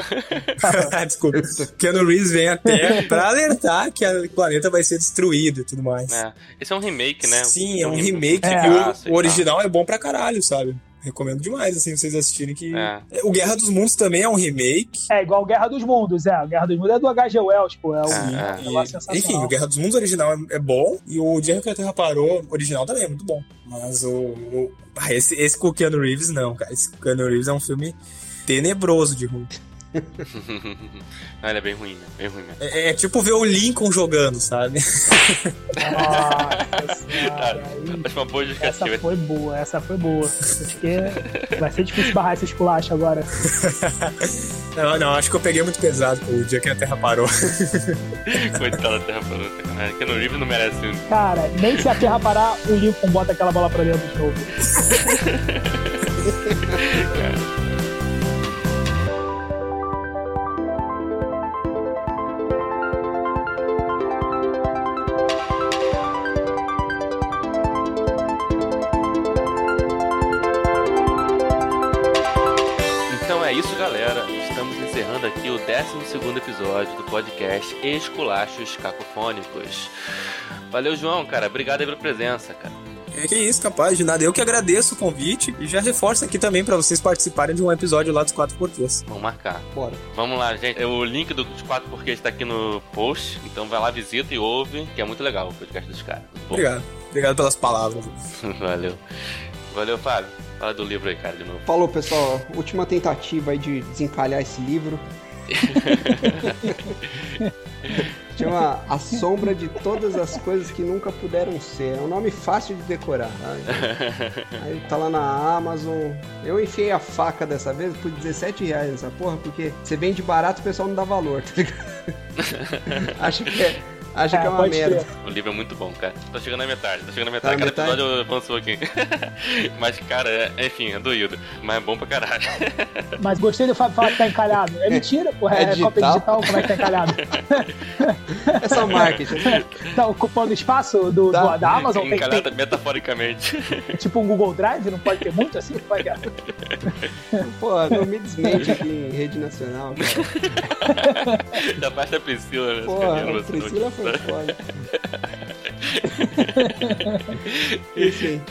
Ah, Desculpa. Keanu Reeves vem à Terra pra alertar que a- o planeta vai ser destruído e tudo mais. É. Esse é um remake, né? Sim, é um remake. É. e o- Ah, sei o, lá. original é bom pra caralho, sabe? Recomendo demais, assim, vocês assistirem que... É. O Guerra dos Mundos também é um remake. É igual Guerra dos Mundos, é. Guerra dos Mundos é do H.G. Wells, pô. É um Sim. é um E- negócio enfim, sensacional. o Guerra dos Mundos original é, é bom. E o Dia que a Terra Parou original também é muito bom. Mas o... o- ah, esse, esse com o Keanu Reeves, não, cara. Esse com o Keanu Reeves é um filme tenebroso de ruim. não, ele é bem ruim, né? Bem ruim mesmo. É, é tipo ver o Lincoln jogando, sabe? Nossa senhora. Acho uma boa Essa justificativa. foi boa, essa foi boa. Acho que vai ser difícil barrar esse esculacho agora. Não, não, acho que eu peguei muito pesado com o dia que a Terra parou. Coitado da Terra Plana, sacanagem. Keanu Reeves não merece um. Cara, nem se a Terra parar, o Lincoln bota aquela bola pra dentro de novo. Então é isso, galera. Estamos encerrando aqui o 12 episódio do podcast Esculachos Cacofônicos. Valeu, João, cara. Obrigado aí pela presença, cara. É que isso, capaz de nada. Eu que agradeço o convite e já reforço aqui também pra vocês participarem de um episódio lá dos Quatro Porquês. Vamos marcar. Bora. Vamos lá, gente. É O link do- dos quatro porquês tá aqui no post. Então vai lá, visita e ouve, que é muito legal o podcast dos caras. Muito bom. Obrigado. Obrigado pelas palavras. Valeu. Valeu, Fábio. Fala do livro aí, cara, de novo. Falou, pessoal. Última tentativa aí de desencalhar esse livro. Chama A Sombra de Todas as Coisas que Nunca Puderam Ser. É um nome fácil de decorar. tá? Aí tá lá na Amazon. Eu enfiei a faca dessa vez por 17 reais nessa porra, porque você vende barato o pessoal não dá valor, tá ligado? acha que é, acha que é uma Ah, pode merda. ser. O livro é muito bom, cara. Tô chegando na metade, tô chegando na metade. Tá na Cada episódio avançou aqui. Mas, cara, é- enfim, é doído. Mas é bom pra caralho. Mas gostei do Fábio falar que tá encalhado. É mentira, porra. É, É cópia digital? digital, como é que tá encalhado? É só marketing. Tá ocupando espaço do, Tá. do- da Amazon? Tem, Encalhada metaforicamente. tem tipo um Google Drive? Não pode ter muito assim? Como é que é? Pô, não me desmente aqui em rede nacional, cara. da parte da Priscila. né? Porra, Escrevendo a você no- Priscila foi foda. Enfim.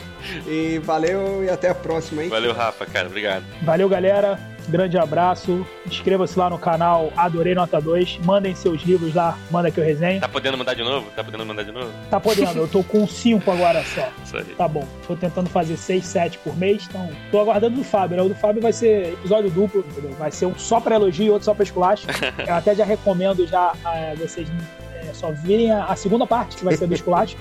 E valeu e até a próxima aí. Valeu, Rafa, cara. Obrigado. Valeu, galera. Grande abraço. Inscreva-se lá no canal Adorei Nota 2. Mandem seus livros lá. Manda que eu resenho. Tá podendo mandar de novo? Tá podendo mandar de novo? Tá podendo. Eu tô com cinco agora só. Isso aí. Tá bom. Tô tentando fazer 6, 7 por mês, então tô aguardando do Fábio, né? O do Fábio vai ser episódio duplo, entendeu? Vai ser um só pra elogio e outro só pra esculacho. Eu até já recomendo já eh, vocês eh, só virem a, a segunda parte, que vai ser do esculacho.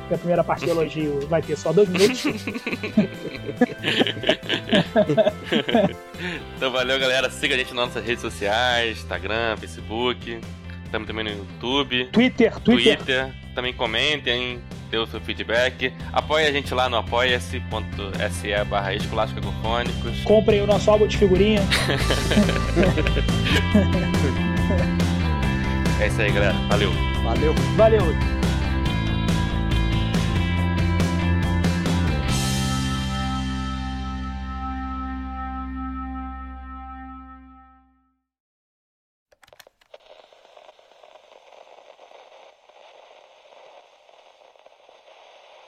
Porque a primeira parte do elogio vai ter só dois minutos. Então valeu, galera. Siga a gente nas nossas redes sociais, Instagram, Facebook. Estamos também no YouTube, Twitter, Twitter. Twitter. Também comentem, dê o seu feedback. Apoie a gente lá no apoia-se.se barra Esculacho Cacofônicos. Comprem o nosso álbum de figurinha. É isso aí, galera. Valeu. Valeu. Valeu.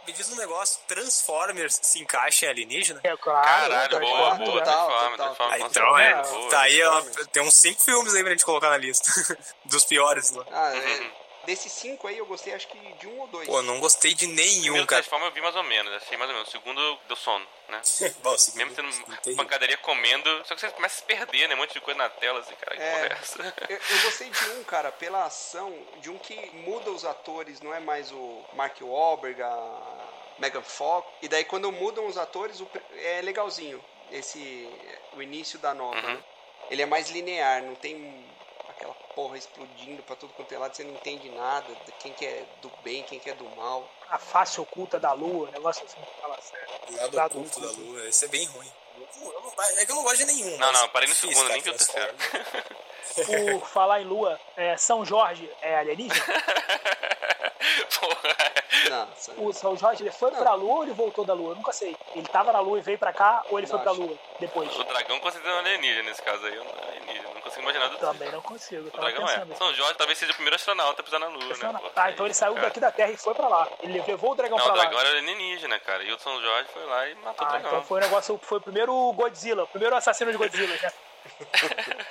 Me diz um negócio, Transformers se encaixa em alienígena? É claro. Caralho, boa, transforma, boa. total, Transforma, total. transforma. Ah, Nossa, então é. boa. Tá aí, ó, tem uns cinco filmes aí pra gente colocar na lista. Dos piores lá. Ah, Uhum. é, desses cinco aí eu gostei acho que de um ou dois. Pô, não gostei de nenhum, Primeiro cara. Transforma eu vi mais ou menos, achei mais ou menos. O segundo deu sono, né? Bom, o segundo- Mesmo tendo tem- pancadaria comendo, só que você começa a se perder, né? Um monte de coisa na tela, assim, cara, que É. porra é essa? Eu, eu gostei de um, cara, pela ação, de um que muda os atores, não é mais o Mark Wahlberg, a Megan Fox. E daí quando mudam os atores, o pr- é legalzinho. Esse o início da nova. Uhum. né? Ele é mais linear, não tem aquela porra explodindo pra tudo quanto é lado, você não entende nada, de quem que é do bem, quem que é do mal. A face oculta da lua, negócio assim que fala sério. Lado Lado oculto da oculto. lua. Isso é bem ruim. Eu não- É que eu não gosto de nenhum. Não, mas não, parei no difícil, segundo, cara, nem vi o terceiro. Por falar em lua, é, São Jorge é alienígena? Porra. Nossa. O São Jorge ele foi pra lua ou ele voltou da lua? Eu nunca sei. Ele tava na lua e veio pra cá ou ele foi Não pra acho. lua depois? O dragão com certeza é um alienígena nesse caso aí. Eu não, alienígena, não consigo imaginar. Do... Também não consigo. eu O Tava dragão Tá, pensando. é. São Jorge talvez seja o primeiro astronauta a pisar na lua, né? pô? Tá, então ele saiu Cara. daqui da Terra e foi pra lá. Ele levou o dragão é Não, pra o dragão lá. era alienígena, cara. E o São Jorge foi lá e matou o Ah, dragão. então foi o negócio. Foi o primeiro Godzilla, o primeiro assassino de Godzilla, né?